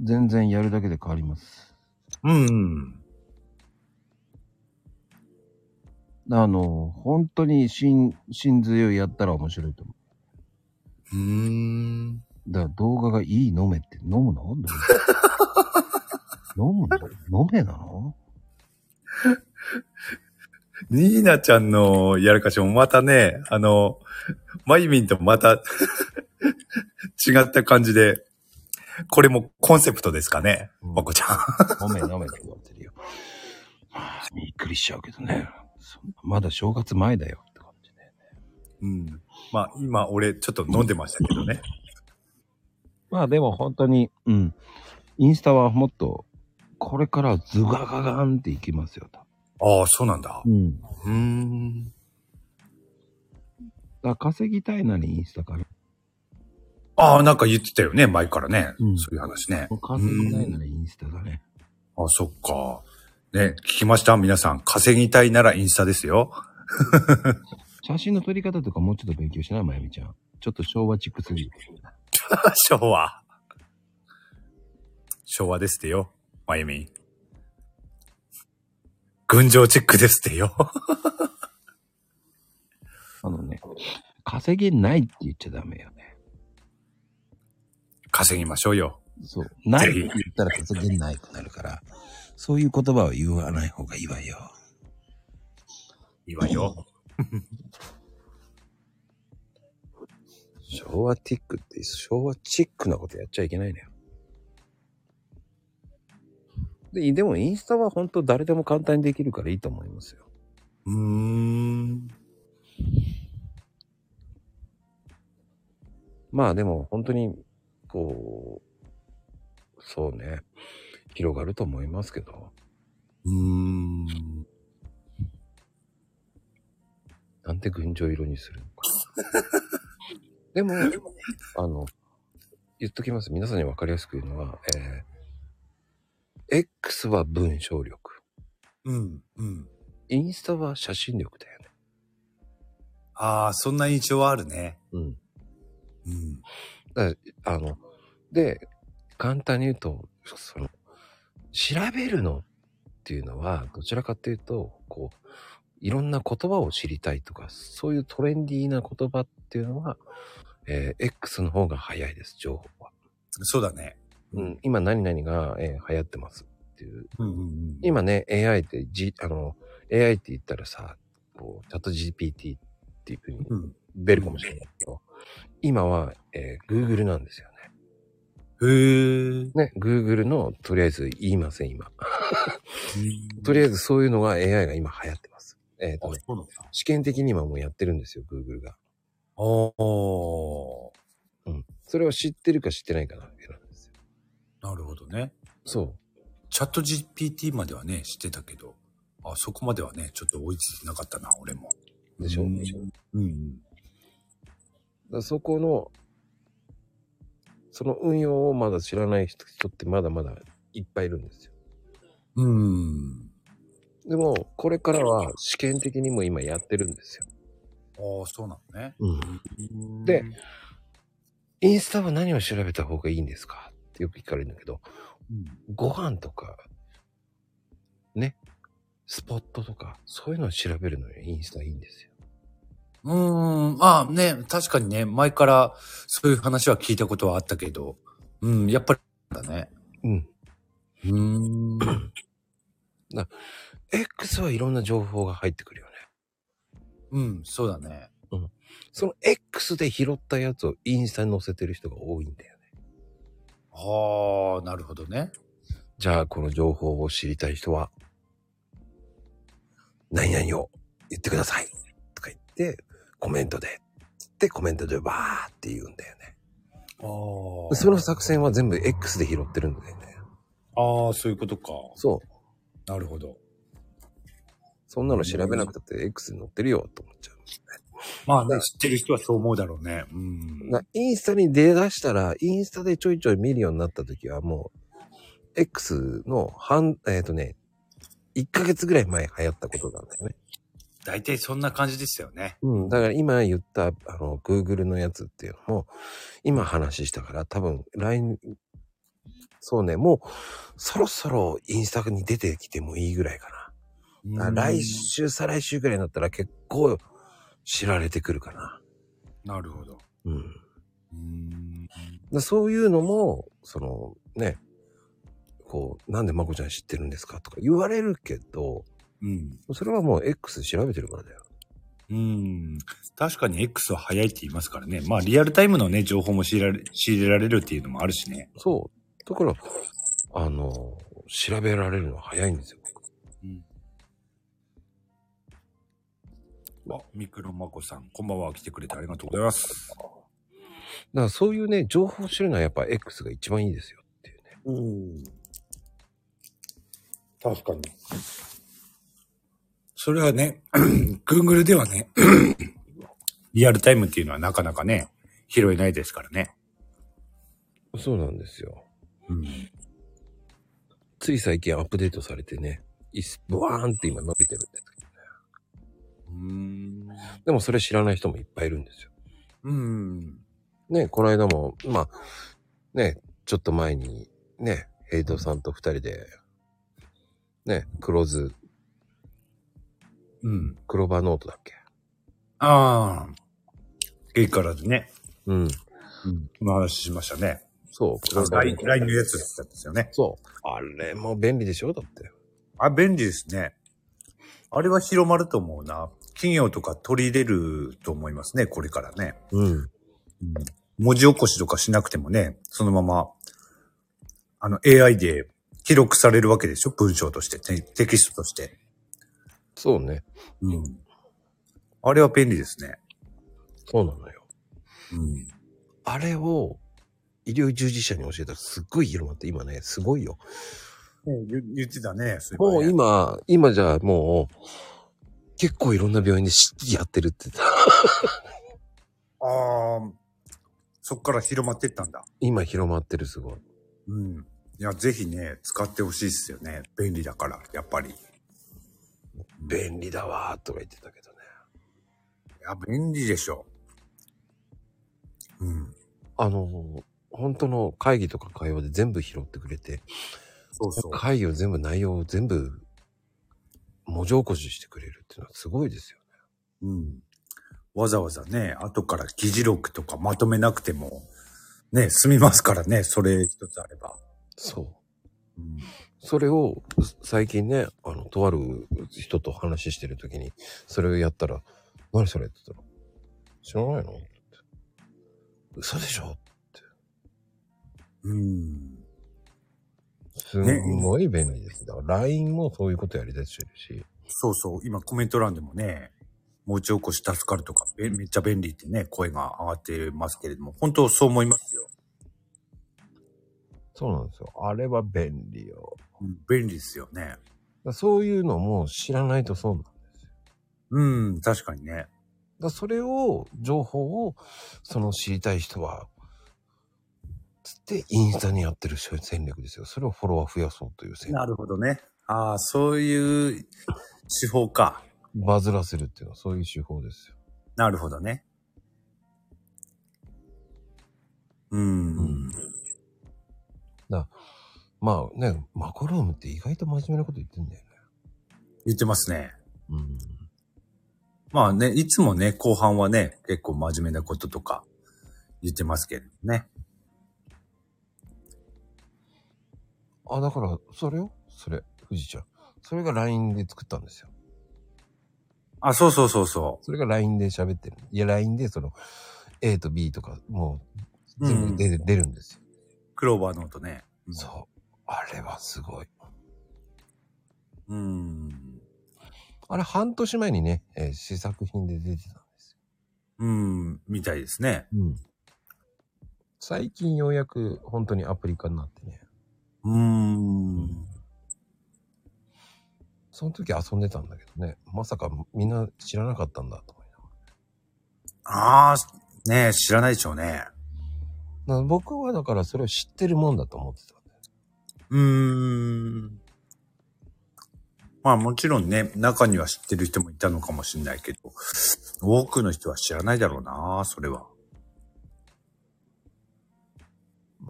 Speaker 2: 全然やるだけで変わります。
Speaker 3: うんうん。
Speaker 2: あの、本当に心、心強いやったら面白いと思
Speaker 3: うーん。
Speaker 2: う。だから動画がいい飲めって、飲むの飲む飲むの飲めなの
Speaker 3: ニーナちゃんのやらかしもまたね、あの、マイミンとまた 違った感じで、これもコンセプトですかね、
Speaker 2: うん
Speaker 3: まこちゃん。
Speaker 2: 飲め飲めって言われてるよ。まあ、びっくりしちゃうけどね。そんなまだ正月前だよって感じね。
Speaker 3: うん。まあ、今、俺、ちょっと飲んでましたけどね。
Speaker 2: まあでも本当に、うん。インスタはもっと、これからズガガガンっていきますよと。
Speaker 3: ああ、そうなんだ。
Speaker 2: ん。だか
Speaker 3: うーん。
Speaker 2: ら稼ぎたいなりインスタから。
Speaker 3: ああ、なんか言ってたよね、前からね。
Speaker 2: うん
Speaker 3: そういう話ね。
Speaker 2: 稼ぎたいならインスタだね。
Speaker 3: あ、そっか。ね、聞きました皆さん、稼ぎたいならインスタですよ。
Speaker 2: 写真の撮り方とかもうちょっと勉強しないまゆみちゃん。ちょっと昭和チックすぎる。
Speaker 3: 昭和。昭和ですってよ、まゆみん。群青チックですってよ。
Speaker 2: あのね、稼げないって言っちゃダメよね。
Speaker 3: 稼ぎましょうよ。
Speaker 2: そう。ないって言ったら稼げないくなるから、そういう言葉は言わない方がいいわよ。
Speaker 3: いいわよ。
Speaker 2: 昭和ティックって昭和チックなことやっちゃいけないのよ。ででもインスタは本当誰でも簡単にできるからいいと思いますよ。
Speaker 3: うーん。
Speaker 2: まあでも本当に、こう、そうね、広がると思いますけど、
Speaker 3: うーん。
Speaker 2: なんて群青色にする のか。でも、あの、言っときます。皆さんに分かりやすく言うのは、えー X は文章力、
Speaker 3: うん、うん。
Speaker 2: インスタは写真力だよね。
Speaker 3: ああ、そんな印象はあるね。
Speaker 2: うん。
Speaker 3: うん。
Speaker 2: あの、で、簡単に言うと、その、調べるのっていうのは、どちらかというと、こう、いろんな言葉を知りたいとか、そういうトレンディーな言葉っていうのは、えー X の方が早いです、情報は。
Speaker 3: そうだね。
Speaker 2: うん、今何々が、えー流行ってますっていう。
Speaker 3: うん、うん、うん。
Speaker 2: 今ね、AI って、G、あの、AI って言ったらさ、こう、チャット GPT っていうふうに
Speaker 3: うん。
Speaker 2: 出るかもしれないけど、今は、えー Google なんですよね。
Speaker 3: へえ。
Speaker 2: ね、Google の、とりあえず言いません、今。とりあえずそういうのが AI が今流行ってます。えっ、
Speaker 3: あ
Speaker 2: と、ね、
Speaker 3: そうなんだ。あ
Speaker 2: 試験的に今もうやってるんですよ、Google が。
Speaker 3: あ。
Speaker 2: うん。それを知ってるか知ってないかな、けなんですよ。
Speaker 3: なるほどね。
Speaker 2: そ
Speaker 3: チャット GPT まではね、知ってたけど、あそこまではね、ちょっと追いついてなかったな、俺も。
Speaker 2: う。でしょ、
Speaker 3: うん
Speaker 2: でしょだか
Speaker 3: うん。
Speaker 2: らそこの、その運用をまだ知らない人人ってまだまだいっぱいいるんですよ。
Speaker 3: うん。
Speaker 2: でも、これからは試験的にも今やってるんですよ。
Speaker 3: ああ、そうなのね。
Speaker 2: うんで、インスタは何を調べた方がいいんですかってよく聞かれるんだけど、
Speaker 3: うん、
Speaker 2: ご飯とか、ね、スポットとか、そういうのを調べるのにインスタいいんですよ。
Speaker 3: うーん、ああね、確かにね、前からそういう話は聞いたことはあったけど、うん、やっぱりだね。
Speaker 2: うん。
Speaker 3: うーん。
Speaker 2: X はいろんな情報が入ってくるよね。
Speaker 3: うん、そうだね。
Speaker 2: その X で拾ったやつをインスタに載せてる人が多いんだよね。
Speaker 3: はあ、なるほどね。
Speaker 2: じゃあ、この情報を知りたい人は、何々を言ってくださいとか言って、コメントで、つってコメントでバーって言うんだよね。
Speaker 3: ああ。
Speaker 2: その作戦は全部 X で拾ってるんだよね。
Speaker 3: ああ、そういうことか。
Speaker 2: そう。
Speaker 3: なるほど。
Speaker 2: そんなの調べなくたって X に載ってるよと思っちゃう。
Speaker 3: まあね、知ってる人はそう思うだろうね。うん。
Speaker 2: なインスタに出だしたら、インスタでちょいちょい見るようになった時はもう、X の半、えっ、とね、1ヶ月ぐらい前流行ったことなんだよね。
Speaker 3: 大体そんな感じでしたよね。
Speaker 2: うん。だから今言った、あの、Google のやつっていうのも、今話したから多分、LINE、そうね、もう、そろそろインスタに出てきてもいいぐらいかな。
Speaker 3: うん
Speaker 2: 来週、再来週ぐらいになったら結構知られてくるかな。
Speaker 3: なるほど。
Speaker 2: うん。
Speaker 3: うーん。
Speaker 2: だそういうのも、そのね、こう、なんでまこちゃん知ってるんですかとか言われるけど、
Speaker 3: うん。
Speaker 2: それはもう X 調べてるからだよ。
Speaker 3: うん。確かに X は早いって言いますからね。まあ、リアルタイムのね、情報も仕入れられ仕入れられるっていうのもあるしね。
Speaker 2: そう。だから、あの、調べられるのは早いんですよ。
Speaker 3: うん。あ、ミクロマコさん、こんばんは。来てくれてありがとうございます。
Speaker 2: だからそういうね、情報を知るのはやっぱ X が一番いいですよっていうね。
Speaker 3: うん。確かに。それはね、Google ではね、 リアルタイムっていうのはなかなかね、拾えないですからね。
Speaker 2: そうなんですよ。
Speaker 3: うん。
Speaker 2: つい最近アップデートされてね、いすブワーンって今伸びてるんですけ
Speaker 3: うん。
Speaker 2: ど。でもそれ知らない人もいっぱいいるんですよ。
Speaker 3: うん。
Speaker 2: ね、この間も、まあ、ね、ちょっと前に、ね、ヘイトさんと二人で、ね、クローズ、
Speaker 3: うん。
Speaker 2: クローバーノートだっけ
Speaker 3: ああ。ゲイからでね、
Speaker 2: うん。
Speaker 3: うん、この話しましたね。
Speaker 2: そう、クローバーノ
Speaker 3: 来
Speaker 2: ート
Speaker 3: 来のやつだったんですよね。
Speaker 2: そう。あれも便利でしょだって。
Speaker 3: あ、便利ですね。あれは広まると思うな。企業とか取り入れると思いますね、これからね。
Speaker 2: うん。
Speaker 3: うん、文字起こしとかしなくてもね、そのまま、あの AI で記録されるわけでしょ文章として、テテキストとして。
Speaker 2: そうね。
Speaker 3: うん。あれは便利ですね。
Speaker 2: そうなのよ。
Speaker 3: うん。
Speaker 2: あれを医療従事者に教えたらすっごい広まって、今ね、すごいよ。
Speaker 3: 言言ってたね、す
Speaker 2: も
Speaker 3: ご
Speaker 2: う
Speaker 3: いね。
Speaker 2: 今、今じゃもう、結構いろんな病院で知ってやってるって 言ってた
Speaker 3: ああ、そっから広まってったんだ。
Speaker 2: 今広まってるすごい。
Speaker 3: うん。いや、ぜひね、使ってほしいっすよね。便利だから、やっぱり。い
Speaker 2: 便利だわーとか言ってたけどね。
Speaker 3: や、便利でしょ。うん。
Speaker 2: あの、本当の会議とか会話で全部拾ってくれて、
Speaker 3: そうそう。
Speaker 2: 会議を全部内容を全部文字起こししてくれるっていうのはすごいですよね。
Speaker 3: うん。わざわざね、後から議事録とかまとめなくても、ね、済みますからね、それ一つあれば。
Speaker 2: そう。
Speaker 3: うん、
Speaker 2: それを最近ね、あの、とある人と話してる時に、それをやったら、何それって言ったら、知らないのって嘘でしょ
Speaker 3: うん。
Speaker 2: すんごい便利です。だから LINE もそういうことやりだしてるし、
Speaker 3: そうそう、今コメント欄でもね、持ち起こし助かるとか、べめっちゃ便利ってね、声が上がってますけれども、本当そう思いますよ。
Speaker 2: そうなんですよ。あれは便利よ。だか
Speaker 3: うん便利ですよね。
Speaker 2: らそういうのも知らないとそうなんだか
Speaker 3: うん、確かにね。
Speaker 2: らそれを、情報を、その知りたい人は、つってインスタにやってる戦略ですよ。それをフォロワー増やそうという戦略。
Speaker 3: るほどね。ああ、そういう手法か。
Speaker 2: バズらせるっていうのはそういう手法ですよ。
Speaker 3: なるほどね。うん
Speaker 2: まあね、マコルームって意外と真面目なこと言ってんだよね。
Speaker 3: 言ってますね。
Speaker 2: うん。
Speaker 3: まあね、いつもね、後半はね、結構真面目なこととか言ってますけどね。
Speaker 2: あ、だから、それよそれ、富士ちゃん。それが LINE で作ったんですよ。
Speaker 3: あ、そうそうそうそ
Speaker 2: それが LINE で喋ってる。いや、LINE でその、A と B とか、もう、
Speaker 3: う。う
Speaker 2: 全部
Speaker 3: ん。
Speaker 2: 出,、出るんですよ。
Speaker 3: クローバーノートね。うん
Speaker 2: そう。あれはすごい。
Speaker 3: うん。
Speaker 2: あれ、半年前にね、えー試作品で出てたんです
Speaker 3: うん、みたいですね。
Speaker 2: よ。うん。最近ようやく、本当にアプリ化になってね。
Speaker 3: うーん。
Speaker 2: その時遊んでたんだけどね。まさかみんな知らなかったんだと思いながら
Speaker 3: ああ、ねえ知らないでしょうね。
Speaker 2: だから僕はだからそれを知ってるもんだと思ってた。
Speaker 3: うーん。まあもちろんね、中には知ってる人もいたのかもしれないけど、多くの人は知らないだろうな、それは。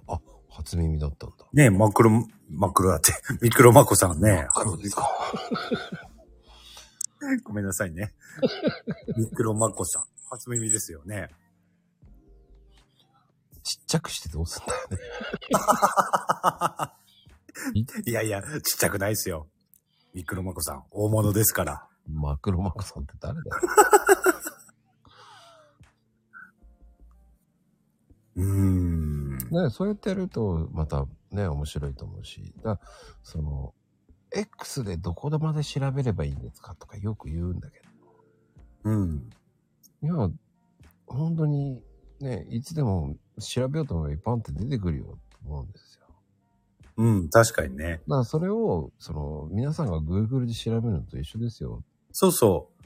Speaker 2: あ、初耳だったんだ。
Speaker 3: ねえマクロ、マクロだって、 ミクロマコさんね。
Speaker 2: そうですか。
Speaker 3: ごめんなさいね。 ミクロマコさん。初耳ですよね。
Speaker 2: ちっちゃくしてどうすんだよね。
Speaker 3: いやいや、ちっちゃくないですよ。ミクロマコさん、大物ですから。
Speaker 2: マクロマコさんって誰だよ。
Speaker 3: うーん。
Speaker 2: ね、 そうやってやると、またね、面白いと思うし。だその、X でどこまで調べればいいんですかとかよく言うんだけ
Speaker 3: うん。
Speaker 2: ど。いや、本当に、ね、いつでも調べようと思えばパンって出てくるよと思うんですよ。
Speaker 3: うん、確かにね。
Speaker 2: だからそれを、その、皆さんが Google で調べるのと一緒ですよ。
Speaker 3: そうそう。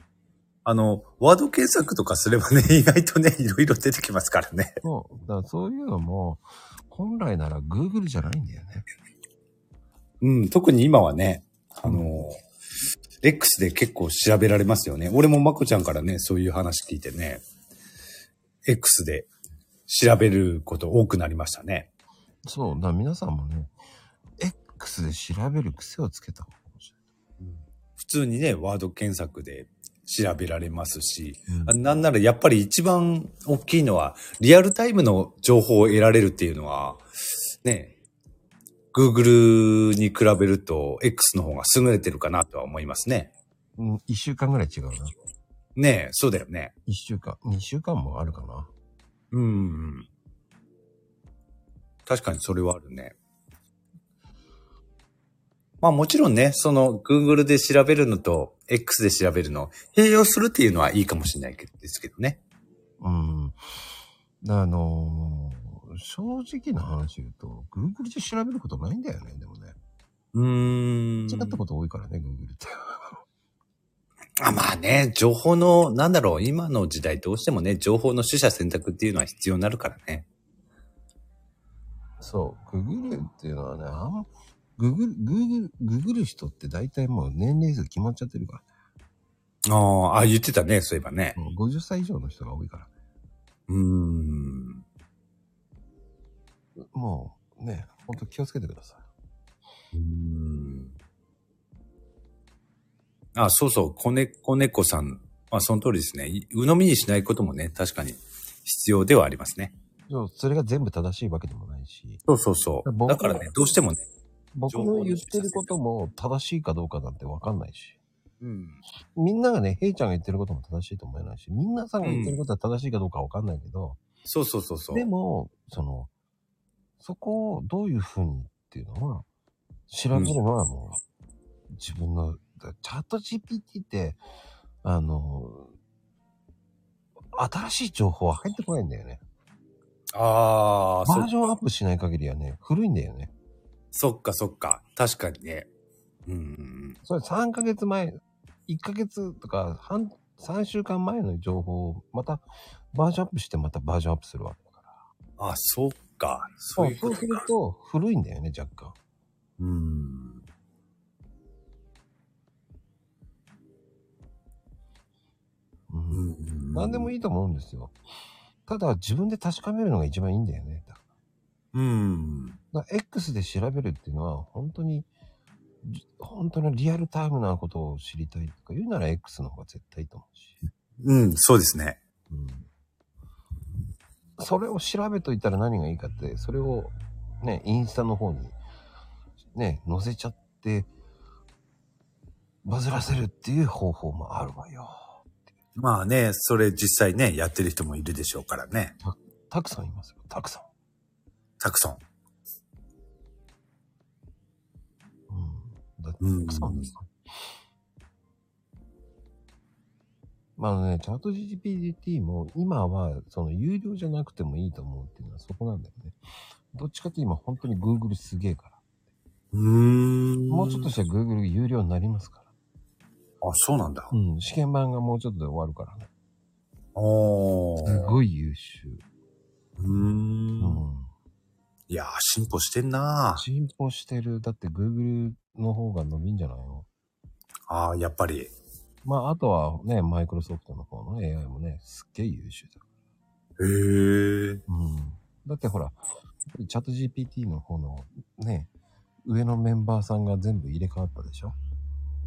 Speaker 3: あの、ワード検索とかすればね、 意外とね、いろいろ出てきますからね。
Speaker 2: そう。だからそういうのも、本来なら Google じゃないんだよね。
Speaker 3: うん、特に今はね、あ
Speaker 2: の
Speaker 3: レックスで結構調べられますよね。俺もまこちゃんからね、そういう話聞いてね、X で調べること多くなりましたね。
Speaker 2: そう。だから皆さんもね、X で調べる癖をつけた方が面白
Speaker 3: 普通にね、ワード検索で調べられますし、
Speaker 2: い。
Speaker 3: あなんならやっぱり一番大きいのは、リアルタイムの情報を得られるっていうのは、ね、Google に比べると X の方が優れてるかなとは思いますね。
Speaker 2: うん、1週間ぐらい違うな。
Speaker 3: ねえ、そうだよね。
Speaker 2: 1週間、2週間もあるかな。
Speaker 3: うん。確かにそれはあるね。まあもちろんね、その Google で調べるのと X で調べるのを併用するっていうのはいいかもしれないけどですけどね。
Speaker 2: うん。あのー正直な話言うと、Google で調べることないんだよね、でもね。
Speaker 3: うーん。
Speaker 2: 違ったこと多いからね、Google って。
Speaker 3: あまあね、情報の、なんだろう、今の時代どうしてもね、情報の取捨選択っていうのは必要になるからね。
Speaker 2: そう、Google っていうのはね、あんま、Google、Google、Google る人って大体もう年齢数決まっちゃってるから。
Speaker 3: ああ、あ言ってたね、そういえばね。
Speaker 2: もう50歳以上の人が多いから。
Speaker 3: うーん。
Speaker 2: もうね、ほんと気をつけてください。
Speaker 3: うーんあ、そうそう、子猫、猫さん。まあ、その通りですね。い鵜呑みにしないこともね、確かに必要ではありますね。
Speaker 2: そうそれが全部正しいわけでもないし、
Speaker 3: そうそうそう。
Speaker 2: 僕
Speaker 3: だからね、どうしてもね。
Speaker 2: 僕の言ってることも正しいかどうかなんてわかんないし、
Speaker 3: うん。
Speaker 2: みんながね、ヘイちゃんが言ってることも正しいと思えないし、みんなさんが言ってることは正しいかどうかわかんないけど、
Speaker 3: そうそうそうそう。
Speaker 2: でも、その、そこをどういうふうにっていうのは、調べるのはもう、自分の、だチャット GPT って、あの、新しい情報は入ってこないんだよね。
Speaker 3: ああ、
Speaker 2: バ
Speaker 3: そ
Speaker 2: ージョンアップしない限りはね、古いんだよね。
Speaker 3: そっかそっか。確かにね。うんうんうん。
Speaker 2: それ3ヶ月前、1ヶ月とか半、3週間前の情報をまたバージョンアップしてまたバージョンアップするわけだから。
Speaker 3: あ、そっか。そ
Speaker 2: そうう
Speaker 3: いうこと
Speaker 2: すると古いんだよね、若干。
Speaker 3: うん。
Speaker 2: う。
Speaker 3: うんん。
Speaker 2: 何でも
Speaker 3: いい。
Speaker 2: いいと思うんですよ。ただ自分で確かめるのが一番いいんだよね。だ
Speaker 3: うん。
Speaker 2: だから X で調べるっていうのは本当に、じ本当のリアルタイムなことを知りたいとか言うなら X の方が絶対いいと思うし。
Speaker 3: うん、そうですね。
Speaker 2: うんそれを調べといたら何がいいかって、それをね、インスタの方にね、載せちゃって、バズらせるっていう方法もあるわよ。
Speaker 3: まあね、それ実際ね、やってる人もいるでしょうからね。
Speaker 2: たくさんいますよ、たくさん。
Speaker 3: たくさん。
Speaker 2: うん。だって
Speaker 3: うん
Speaker 2: たくさんですよ。まあね、チャット GPT も今はその有料じゃなくてもいいと思うっていうのはそこなんだよね。どっちかって今本当に Google すげえから。
Speaker 3: うーん。
Speaker 2: もうちょっとしたら Google 有料になりますから。
Speaker 3: あ、そうなんだ。
Speaker 2: うん、試験版がもうちょっとで終わるからね。
Speaker 3: お
Speaker 2: す
Speaker 3: ー。
Speaker 2: ごい優秀。
Speaker 3: うー。
Speaker 2: うんん。
Speaker 3: いやー、進歩してんなー
Speaker 2: 進歩してる。だって Google の方が伸びんじゃないの
Speaker 3: あー、やっぱり。へ
Speaker 2: まあ、あとはね、マイクロソフトの方の AI もね、すっげえ優秀だ。
Speaker 3: ー。
Speaker 2: うん。だってほら、チャット GPT の方のね、上のメンバーさんが全部入れ替わったでしょ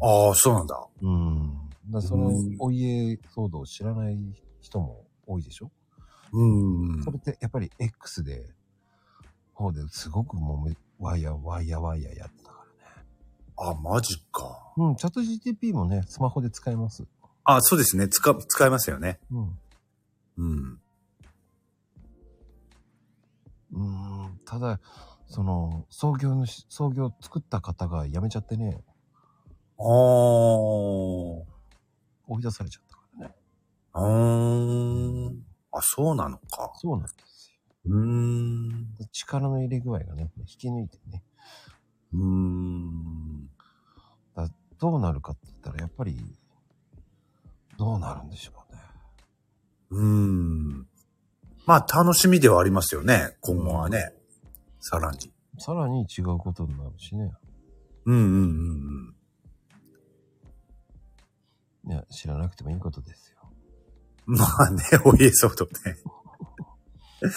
Speaker 3: あー、そうなんだ。
Speaker 2: うん。だからその
Speaker 3: うん
Speaker 2: お家騒動を知らない人も多いでしょ
Speaker 3: うーん
Speaker 2: そ。れってやっぱり X で、方ですごくもめ、ワイヤーワイヤーワイヤーやってたから。
Speaker 3: あ、マジか。
Speaker 2: うん、チャット GTP もね、スマホで使えます。
Speaker 3: あ、そうですね。使、使えますよね。
Speaker 2: うん。
Speaker 3: うん。
Speaker 2: うーん、ただ、その、創業のし、創業作った方が辞めちゃってね、
Speaker 3: あー。
Speaker 2: 追い出されちゃったからね。
Speaker 3: あー。あ、そうなのか。
Speaker 2: そうなんです
Speaker 3: うーん。
Speaker 2: よ。力の入れ具合がね、引き抜いてね、
Speaker 3: うーん。
Speaker 2: どうなるかって言ったら、やっぱり、どうなるんでしょうね。
Speaker 3: うーん。まあ、楽しみではありますよね。今後はね。さらに。
Speaker 2: さらに違うことになるしね。
Speaker 3: うんうんうんうん。
Speaker 2: いや、知らなくてもいいことですよ。
Speaker 3: まあね、 お家騒動ね。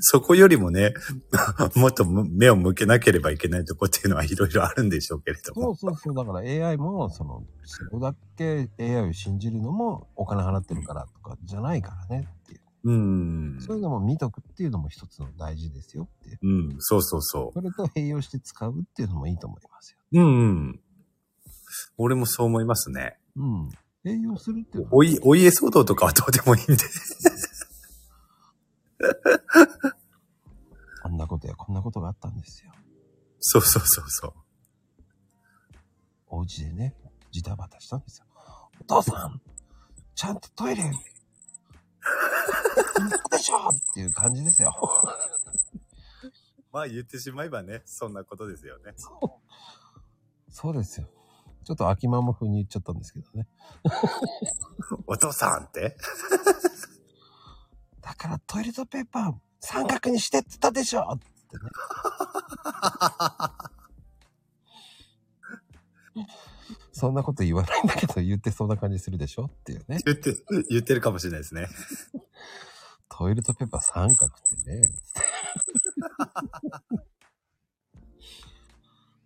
Speaker 3: そこよりもね、 もっとむ目を向けなければいけないとこっていうのはいろいろあるんでしょうけれど
Speaker 2: そ
Speaker 3: も。
Speaker 2: うそうそう。だから AI も、その、そこだけ AI を信じるのもお金払ってるからとかじゃないからねっていう。
Speaker 3: うん。
Speaker 2: そういうのも見とくっていうのも一つの大事ですよっていう。
Speaker 3: うん、そうそうそ
Speaker 2: それと併用して使うっていうのもいいと思いますよ。
Speaker 3: う。うん、うん。俺もそう思いますね。
Speaker 2: うん。併用するっていうのは
Speaker 3: おい、お家騒動とかはどうでもいいんで。
Speaker 2: あんなことやこんなことがあったんですよ。
Speaker 3: そうそうそうそう。
Speaker 2: お家でね、ジタバタしたんですよ。お父さんちゃんとトイレ行くでしょっていう感じですよ。
Speaker 3: まあ言ってしまえばね、そんなことですよね。
Speaker 2: そうですよ。ちょっと秋ママ風に言っちゃったんですけどね。
Speaker 3: お父さんって
Speaker 2: だからトイレットペーパー三角にしてって言ったでしょってね。そんなこと言わないんだけど言ってそうな感じするでしょっていうね。
Speaker 3: 言って、言ってるかもしれないですね。
Speaker 2: トイレットペーパー三角ってね。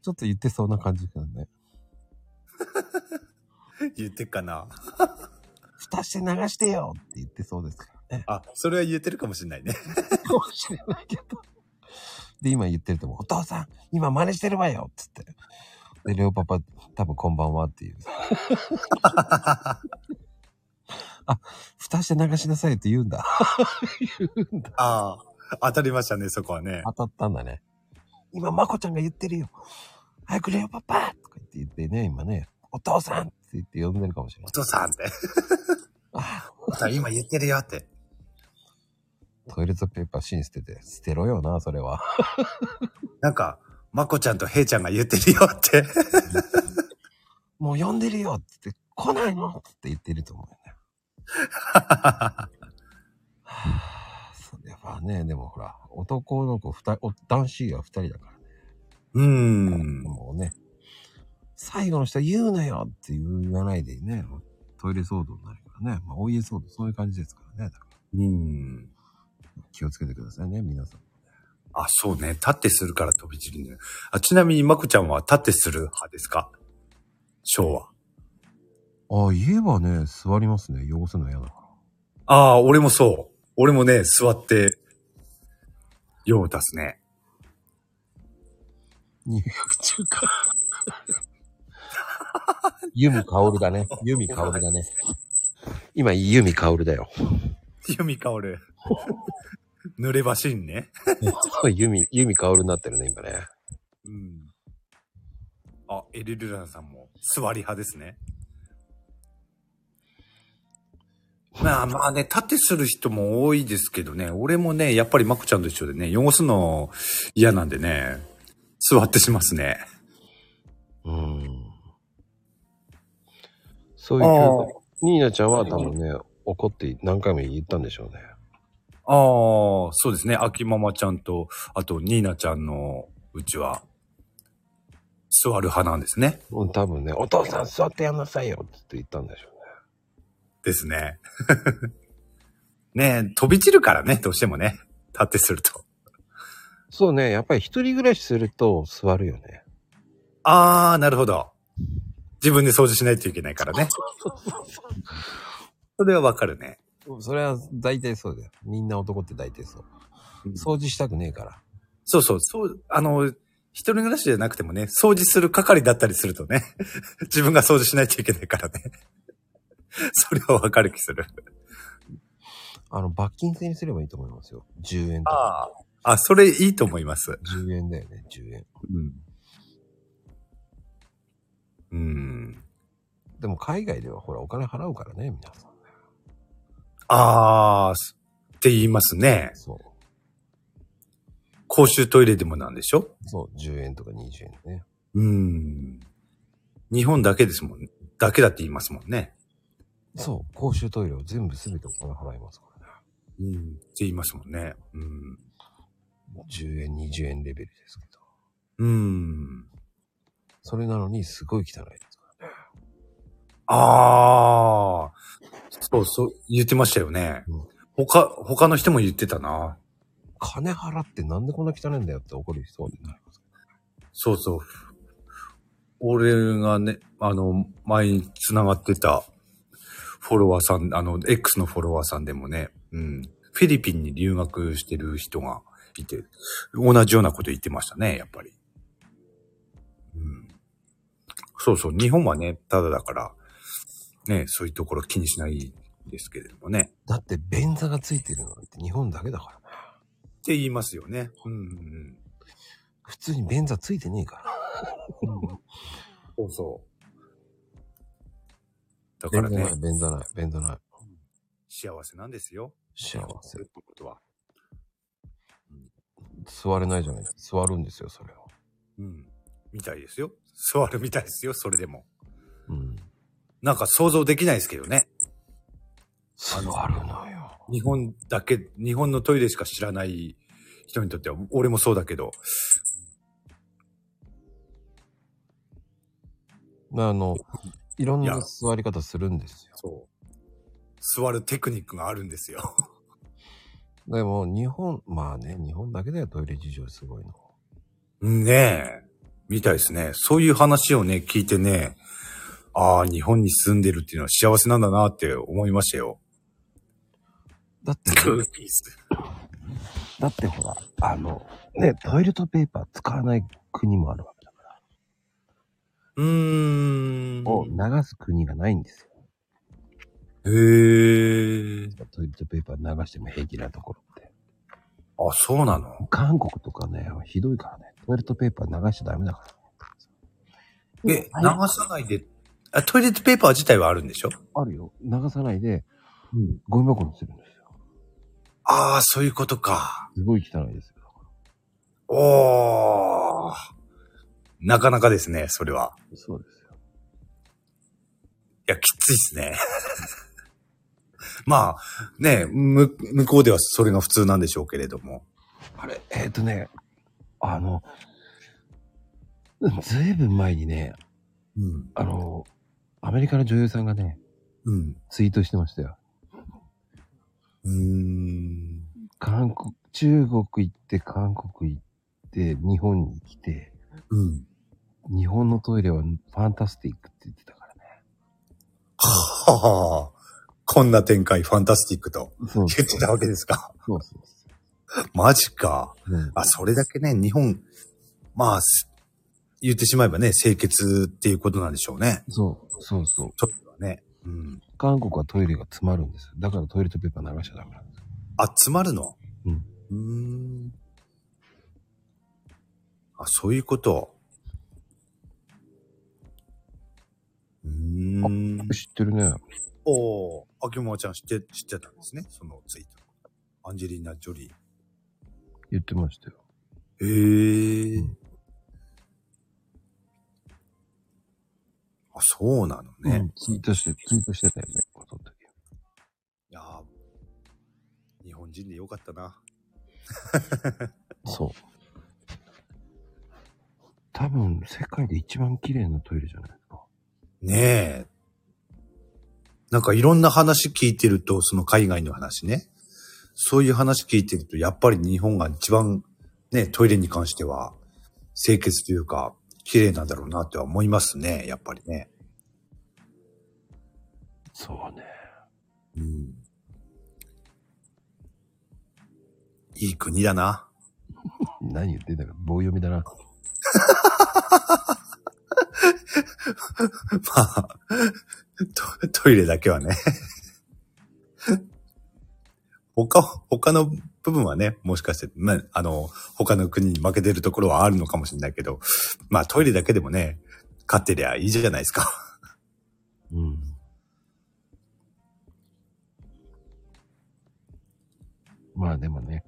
Speaker 2: ちょっと言ってそうな感じだよね。
Speaker 3: 言ってっかな。
Speaker 2: 蓋して流してよって言ってそうですからね。
Speaker 3: あ、それは言ってるかもしれないね。
Speaker 2: かもしれないけど。で、今言ってると思う。お父さん、今真似してるわよっつって。で、レオパパ、多分こんばんはっていう。あ、蓋して流しなさいって言うんだ。言うんだ。
Speaker 3: ああ、当たりましたね、そこはね。
Speaker 2: 当たったんだね。今、まこちゃんが言ってるよ。早くレオパパとか言って言ってね、今ね、お父さんって言って呼んでるかもしれな
Speaker 3: お
Speaker 2: い。
Speaker 3: 父さんって。
Speaker 2: あ
Speaker 3: お父さん今言ってるよって。
Speaker 2: トイレットペーパー芯捨てて、捨てろよな、それは。
Speaker 3: なんか、まこちゃんとへいちゃんが言ってるよって。
Speaker 2: もう呼んでるよって言って、来ないのって言ってると思うよね。はあそれはね、でもほら、男の子二人、お男子が二人だからね。
Speaker 3: うーん。
Speaker 2: もうね、最後の人は言うなよって言わないでね、もうトイレ騒動になるからね。まあ、お家騒動、そういう感じですからね。だか
Speaker 3: うーん。
Speaker 2: ら気をつけてくださいね、皆さん。
Speaker 3: あ、そうね。立ってするから飛び散るね。あ、ちなみにまこちゃんは立ってする派ですか昭和。
Speaker 2: ああ、言えばね、座りますね。汚せの嫌だから。
Speaker 3: ああ、俺もそう。俺もね、座って、用を出すね。
Speaker 2: 入浴中か。ユミカオルだね。ユミカオルだね。今、ユミカオルだよ。
Speaker 3: 弓か俺。濡ればしんね。
Speaker 2: ユミ、ユミカオルになってるね、今ね。
Speaker 3: うん。あ、エリルランさんも座り派ですね。まあまあね、立てする人も多いですけどね、俺もね、やっぱりマコちゃんと一緒でね、汚すの嫌なんでね、座ってしますね。
Speaker 2: うん。そういう教育。ニーナちゃんは多分ね、怒って何回も言ったんでしょうね。
Speaker 3: ああ、そうですね。秋ママちゃんと、あと、ニーナちゃんのうちは、座る派なんですね。
Speaker 2: うん、多分ね、お父さん座ってやんなさいよって言ったんでしょうね。
Speaker 3: ですね。 ねえ飛び散るからね、どうしてもね。立ってすると。
Speaker 2: そうね、やっぱり一人暮らしすると座るよね。
Speaker 3: あー、なるほど。自分で掃除しないといけないからね。 それはわかるね。
Speaker 2: それは大体そうだよ。みんな男って大体そう。掃除したくねえから。
Speaker 3: そうそう、そう、あの、一人暮らしじゃなくてもね、掃除する係だったりするとね、 自分が掃除しないといけないからね。 それはわかる気する。
Speaker 2: あの、罰金制にすればいいと思いますよ。10円とか。
Speaker 3: ああ。あ、それいいと思います。
Speaker 2: 10円だよね、10円。
Speaker 3: うん。うん。
Speaker 2: でも海外ではほら、お金払うからね、皆さん。
Speaker 3: ああ、すって言いますね。
Speaker 2: そう。
Speaker 3: 公衆トイレでもなんでしょ
Speaker 2: そう、10円とか20円ね。
Speaker 3: うん。日本だけですもん、だけだって言いますもんね。
Speaker 2: そう、公衆トイレを全部全てお金払いますからね。
Speaker 3: うん。って言いますもんね。うん。
Speaker 2: 10円、20円レベルですけど。
Speaker 3: うん。
Speaker 2: それなのに、すごい汚いですからね。
Speaker 3: ああ。そうそう、言ってましたよね
Speaker 2: うん。
Speaker 3: 他、他の人も言ってたな。
Speaker 2: 金払ってなんでこんな汚いんだよって怒る人になります。
Speaker 3: そうそう。俺がね、あの、前に繋がってたフォロワーさん、あの、X のフォロワーさんでもね、うん。フィリピンに留学してる人がいて、同じようなこと言ってましたね、やっぱり。うん。そうそう、日本はね、ただだから、ね、そういうところ気にしないですけれどもね。
Speaker 2: だって、便座がついてるのって日本だけだからね。
Speaker 3: って言いますよね。うん、うん。
Speaker 2: 普通に便座ついてねえから。
Speaker 3: そうそう。だ
Speaker 2: 便
Speaker 3: から
Speaker 2: 座座れないじゃないですか。座るんですよ、それを。
Speaker 3: うん。みたいですよ。座るみたいですよ、それでも。
Speaker 2: うん。
Speaker 3: なんか想像できないですけどね。
Speaker 2: 座るのよ。
Speaker 3: 日本だけ、日本のトイレしか知らない人にとっては、俺もそうだけど。
Speaker 2: あの、いろん
Speaker 3: い
Speaker 2: な
Speaker 3: や
Speaker 2: 座り方するんですよ。
Speaker 3: そう。座るテクニックがあるんですよ。
Speaker 2: でも、日本、まあね、日本だけだよ、トイレ事情すごいの。
Speaker 3: ねえ。みたいですね。そういう話をね、聞いてね、ああ、日本に住んでるっていうのは幸せなんだなって思いましたよ。
Speaker 2: だって、
Speaker 3: ス。
Speaker 2: だってほら、あの、ね、トイレットペーパー使わない国もあるわけだか
Speaker 3: うーん
Speaker 2: ら、。を流す国がないんですよ。
Speaker 3: へ
Speaker 2: ト
Speaker 3: え。
Speaker 2: イレットペーパー流しても平気なところって。
Speaker 3: あ、そうなの
Speaker 2: 韓国とかね、ひどいからね、トイレットペーパー流しちゃダメだから。
Speaker 3: え、流さないで、あ、トイレットペーパー自体はあるんでしょ
Speaker 2: あるよ。流さないで、
Speaker 3: うん。
Speaker 2: ゴミ箱にするんですよ。
Speaker 3: ああ、そういうことか。
Speaker 2: すごい汚いですよ。
Speaker 3: おー。なかなかですね、それは。
Speaker 2: そうですよ。
Speaker 3: いや、きついっすね。 まあ、ねむ、向こうではそれが普通なんでしょうけれども。
Speaker 2: あれ、えっ、とね、あの、ずいぶん前にね、
Speaker 3: うん。
Speaker 2: あの、アメリカの女優さんがね、
Speaker 3: うん。
Speaker 2: ツイートしてましたよ。
Speaker 3: うーん。
Speaker 2: 韓国、中国行って、韓国行って、日本に来て、
Speaker 3: うん。
Speaker 2: 日本のトイレはファンタスティックって言ってたからね。
Speaker 3: はあ、こんな展開、ファンタスティックと
Speaker 2: そう
Speaker 3: 言ってたわけですか。
Speaker 2: そうそうそ
Speaker 3: マジか。
Speaker 2: う、うん
Speaker 3: あ、それだけね、日本、まあ、す言ってしまえばね、清潔っていうことなんでしょうね。
Speaker 2: そう、そうそう。
Speaker 3: ちょっとはね。うん。
Speaker 2: 韓国はトイレが詰まるんですよ。だからトイレットペーパー流しちゃダメなんですよ。
Speaker 3: あ、詰まるの
Speaker 2: うん。
Speaker 3: うーん。あ、そういうこと。うーん。
Speaker 2: 知ってるね。
Speaker 3: おお、秋もちゃん知って、知ってたんですね。そのツイート。アンジェリーナ・ジョリー。
Speaker 2: 言ってましたよ。
Speaker 3: ええあ、そうなのね。
Speaker 2: うんツイートして、ツイートしてたよね、その時。
Speaker 3: いやー日本人でよかったな。
Speaker 2: そう。多分、世界で一番綺麗なトイレじゃないですか。
Speaker 3: ねえ。なんかいろんな話聞いてると、その海外の話ね。そういう話聞いてると、やっぱり日本が一番ね、トイレに関しては清潔というか、綺麗なんだろうなっては思いますね、やっぱりね。
Speaker 2: そうね。
Speaker 3: うん。いい国だな。
Speaker 2: 何言ってんだか、棒読みだな。
Speaker 3: まあ、ト トイレだけはね。他、他の部分はね、もしかして、まあ、あの、他の国に負けてるところはあるのかもしれないけど、まあトイレだけでもね、勝ってりゃいいじゃないですか。
Speaker 2: うん。まあでもね、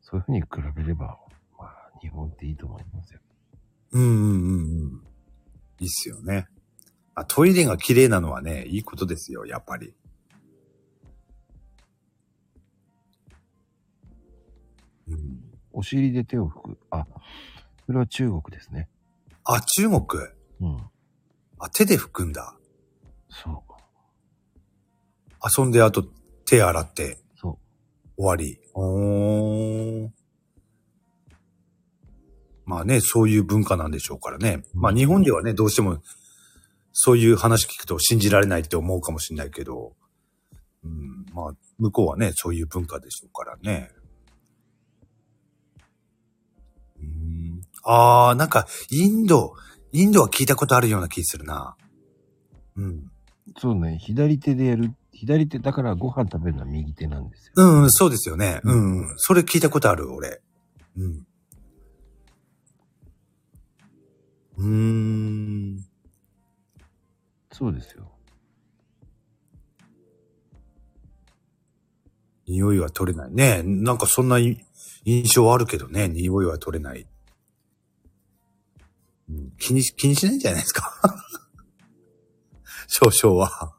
Speaker 2: そういうふうに比べれば、まあ日本っていいと思いますよ。
Speaker 3: うんうんうんうん。いいっすよね。あ、トイレが綺麗なのはね、いいことですよ、やっぱり。うん、
Speaker 2: お尻で手を拭く。あ、それは中国ですね。
Speaker 3: あ、中国。
Speaker 2: うん。
Speaker 3: あ、手で拭くんだ。
Speaker 2: そう。
Speaker 3: 遊んで、あと手洗って
Speaker 2: そ
Speaker 3: 終わり。おー。まあね、そういう文化なんでしょうからね。まあ日本ではね、どうしても、そういう話聞くと信じられないって思うかもしれないけど、うん、まあ、向こうはね、そういう文化でしょうからね。うん、あー、なんか、インド、インドは聞いたことあるような気するな。うん。
Speaker 2: う。そうね、左手でやる。左手、だからご飯食べるのは右手なんですよ。
Speaker 3: うんうん、そうですよね。うん、うん。それ聞いたことある、俺。うん。うーん。
Speaker 2: そうですよ。
Speaker 3: 匂いは取れない。ねえ、なんかそんない印象はあるけどね、匂いは取れない。うん気にし、気にしないんじゃないですか。 少々は。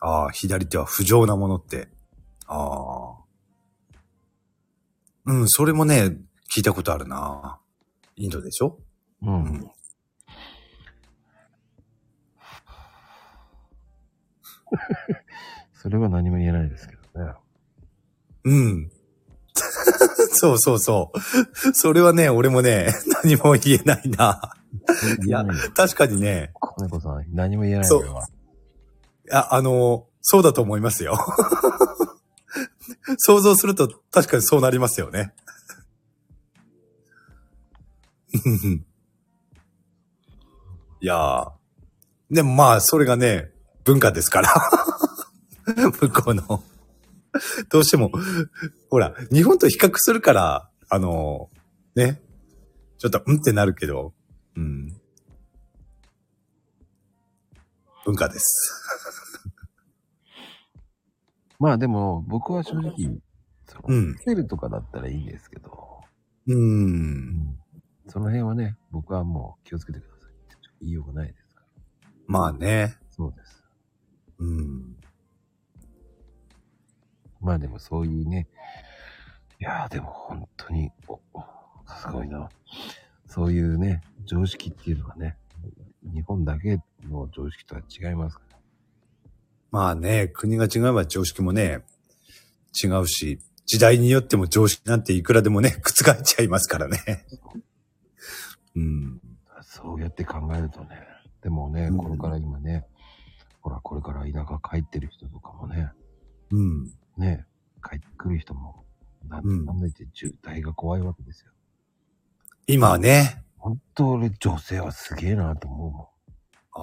Speaker 3: ああ、左手は不浄なものって。ああ。うん、それもね、聞いたことあるな。インドでしょ
Speaker 2: うん。 それは何も言えないですけどね。
Speaker 3: うん。 そうそうそう。それはね、俺もね、何も言えないな。い
Speaker 2: 言
Speaker 3: や
Speaker 2: えないよ、
Speaker 3: 確かにね、
Speaker 2: 子猫さん、何も言えない
Speaker 3: そう
Speaker 2: 俺は。
Speaker 3: ああの、そうだと思いますよ。 想像すると確かにそうなりますよね。 うんいやー。でもまあ、それがね、文化ですから。 向こうの。どうしても、ほら、日本と比較するから、あのね。ちょっと、うんってなるけど、うん。文化です。
Speaker 2: まあでも、僕は正直、その
Speaker 3: うん
Speaker 2: セルとかだったらいいんですけど、
Speaker 3: う。
Speaker 2: うんんその辺はね、僕はもう気をつけてくださいって言いようがないですから。
Speaker 3: まあね。
Speaker 2: そうです。
Speaker 3: うん。
Speaker 2: まあでもそういうね、いやーでも本当に、おおすごいな。そういうね、常識っていうのはね、日本だけの常識とは違いますから。
Speaker 3: まあね、国が違えば常識もね、違うし、時代によっても常識なんていくらでもね、 覆っちゃいますからね。 うん。
Speaker 2: そうやって考えるとね、でもね、
Speaker 3: うん
Speaker 2: これから今ね、ほら、これから田舎帰ってる人とかもね、
Speaker 3: うん。
Speaker 2: ね、帰ってくる人も、なんだ
Speaker 3: うん
Speaker 2: なんだ言って渋滞が怖いわけですよ。
Speaker 3: 今はね、
Speaker 2: 本当俺女性はすげえなと思うも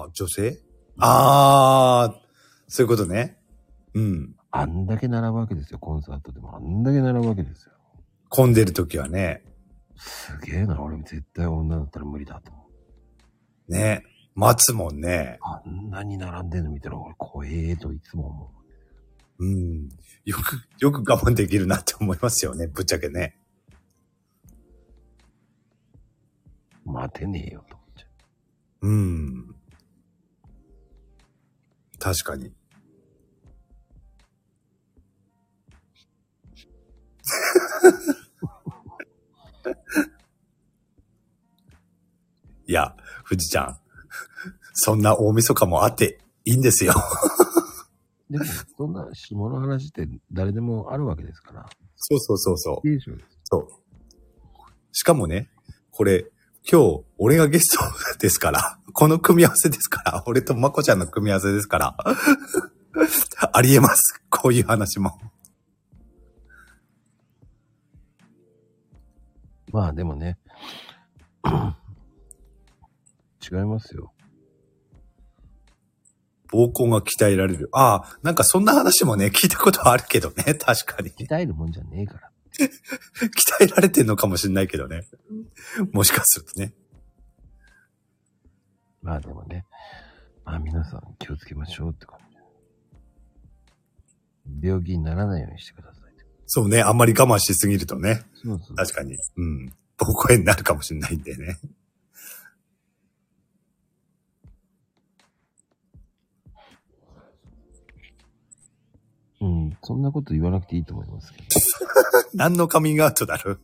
Speaker 2: ん。
Speaker 3: あ、女性ああ、そういうことね。うん。
Speaker 2: あんだけ並ぶわけですよ、コンサートでも。あんだけ並ぶわけですよ。
Speaker 3: 混んでる時はね、
Speaker 2: すげえな、俺絶対女だったら無理だと思う。
Speaker 3: ね、待つもんね。
Speaker 2: あんなに並んでんの見たら俺怖えといつも思う。
Speaker 3: うん。よく、よく我慢できるなって思いますよね、ぶっちゃけね。
Speaker 2: 待てねえよと思っちゃ
Speaker 3: うん。確かに。 いや、富士ちゃん。そんな大晦日もあっていいんですよ。
Speaker 2: う。で も、そんな下の話って誰でもあるわけですから。
Speaker 3: そうそうそうそう。
Speaker 2: いいでしょう。
Speaker 3: そう。しかもね、これ、今日、俺がゲストですから、この組み合わせですから、俺とまこちゃんの組み合わせですから、ありえます。こういう話も。
Speaker 2: まあでもね、 違いますよ。
Speaker 3: 膀胱が鍛えられる。ああ、なんかそんな話もね、聞いたことはあるけどね、 確かに。鍛
Speaker 2: 鍛えるもんじゃねえから。
Speaker 3: えられてんのかもしれないけどね。もしかするとね。
Speaker 2: まあでもね、まあ皆さん気をつけましょうって感じ。病気にならないようにしてください。
Speaker 3: そうね、あんまり我慢しすぎるとね。
Speaker 2: そうそう。
Speaker 3: 確かに。うん。膀胱炎になるかもしれないんでね。
Speaker 2: うん、そんなこと言わなくていいと思いますけど。
Speaker 3: 何のカミングアウトだろう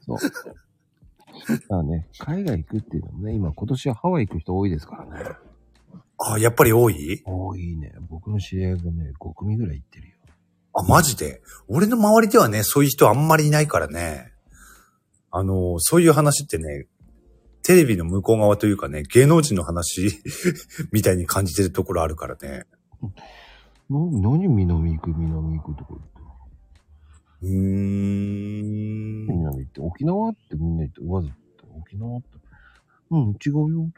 Speaker 2: そう。まあね、海外行くっていうのもね、今今年はハワイ行く人多いですからね。
Speaker 3: ああ、やっぱり多い
Speaker 2: 多いね。僕の知り合いがね、5組ぐらい行ってるよ。
Speaker 3: あ、マジで俺の周りではね、そういう人あんまりいないからね。あの、そういう話ってね、テレビの向こう側というかね、芸能人の話 みたいに感じてるところあるからね。
Speaker 2: な何南行く南行くとこ行って。
Speaker 3: うーん。
Speaker 2: 南行って、沖縄ってみんな言って、わざと沖縄って。うん、違うよ。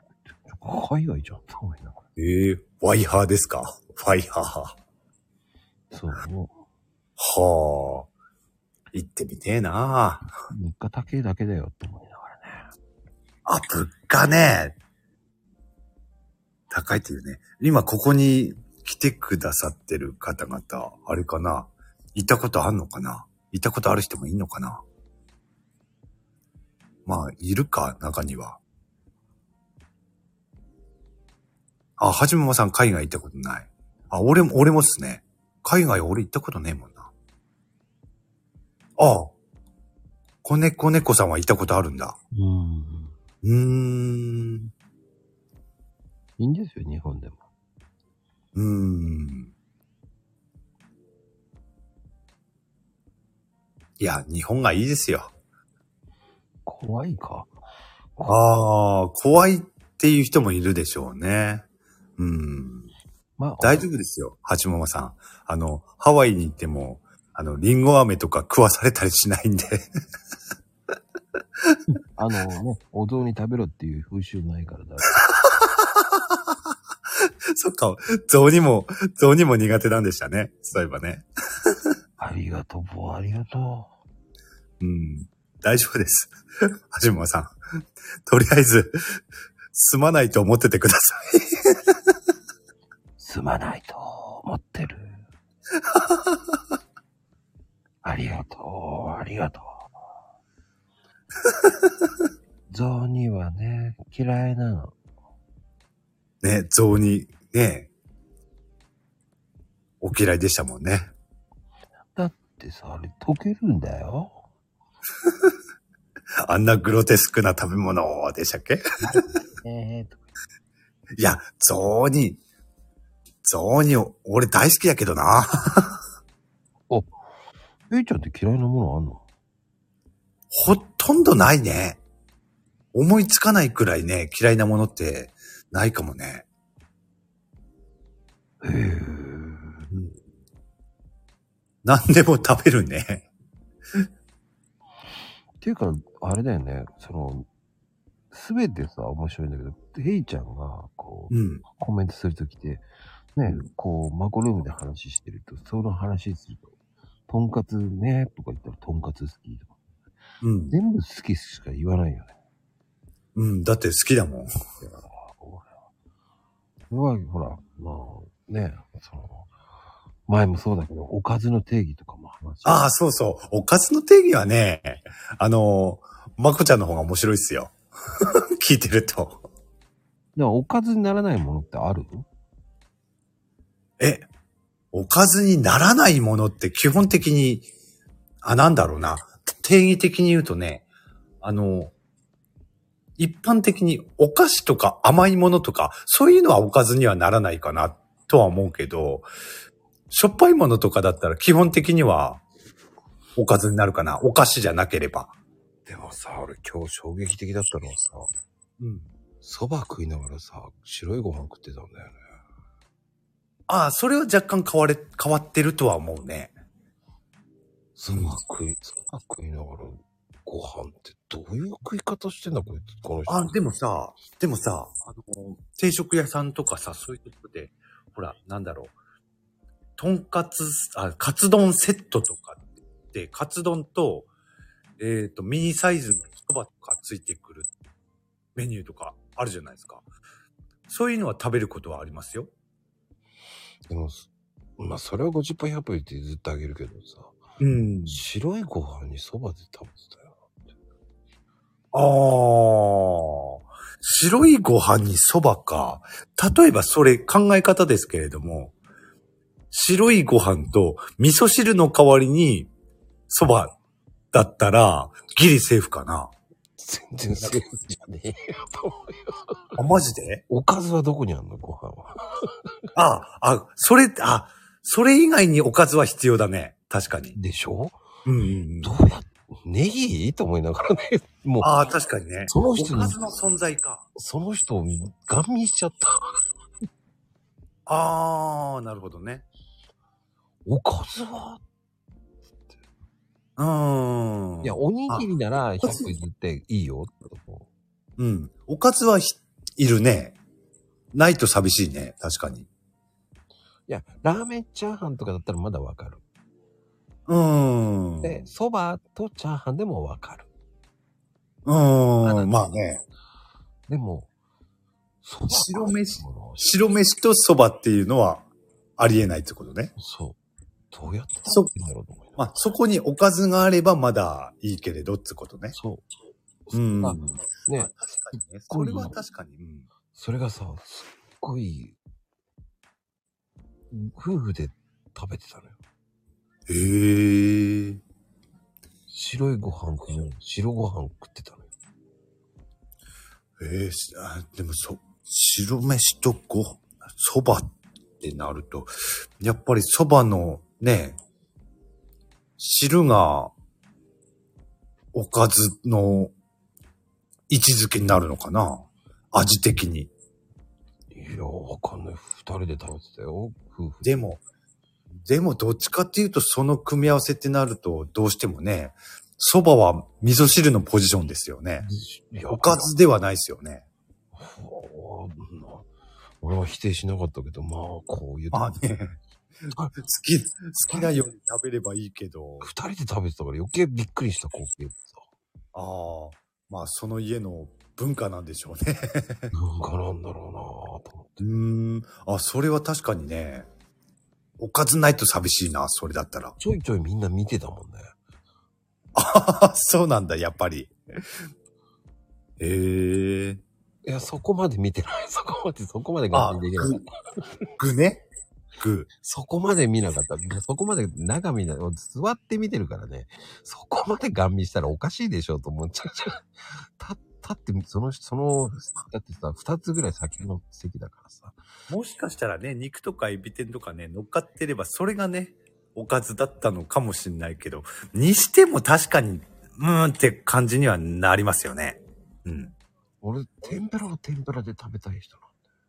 Speaker 2: とか言って海外じゃん。と思いなが
Speaker 3: えー、ワイハーですかワイハー。は
Speaker 2: ら。そう。
Speaker 3: あ。行ってみてえな
Speaker 2: 物価高いだけだよ。と思いながらね。
Speaker 3: あ、物価ね。高いっていうね。今ここに来てくださってる方々、あれかな行ったことあんのかな行ったことある人もいんのかなまあ、いるか、中には。あ、はじめまさん海外行ったことない。あ、俺も、俺もっすね。海外俺行ったことねえもんな。ああ。子猫猫さんは行ったことあるんだ。
Speaker 2: うん。
Speaker 3: うーん。
Speaker 2: いいんですよ、日本でも。
Speaker 3: うーん。いや、日本がいいですよ。
Speaker 2: 怖いか。
Speaker 3: ああ、怖いっていう人もいるでしょうね。うん。
Speaker 2: まあ、
Speaker 3: 大丈夫ですよ、八ママさん。あの、ハワイに行っても、あの、リンゴ飴とか食わされたりしないんで。
Speaker 2: あのね、お雑煮食べろっていう風習ないからだ。
Speaker 3: そっか、象にも、象にも苦手なんでしたね。そういえばね。
Speaker 2: ありがとう、ぼありがと
Speaker 3: うん。大丈夫です。 はじまさん。とりあえず、すまないと思っててください。
Speaker 2: う。すまないと思って る。ありがとう、ありがとう。雑煮はね、嫌いなの。
Speaker 3: ね、象に、ね、お嫌いでしたもんね。
Speaker 2: だってさ、あれ溶けるんだよ。
Speaker 3: あんなグロテスクな食べ物でしたっけ
Speaker 2: えー、と
Speaker 3: いや、象に、象に、俺大好きやけどな。
Speaker 2: えいちゃんって嫌いなものあんの
Speaker 3: ほとんどないね。思いつかないくらいね、嫌いなものってないかもね。
Speaker 2: へえ。
Speaker 3: 何でも食べるね。
Speaker 2: っていうか、あれだよね、その、すべてさ、面白いんだけど、ヘイちゃんが、こう、
Speaker 3: うん。
Speaker 2: コメントするときって、ね、こう、マコルームで話してると、その話すると、とんかつね、とか言ったら、とんかつ好きとか、
Speaker 3: うん。
Speaker 2: 全部好きしか言わないよね。
Speaker 3: うん。だって好きだもん。
Speaker 2: それは、ほら、まあ、ね、その、前もそうだけど、おかずの定義とかも話
Speaker 3: ああ、そうそう。おかずの定義はね、あの、まこちゃんの方が面白いっすよ。 聞いてると。
Speaker 2: でもおかずにならないものってある
Speaker 3: え、おかずにならないものって基本的に、あ、なんだろうな。定義的に言うとね、あの、一般的にお菓子とか甘いものとか、そういうのはおかずにはならないかなとは思うけど、しょっぱいものとかだったら基本的にはおかずになるかな。お菓子じゃなければ。
Speaker 2: でもさ、俺今日衝撃的だったのはさ、
Speaker 3: うん。
Speaker 2: 蕎麦食いながらさ、白いご飯食ってたんだよね。
Speaker 3: ああ、それは若干変われ、変わってるとは思うね。
Speaker 2: そば食い、そば食いながらご飯ってどういう食い方してんだ、こいつ、この人。
Speaker 3: あ、でもさ、でもさ、あの、定食屋さんとかさ、そういうとこで、ほら、なんだろう。とんかつ、あ、カツ丼セットとかって、カツ丼と、えっ、と、ミニサイズのそばとかついてくるメニューとかあるじゃないですか。そういうのは食べることはありますよ。
Speaker 2: でもす、まあ、それは50杯100杯って譲ってあげるけどさ、
Speaker 3: うん
Speaker 2: 白いご飯にそばで食べてたよ。
Speaker 3: ああ、白いご飯に蕎麦か。例えばそれ考え方ですけれども、白いご飯と味噌汁の代わりに蕎麦だったらギリセーフかな。
Speaker 2: 全然セーフじゃねえよと思うよ。
Speaker 3: あ、マジで
Speaker 2: おかずはどこにあんのご飯は。
Speaker 3: あ、あ、それ、あ、それ以外におかずは必要だね。確かに。
Speaker 2: でしょ
Speaker 3: うんうん
Speaker 2: どうやっネギと思いながらね、もう、
Speaker 3: ああ、確かにね。
Speaker 2: その
Speaker 3: お
Speaker 2: 人
Speaker 3: か
Speaker 2: に、
Speaker 3: ずの存在か。
Speaker 2: その人をガン見しちゃった。
Speaker 3: ああ、なるほどね。
Speaker 2: おかずは
Speaker 3: うーん。
Speaker 2: いや、おにぎりなら100譲っていいよって思
Speaker 3: うん。おかずはひいるね。ないと寂しいね。確かに。
Speaker 2: う。いや、ラーメンチャーハンとかだったらまだわかる。
Speaker 3: うーん。
Speaker 2: で、蕎麦とチャーハンでもわかる。
Speaker 3: うーん。まあね。
Speaker 2: でも、蕎麦
Speaker 3: 白飯
Speaker 2: もの
Speaker 3: 白飯と蕎麦っていうのはありえないってことね。
Speaker 2: そう。どうやって
Speaker 3: そ
Speaker 2: なんだろうと思いながら
Speaker 3: まあ、そこにおかずがあればまだいいけれどってことね。
Speaker 2: そ
Speaker 3: うん。
Speaker 2: まあう。
Speaker 3: あ
Speaker 2: ね、
Speaker 3: 確かにね。これは確かに。うん
Speaker 2: それがさ、すっごい、夫婦で食べてたのよ。
Speaker 3: へえ。
Speaker 2: 白いご飯と白ご飯食ってたのよ。
Speaker 3: ええしあでもそ、白飯とご、そばってなると、やっぱりそばのね、汁が、おかずの位置づけになるのかな味的に。
Speaker 2: いや、わかんない。二人で食べてたよ、夫婦
Speaker 3: でも、でもどっちかっていうとその組み合わせってなると、どうしてもね、そばは味噌汁のポジションですよね。
Speaker 2: いや
Speaker 3: おかずではないですよね。
Speaker 2: おー俺は否定しなかったけど、まあ、こういう。
Speaker 3: まあね。好き、好きなように食べればいいけど。
Speaker 2: 二人で食べてたから余計びっくりした光景だっ
Speaker 3: ああ、まあその家の文化なんでしょうね。
Speaker 2: た。文化なんだろうなぁと思って。
Speaker 3: うーん。あ、それは確かにね。おかずないと寂しいな、それだったら。
Speaker 2: ちょいちょいみんな見てたもんね。
Speaker 3: そうなんだ、やっぱり。ええ
Speaker 2: いや、そこまで見てない。 そこまで、そこまで
Speaker 3: あ、
Speaker 2: 我慢できなか
Speaker 3: 具
Speaker 2: った。、
Speaker 3: 具ね。具。
Speaker 2: そこまで見なかった。そこまで中見ない。座って見てるからね。そこまでガン見したらおかしいでしょと思っちゃう。た、立って、その、その、だってさ、二つぐらい先の席だからさ。
Speaker 3: もしかしたらね、肉とかエビ天とかね、乗っかってれば、それがね、おかずだったのかもしれないけど、にしても確かに、うーんって感じにはなりますよね。うん。
Speaker 2: 俺、天ぷらは天ぷらで食べたい人な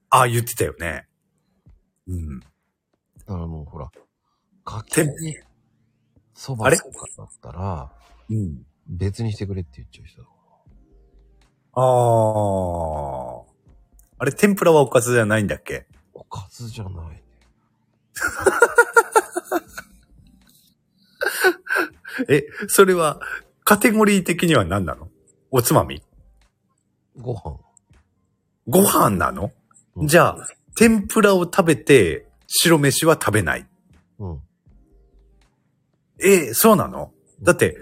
Speaker 3: ああ、言ってたよね。うん。
Speaker 2: の。あの、ほら、かき
Speaker 3: 天
Speaker 2: にそば
Speaker 3: あれ
Speaker 2: とかだったら、
Speaker 3: うん。
Speaker 2: 別にしてくれって言っちゃう人だか
Speaker 3: ああ。あれ、天ぷらはおかずじゃないんだっけ
Speaker 2: ら。おかずじゃない。
Speaker 3: え、それは、カテゴリー的には何なのおつまみ
Speaker 2: ご飯。
Speaker 3: ご飯なの、
Speaker 2: うん
Speaker 3: じゃあ、天ぷらを食べて、白飯は食べない。
Speaker 2: うん。
Speaker 3: えーそうなのだって、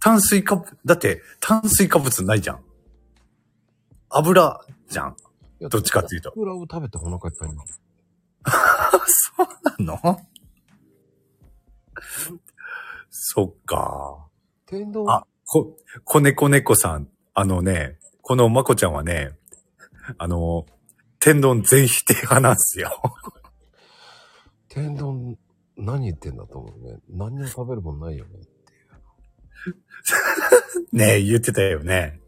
Speaker 3: 炭水化物、だって、炭水化物ないじゃん。油じゃん。
Speaker 2: いや
Speaker 3: どっちかっていうと
Speaker 2: 天ぷらを食べてお腹いっぱいになる。
Speaker 3: そうなの そっか。
Speaker 2: 天丼
Speaker 3: あ、こ、こねこねこさん、あのね、このまこちゃんはね、あの、天丼全否定派なんですよ。
Speaker 2: 天丼、何言ってんだと思うね。何にも食べるもんないよね。
Speaker 3: ねえ、言ってたよね。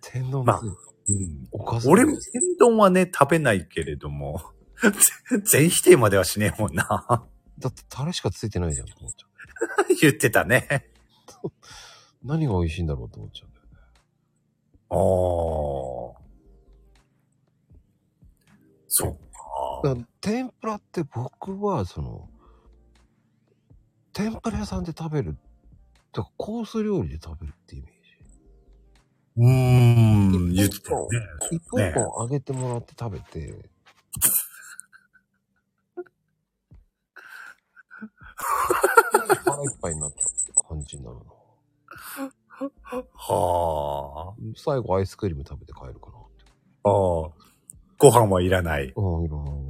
Speaker 2: 天丼、
Speaker 3: まあうん。
Speaker 2: おかず。
Speaker 3: 俺も天丼はね、食べないけれども、 全否定まではしねえもんな。
Speaker 2: だってタレしかついてないじゃんと思っちゃう。
Speaker 3: 言ってたね。
Speaker 2: 何が美味しいんだろうと思っちゃうんだよね。
Speaker 3: おー。そっか。
Speaker 2: だから天ぷらって僕は、その、天ぷら屋さんで食べる。だからコース料理で食べるってイメージ。
Speaker 3: うーん、言ってたよね。
Speaker 2: 一本一本揚げてもらって食べて、 腹いっぱいになったって感じになるな。
Speaker 3: は
Speaker 2: 最後アイスクリーム食べて帰るかなって。
Speaker 3: あ。ああ。ご飯はいらない。
Speaker 2: うん、いらないね。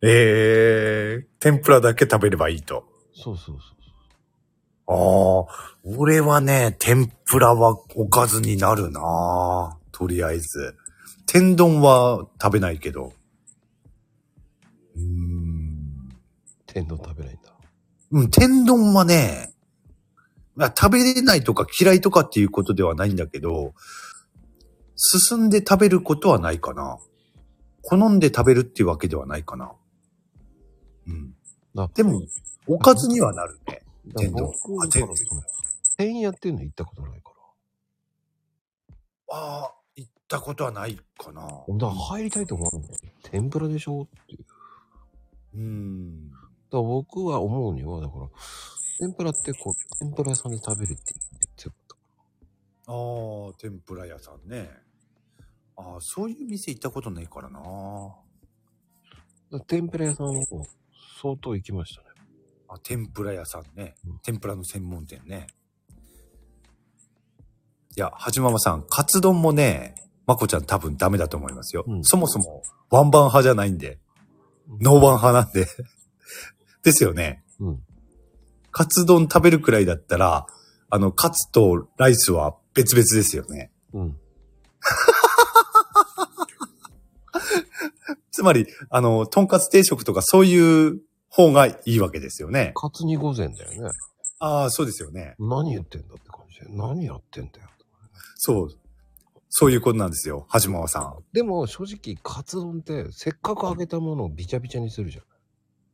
Speaker 3: ええ天ぷらだけ食べればいいと。
Speaker 2: そうそうそうそう。
Speaker 3: ああ、俺はね、天ぷらはおかずになるなとりあえず。天丼は食べないけど。うーん。
Speaker 2: 天丼食べないんだ。
Speaker 3: うん、天丼はね、まあ食べれないとか嫌いとかっていうことではないんだけど、進んで食べることはないかな。好んで食べるっていうわけではないかな。うん。
Speaker 2: あ
Speaker 3: でも、おかずにはなるね。天丼
Speaker 2: 僕は
Speaker 3: あ
Speaker 2: だ
Speaker 3: 天
Speaker 2: から
Speaker 3: 丼
Speaker 2: その、天屋っていうの行ったことないから。
Speaker 3: ああ、行ったことはないかな。
Speaker 2: だから入りたいと思わない。天ぷらでしょっていう。だか
Speaker 3: うん。
Speaker 2: ら僕は思うには、だから、天ぷらってこう、天ぷら屋さんで食べるって言ってよかった。
Speaker 3: ああ、天ぷら屋さんね。ああ、そういう店行ったことないからな。
Speaker 2: ら天ぷら屋さんも相当行きましたね。
Speaker 3: あ、天ぷら屋さんね
Speaker 2: うん。
Speaker 3: 天ぷらの専門店ね。いや、はじままさん、カツ丼もね、まこちゃん多分ダメだと思いますよ。
Speaker 2: うん
Speaker 3: そもそも、ワンバン派じゃないんで、ノーバン派なんで。 ですよね。
Speaker 2: うん。
Speaker 3: カツ丼食べるくらいだったら、あの、カツとライスは別々ですよね。
Speaker 2: うん。
Speaker 3: つまり、あの、とんかつ定食とかそういう方がいいわけですよね。
Speaker 2: カツ煮御膳だよね。
Speaker 3: ああ、そうですよね。
Speaker 2: 何言ってんだって感じで。何やってんだよ。
Speaker 3: そう。そういうことなんですよ。はじままさん。
Speaker 2: でも正直、カツ丼ってせっかく揚げたものをびちゃびちゃにするじゃん。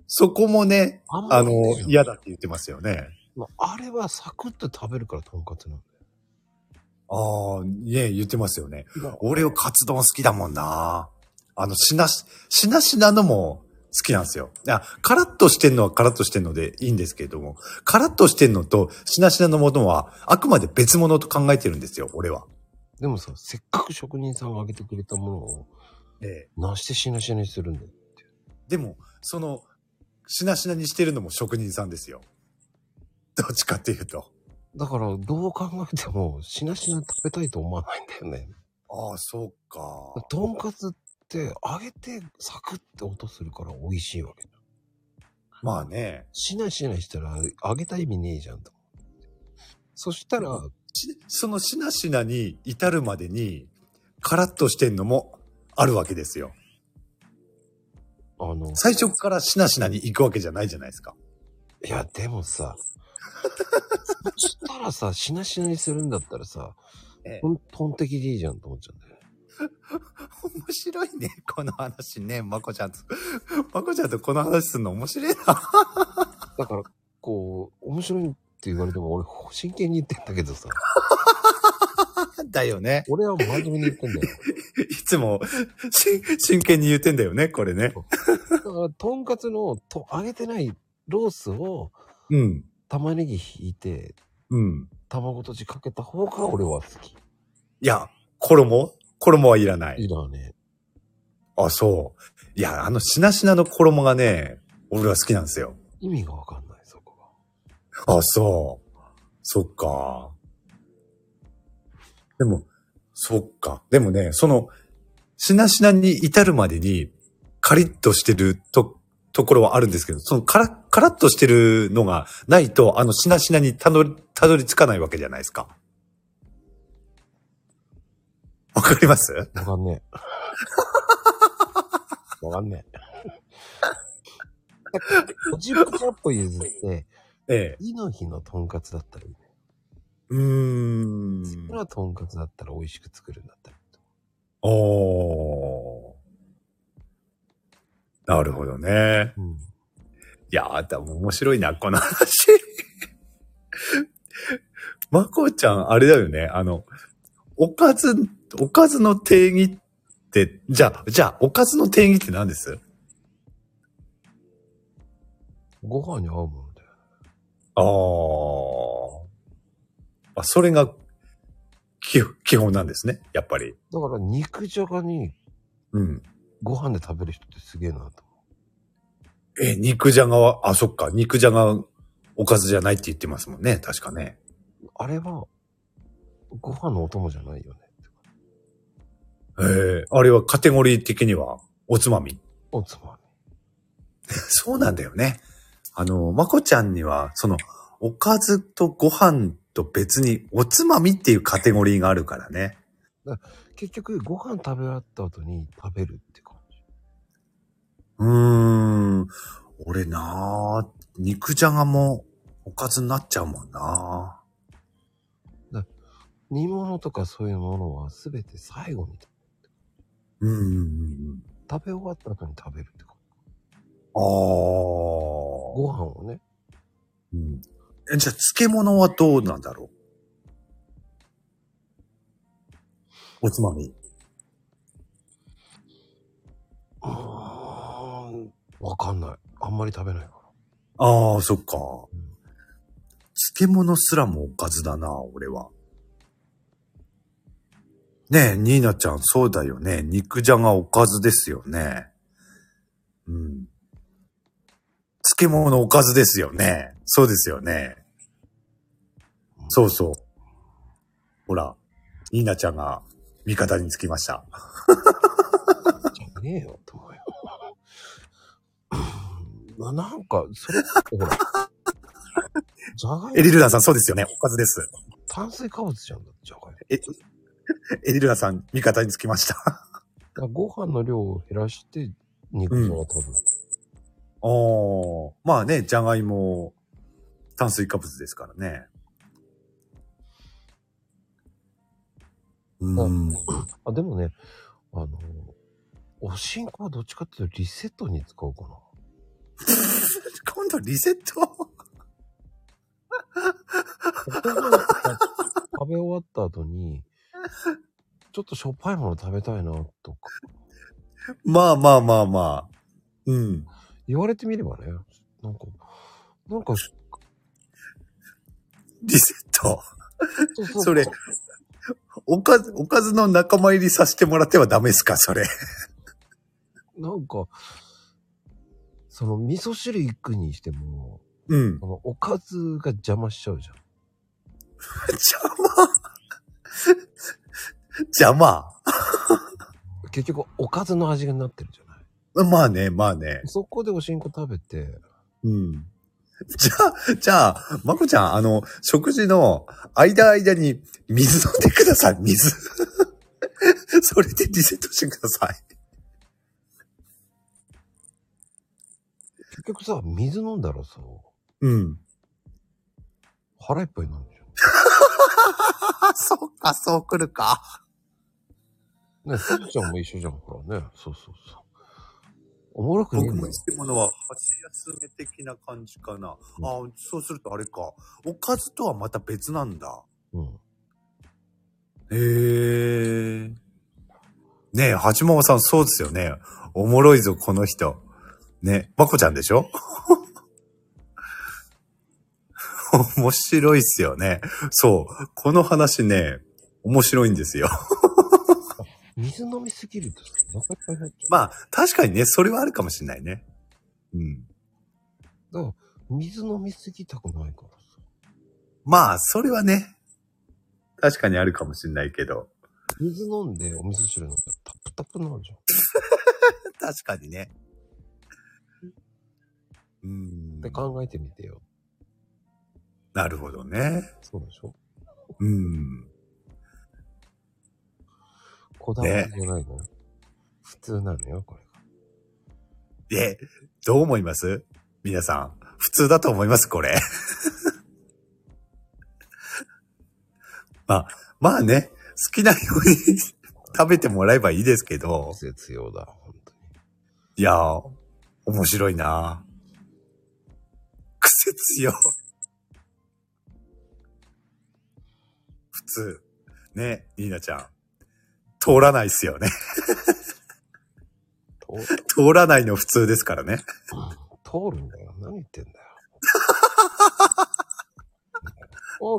Speaker 3: そこもね、
Speaker 2: あんま
Speaker 3: あ
Speaker 2: りね
Speaker 3: の、嫌だって言ってますよね。
Speaker 2: まああれはサクッと食べるからとんかつなんだよ
Speaker 3: ああ、ね言ってますよね。俺はカツ丼好きだもんな。あの、しなし、しなしなのも好きなんですよ。あ、カラッとしてんのはカラッとしてんのでいいんですけれども、カラッとしてんのとしなしなのものはあくまで別物と考えてるんですよ、俺は。
Speaker 2: でもさ、せっかく職人さんが揚げてくれたものを
Speaker 3: ええ。
Speaker 2: なしてしなしなにするんだよ。
Speaker 3: でも、その、しなしなにしてるのも職人さんですよ。どっちかっていうと。
Speaker 2: だから、どう考えても、しなしな食べたいと思わないんだよね。
Speaker 3: ああ、そうか。
Speaker 2: とんかつって、揚げて、サクって音するから美味しいわけ。
Speaker 3: まあね。
Speaker 2: しなしなしたら、揚げた意味ねえじゃんと。そしたら、
Speaker 3: しそのしなしなに至るまでに、カラッとしてんのもあるわけですよ。
Speaker 2: あの、
Speaker 3: 最初からしなしなに行くわけじゃないじゃないですか。
Speaker 2: いや、でも さ、そしたらさ、しなしなにするんだったらさ
Speaker 3: ええ、
Speaker 2: ほん、トンテキでいいじゃんと思っちゃうんだよね。
Speaker 3: 面白いね、この話ね、まこちゃんと。まこちゃんとこの話するの面白いな。
Speaker 2: だから、こう、面白いって言われても、俺、真剣に言ってんだけどさ、
Speaker 3: だよね。
Speaker 2: 俺は真面目に言ってん だよ。
Speaker 3: いつも、し真剣に言ってんだよね、これね。
Speaker 2: だから、とんかつの、と、揚げてないロースを、
Speaker 3: うん。
Speaker 2: 玉ねぎ引いて、
Speaker 3: うん。
Speaker 2: 卵とじかけた方が俺は好き。
Speaker 3: いや、衣衣はいらないい。
Speaker 2: いだね。
Speaker 3: あ、そう。いや、あのしなしなの衣がね、俺は好きなんですよ。
Speaker 2: 意味がわかんない、そこが。
Speaker 3: あ、そう。そっか。でも、そっか。でもね、その、しなしなに至るまでに、カリッとしてると、ところはあるんですけど、そのカラッ、カラッとしてるのがないと、あの、しなしなにたどり、たどり着かないわけじゃないですか。わかります
Speaker 2: わかんね え。わかんねえ。おじぶちゃっぽ譲って、
Speaker 3: ええ。
Speaker 2: いの日のとんかつだったらいいね。
Speaker 3: うー
Speaker 2: いく
Speaker 3: ん。
Speaker 2: らとんかつだったら美味しく作るんだったらいいと
Speaker 3: おー。なるほどね。
Speaker 2: 思う。
Speaker 3: いやー、でも面白いな、この話。 まこちゃん、あれだよね。あの、おかず、おかずの定義って、じゃあ、じゃあ、おかずの定義って何です
Speaker 2: うん。ご飯に合うものだよ。
Speaker 3: あーあ。それが、基本基本なんですね。やっぱり。
Speaker 2: だから肉じゃがに
Speaker 3: うん。
Speaker 2: ご飯で食べる人ってすげえなと思
Speaker 3: え、肉じゃがは、あ、そっか。肉じゃが、おかずじゃないって言ってますもんね。確かね。
Speaker 2: う。あれは、ご飯のお供じゃないよね。
Speaker 3: えー、あれはカテゴリー的には、おつまみ
Speaker 2: おつま
Speaker 3: そうなんだよね。あの、まこちゃんには、その、おかずとご飯と別に、おつまみっていうカテゴリーがあるからね。
Speaker 2: み。結局、ご飯食べ終わった後に食べるって感じ。
Speaker 3: うーん。俺なぁ、肉じゃがもおかずになっちゃうもんな
Speaker 2: 煮物とかそういうものは全て最後に
Speaker 3: ぁ。うんうんうん
Speaker 2: 食べ終わった後に食べるってこと
Speaker 3: うん。あ
Speaker 2: ご飯をね
Speaker 3: ーうん。えじゃあ、漬物はどうなんだろうおつまみ。
Speaker 2: うーんわかんないあんまり食べないか
Speaker 3: ああ、そっか。
Speaker 2: ん
Speaker 3: 漬物すらもおかずだな、俺は。ねえ、ニーナちゃん、そうだよね。肉じゃがおかずですよね。うん。漬物のおかずですよね。そうですよね。そうそう。ほら、ニーナちゃんが味方につきました。
Speaker 2: じゃねえよ、と思うよ。ななんか、それ、ほら。じゃがい
Speaker 3: エ
Speaker 2: も、
Speaker 3: リルナさん、そうですよね。おかずです。
Speaker 2: 炭水化物じゃん、じゃがいも。
Speaker 3: え、エリルナさん、味方につきました。
Speaker 2: だからご飯の量を減らして、肉そばを食べる。
Speaker 3: おー。まあね、じゃがいも、炭水化物ですからね。うん。
Speaker 2: あ、でもね、あの、おしんこはどっちかっていうとリセットに使うか な。
Speaker 3: 今度リセット
Speaker 2: 食べ終わった後に、ちょっとしょっぱいもの食べたいな、とか。
Speaker 3: まあまあまあまあ。うん。
Speaker 2: 言われてみればね、なんか、なんか、
Speaker 3: リセット。
Speaker 2: そうそう
Speaker 3: それ、おかず、おかずの仲間入りさせてもらってはダメですかそれ。
Speaker 2: なんか、その味噌汁行くにしても、
Speaker 3: うん。
Speaker 2: そのおかずが邪魔しちゃうじゃん。
Speaker 3: 邪魔。邪魔。
Speaker 2: 結局、おかずの味になってるじゃない。
Speaker 3: まあね、まあね。
Speaker 2: そこでおしんこ食べて、
Speaker 3: うん。じゃあ、じゃあ、まこちゃん、あの、食事の間間に水飲んでください、水。 それでリセットしてください。
Speaker 2: 結局さ、水飲んだらさ、
Speaker 3: うん。
Speaker 2: 腹いっぱいになるじ
Speaker 3: あ、そうか、そう来るか。
Speaker 2: ゃん。ね、さっちゃんも一緒じゃん、ほらね。そうそうそう。おもろくねえ
Speaker 3: 僕
Speaker 2: んだ
Speaker 3: も
Speaker 2: よ。
Speaker 3: 漬物は箸休め的な感じかな。
Speaker 2: うん
Speaker 3: あそうするとあれか。おかずとはまた別なんだ。
Speaker 2: うん。
Speaker 3: へえ。ねえ、八幡さんそうですよね。おもろいぞ、この人。ね、まこちゃんでしょ 面白いっすよね。そう。この話ね、面白いんですよ。
Speaker 2: 水飲みすぎるとさ、お腹いっぱいになっちゃう。
Speaker 3: まあ、確かにね、それはあるかもしれないね。うん。
Speaker 2: だから、水飲みすぎたくないからさ。
Speaker 3: まあ、それはね、確かにあるかもしれないけど。
Speaker 2: 水飲んでお味噌汁飲んだらタプタプになるじゃん。
Speaker 3: 確かにね。うん
Speaker 2: って。考えてみてよ。
Speaker 3: なるほどね。
Speaker 2: そうでしょ
Speaker 3: うん。
Speaker 2: こだわりじゃないの、普通なのよ、これが。
Speaker 3: え、どう思います皆さん。普通だと思いますこれ。 まあ、まあね、好きなように食べてもらえばいいですけど。
Speaker 2: 絶用だ、本当に。
Speaker 3: いやー、面白いな癖強。普通。ね、ニーナちゃん。通らないっすよね。
Speaker 2: と
Speaker 3: 通らないの普通ですからね。
Speaker 2: 通るんだよ。何言って んだよ。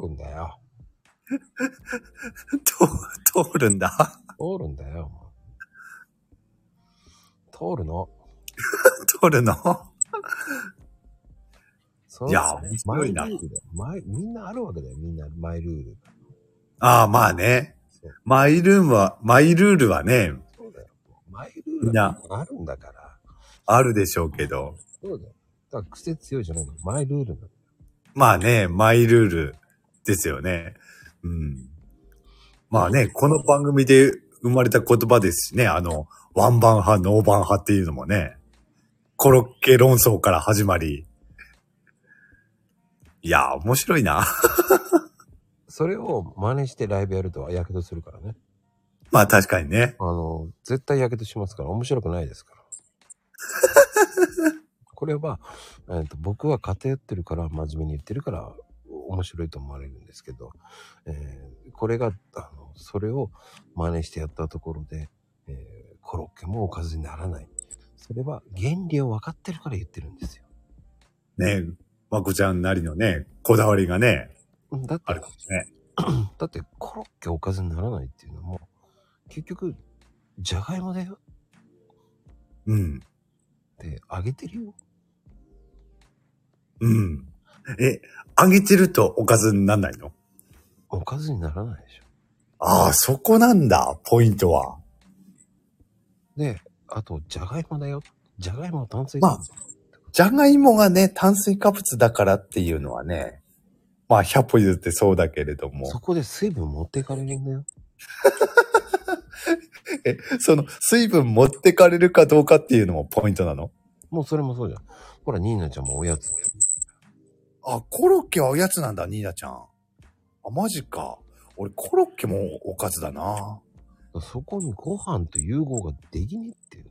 Speaker 2: 通るんだよ。
Speaker 3: 通、通るんだ。
Speaker 2: 通るんだよ。通るの。
Speaker 3: 通るの。
Speaker 2: そ
Speaker 3: いや面
Speaker 2: マ
Speaker 3: 白
Speaker 2: イ
Speaker 3: い
Speaker 2: ル
Speaker 3: な
Speaker 2: ールだよ。マイみんなあるわけだよ、みんな。マイルールが。
Speaker 3: ああ、まあね。
Speaker 2: そう
Speaker 3: マイルームは、マイルールはね、
Speaker 2: そうだよ。マイルールがあるんだから。
Speaker 3: あるでしょうけど。
Speaker 2: そうだよ。だから癖強いじゃないの。マイルールなの。
Speaker 3: まあね、マイルールですよね。うん。まあね、この番組で生まれた言葉ですしね、あの、ワンバン派、ノーバン派っていうのもね、コロッケ論争から始まり。いやー、面白いな。
Speaker 2: それを真似してライブやると、やけどするからね。
Speaker 3: まあ確かにね。
Speaker 2: あの、絶対やけどしますから、面白くないです から。これは、えーと、僕は偏ってるから、真面目に言ってるから、面白いと思われるんですけど、えーこれが、あの、それを真似してやったところで、えーコロッケもおかずにならない。それは原理を分かってるから言ってるんですよ。
Speaker 3: ね、まこちゃんなりのね、こだわりがね、
Speaker 2: だっ
Speaker 3: あ
Speaker 2: て
Speaker 3: るか、もね。
Speaker 2: だってコロッケおかずにならないっていうのも、結局、じゃがいもだよ。
Speaker 3: うん。
Speaker 2: ってあげてるよ。
Speaker 3: うん。え、揚げてるとおかずになんないの
Speaker 2: おかずにならないでしょ。
Speaker 3: ああ、そこなんだ、ポイントは。
Speaker 2: で、あと、じゃがいもだよ。じゃがいもは炭水
Speaker 3: ま
Speaker 2: 化
Speaker 3: あ
Speaker 2: 物。
Speaker 3: じゃがいもがね、炭水化物だからっていうのはね、まあ、百歩譲ってそうだけれども
Speaker 2: そ、こで水分持っていかれるんだよ。
Speaker 3: え、その、水分持ってかれるかどうかっていうのもポイントなの
Speaker 2: もうそれもそうじゃん。ほら、ニーナちゃんもおやつ。
Speaker 3: あ、コロッケはおやつなんだ、ニーナちゃん。あ、マジか。俺、コロッケもおかずだな。
Speaker 2: そこにご飯と融合ができねえっていう。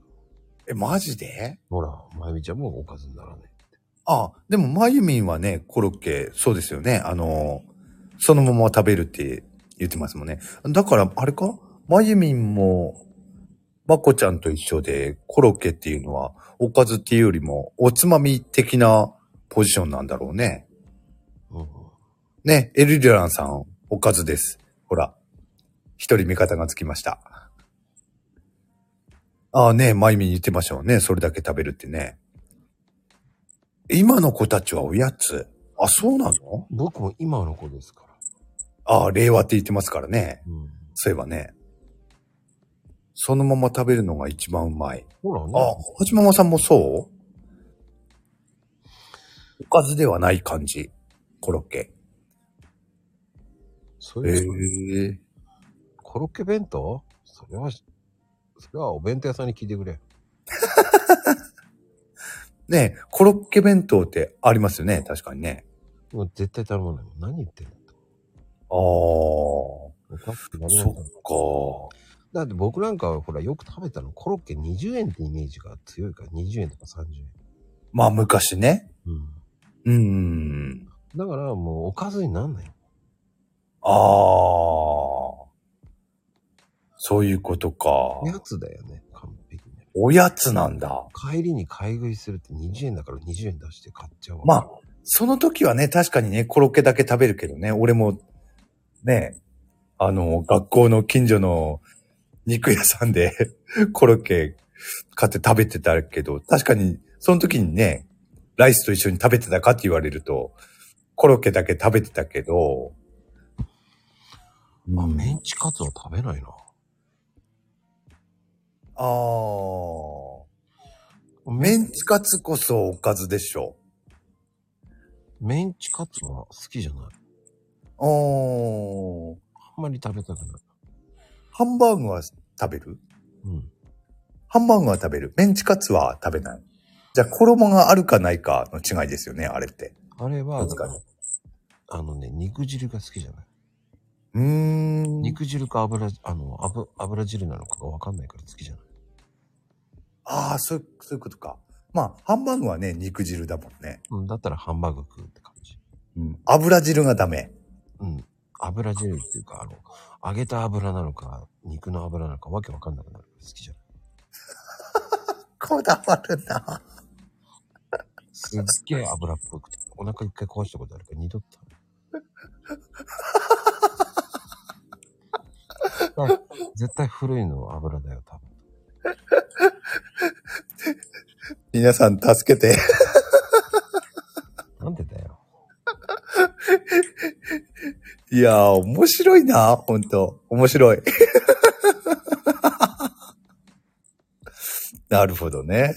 Speaker 3: え、マジで
Speaker 2: ほら、まゆみちゃんもおかずにならない。
Speaker 3: あ、でも、まゆみんはね、コロッケ、そうですよね。あのー、そのまま食べるって言ってますもんね。だから、あれかまゆみんも、まこちゃんと一緒で、コロッケっていうのは、おかずっていうよりも、おつまみ的なポジションなんだろうね。
Speaker 2: うん。
Speaker 3: ね、エルデュランさん、おかずです。ほら、一人味方がつきました。ああね、まゆみん言ってましたもんね。それだけ食べるってね。今の子たちはおやつ。あ、そうなの
Speaker 2: 僕も今の子ですから。
Speaker 3: ああ、令和って言ってますからね。
Speaker 2: うん。
Speaker 3: そういえばね。そのまま食べるのが一番うまい。
Speaker 2: ほら
Speaker 3: あ、
Speaker 2: ね。
Speaker 3: はちままさんもそうおかずではない感じ。コロッケ。
Speaker 2: そう
Speaker 3: へ
Speaker 2: いう、
Speaker 3: え。
Speaker 2: コロッケ弁当それは、それはお弁当屋さんに聞いてくれ。
Speaker 3: ねえコロッケ弁当ってありますよね、確かにね。
Speaker 2: もう絶対頼まない。何言ってんの
Speaker 3: ああ、そ
Speaker 2: おかしくなりないから
Speaker 3: っか。
Speaker 2: だって僕なんかはほらよく食べたのコロッケ20円ってイメージが強いから20円とか30円。
Speaker 3: まあ昔ね。
Speaker 2: うん。
Speaker 3: うん。
Speaker 2: だからもうおかずになんない。
Speaker 3: ああ、そういうことか
Speaker 2: お。やつだよね、完璧に。
Speaker 3: おやつなんだ。
Speaker 2: 帰りに買い食いするって20円だから20円出して買っちゃうわ。
Speaker 3: まあ、その時はね、確かにね、コロッケだけ食べるけどね、俺も、ね、あの、学校の近所の肉屋さんで コロッケ買って食べてたけど、確かに、その時にね、ライスと一緒に食べてたかって言われると、コロッケだけ食べてたけど、
Speaker 2: あ、
Speaker 3: うん
Speaker 2: メンチカツは食べないな。
Speaker 3: あーメンチカツこそおかずでしょ。
Speaker 2: メンチカツは好きじゃない。
Speaker 3: おー
Speaker 2: あんまり食べたくない。
Speaker 3: ハンバーグは食べる
Speaker 2: うん。
Speaker 3: ハンバーグは食べる。メンチカツは食べない。じゃあ、衣があるかないかの違いですよね、あれって。
Speaker 2: あれは
Speaker 3: 確かに、
Speaker 2: あのね、肉汁が好きじゃない。
Speaker 3: うーん。
Speaker 2: 肉汁か油、あの、油油汁なのかがわかんないから好きじゃない。
Speaker 3: ああ、そういう、そういうことか。まあ、ハンバーグはね、肉汁だもんね。
Speaker 2: うん、だったらハンバーグ食うって感じ。
Speaker 3: うん。油汁がダメ。
Speaker 2: うん。油汁っていうか、あの、揚げた油なのか、肉の油なのか、わけわかんなくなるから好きじゃない。
Speaker 3: こだわるな。
Speaker 2: すっげえ油っぽくて、お腹一回壊したことあるから、二 度と食べないだから絶対古いの油だよ、多分。
Speaker 3: 皆さん、助けて。
Speaker 2: なんでだよ。
Speaker 3: いやー、面白いな、ほんと。面白い。 なるほどね。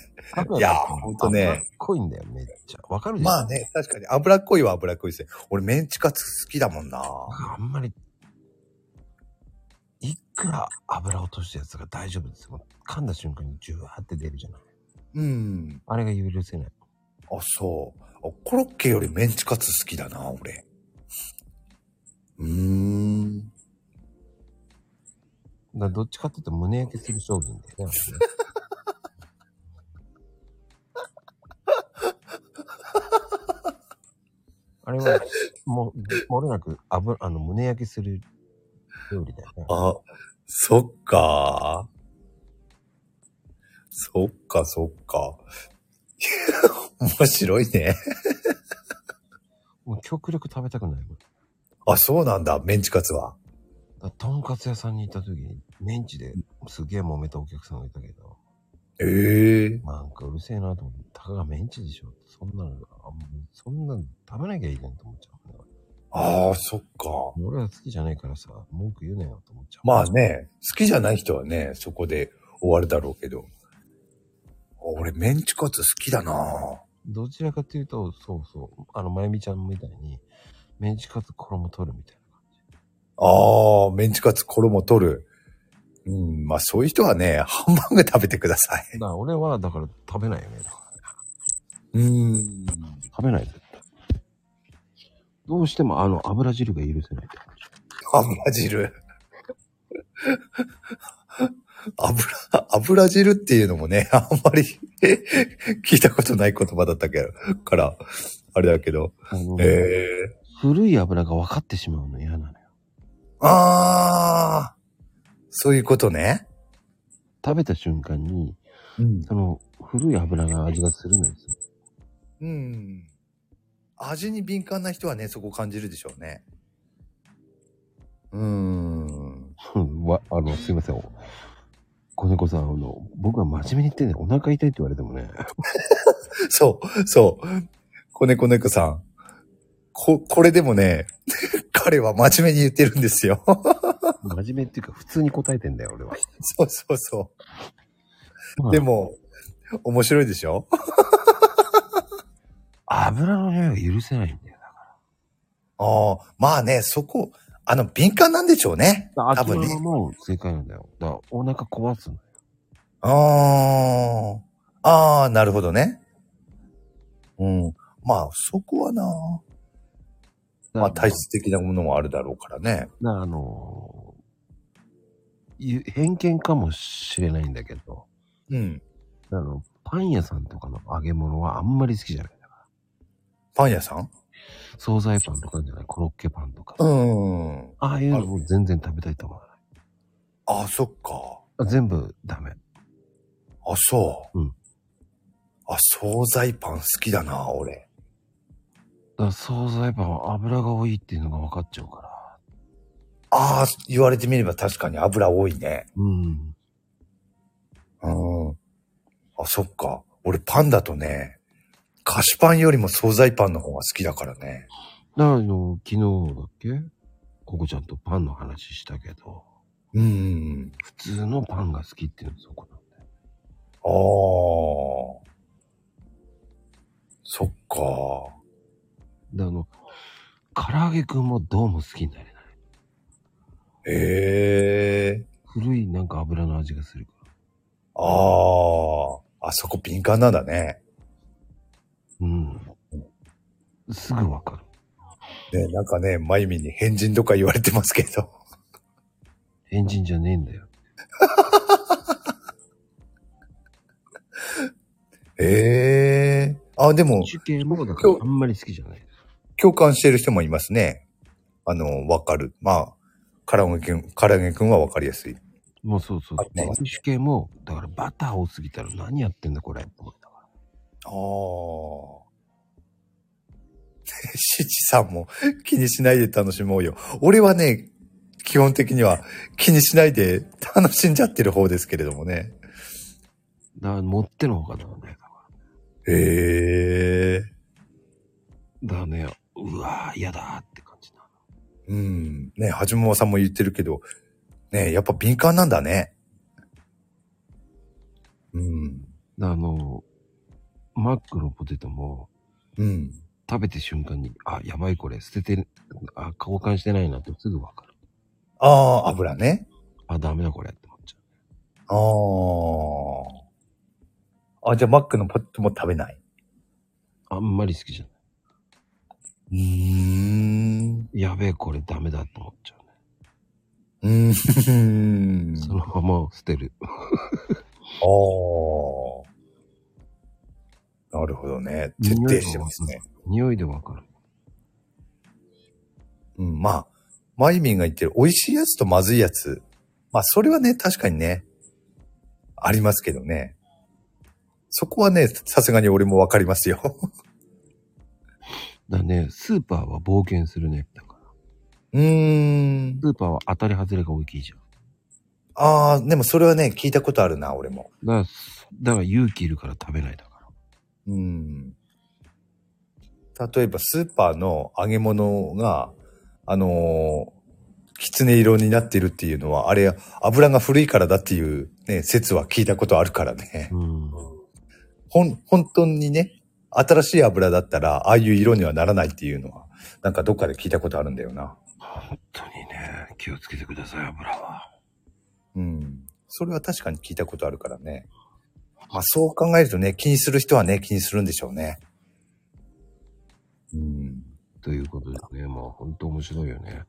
Speaker 3: いやーほんとね
Speaker 2: 油っこいんだよ、めっちゃ。わかるじゃん。
Speaker 3: まあね、確かに脂っこいは脂っこいですね。俺、メンチカツ好きだもんな。
Speaker 2: あんまり、いくら油落としたやつが大丈夫ですよ。噛んだ瞬間にジュワーって出るじゃない。
Speaker 3: うん。
Speaker 2: あれが許せない。
Speaker 3: あ、そう。あコロッケよりメンチカツ好きだな、俺。うーん。
Speaker 2: だからどっちかって言ったら胸焼けする商品だよね。あれ ねあれは、もう、もれなく油、あの、胸焼けする料理だよね。
Speaker 3: あ、そっか。そっか、そっか。 面白いね。
Speaker 2: もう極力食べたくないもん。
Speaker 3: あ、そうなんだ、メンチカツは。
Speaker 2: だからとんかつ屋さんに行った時に、メンチですげえ揉めたお客さんがいたけど、
Speaker 3: ええ
Speaker 2: なんかうるせえなと思って、たかがメンチでしょって、そんなの、あもうそんなの食べなきゃいいじゃんと思っちゃうね。
Speaker 3: ああ、そっか。
Speaker 2: 俺は好きじゃないからさ、文句言うなよと思っちゃう。
Speaker 3: まあね、好きじゃない人はね、そこで終わるだろうけど。あ俺、メンチカツ好きだなぁ
Speaker 2: どちらかというと、そうそう、あの、まゆみちゃんみたいに、メンチカツ衣取るみたいな感じ。
Speaker 3: ああ、メンチカツ衣取る。うん、まあそういう人はね、ハンバーグ食べてください。
Speaker 2: だから俺は、だから食べないよね。だからね
Speaker 3: うーん。
Speaker 2: 食べない絶対。どうしてもあの油汁が許せないって感じ。
Speaker 3: 油汁。 油、油汁っていうのもね、あんまり 聞いたことない言葉だったけど、から、あれだけど。
Speaker 2: あの、
Speaker 3: ええ
Speaker 2: 古い油が分かってしまうの嫌なのよ。
Speaker 3: ああ、そういうことね。
Speaker 2: 食べた瞬間に、
Speaker 3: うん。
Speaker 2: その古い油が味がするのですよ。
Speaker 3: うん。味に敏感な人はね、そこ感じるでしょうね。うーん。
Speaker 2: うんわ、あの、すいません。子猫さん、あの、僕は真面目に言ってね、お腹痛いって言われてもね、
Speaker 3: そう、そう。子猫猫さん。こ、これでもね、 彼は真面目に言ってるんですよ。
Speaker 2: 真面目っていうか普通に答えてんだよ、俺は。
Speaker 3: そうそうそ
Speaker 2: まあ
Speaker 3: う。で、も、面白いでしょ
Speaker 2: 油の匂いが許せないんだよ
Speaker 3: ああ、まあね、そこ、あの、敏感なんでしょうね。
Speaker 2: な。
Speaker 3: 多分ね
Speaker 2: 油はもう正解なんだよ。だからお腹壊すの。
Speaker 3: ああ、ああ、なるほどね。うん。まあ、そこはな。まあ、体質的なものもあるだろうからね。
Speaker 2: なあのゆ偏見かもしれないんだけど、
Speaker 3: うん。
Speaker 2: あの、パン屋さんとかの揚げ物はあんまり好きじゃない。
Speaker 3: パン屋さん
Speaker 2: 惣菜パンとかじゃない、コロッケパンとか。
Speaker 3: うん。
Speaker 2: ああいうのも全然食べたいと思わない
Speaker 3: ああ、そっか。
Speaker 2: あ。全部ダメ。
Speaker 3: あ、そう。
Speaker 2: うん。
Speaker 3: あ、惣菜パン好きだな、俺。
Speaker 2: だから惣菜パンは油が多いっていうのが分かっちゃうから。
Speaker 3: ああ、言われてみれば確かに油多いね。
Speaker 2: うん。
Speaker 3: うん。あ、そっか。俺パンだとね、菓子パンよりも惣菜パンの方が好きだからね。
Speaker 2: だからあの、昨日だっけココちゃんとパンの話したけど、
Speaker 3: うん。
Speaker 2: 普通のパンが好きっていうのはそこなんだよ。
Speaker 3: ああ。そっか。
Speaker 2: で、あの、唐揚げくんもどうも好きになれない。
Speaker 3: ええ
Speaker 2: 古いなんか油の味がするから。
Speaker 3: ああ。あそこ敏感なんだね。
Speaker 2: うん。すぐ分かる。
Speaker 3: ね、なんかね、まゆみに変人とか言われてますけど。
Speaker 2: エンジンじゃねえんだよ。
Speaker 3: ええあ、でも、
Speaker 2: 手系もだからあんまり好きじゃない。
Speaker 3: 共感してる人もいますね。あの、わかる。まあ、唐揚げくん、唐揚げくんはわかりやすい。
Speaker 2: もうそうそう。
Speaker 3: あね
Speaker 2: 外資系も、だからバター多すぎたら何やってんだこれって思ったから。
Speaker 3: あ あ。しちさんも気にしないで楽しもうよ。俺はね、基本的には気にしないで楽しんじゃってる方ですけれどもね。
Speaker 2: だから持ってのほかだからね。
Speaker 3: へえ。
Speaker 2: だからね、うわー嫌だーって感じだ。
Speaker 3: うん。ね、はじめまさんも言ってるけど、ね、やっぱ敏感なんだね。う
Speaker 2: だ
Speaker 3: ん。
Speaker 2: からあの、マックのポテトも
Speaker 3: うん。
Speaker 2: 食べて瞬間に、あ、やばいこれ捨ててる、あ、交換してないなってすぐわかる。
Speaker 3: ああ、油ね。
Speaker 2: あ、ダメだこれって思っちゃ
Speaker 3: ああ。あ、じゃあマックのポテトも食べない。
Speaker 2: う。あんまり好きじゃな
Speaker 3: うーん。
Speaker 2: い。やべえこれダメだって思っちゃうね。
Speaker 3: うーん。
Speaker 2: そのまま捨てる。
Speaker 3: ああ。なるほどね。徹底してますね。
Speaker 2: 匂いでわかる。
Speaker 3: うん、まあ、マイミンが言ってる美味しいやつとまずいやつ。まあ、それはね、確かにね、ありますけどね。そこはね、さすがに俺もわかりますよ。
Speaker 2: だからね、スーパーは冒険するね。だから。
Speaker 3: うーん。
Speaker 2: スーパーは当たり外れが大きいじゃん。
Speaker 3: ああ、でもそれはね、聞いたことあるな、俺も。
Speaker 2: だから、だから勇気いるから食べないだから。
Speaker 3: うん。例えば、スーパーの揚げ物が、あのー、きつね色になってるっていうのは、あれ、油が古いからだっていうね、説は聞いたことあるからね。
Speaker 2: うん。
Speaker 3: ほん、本当にね、新しい油だったら、ああいう色にはならないっていうのは、なんかどっかで聞いたことあるんだよな。
Speaker 2: 本当にね、気をつけてください、油は。
Speaker 3: うん。それは確かに聞いたことあるからね。まあそう考えるとね、気にする人はね、気にするんでしょうね。うん。
Speaker 2: ということですね。もう本当面白いよね。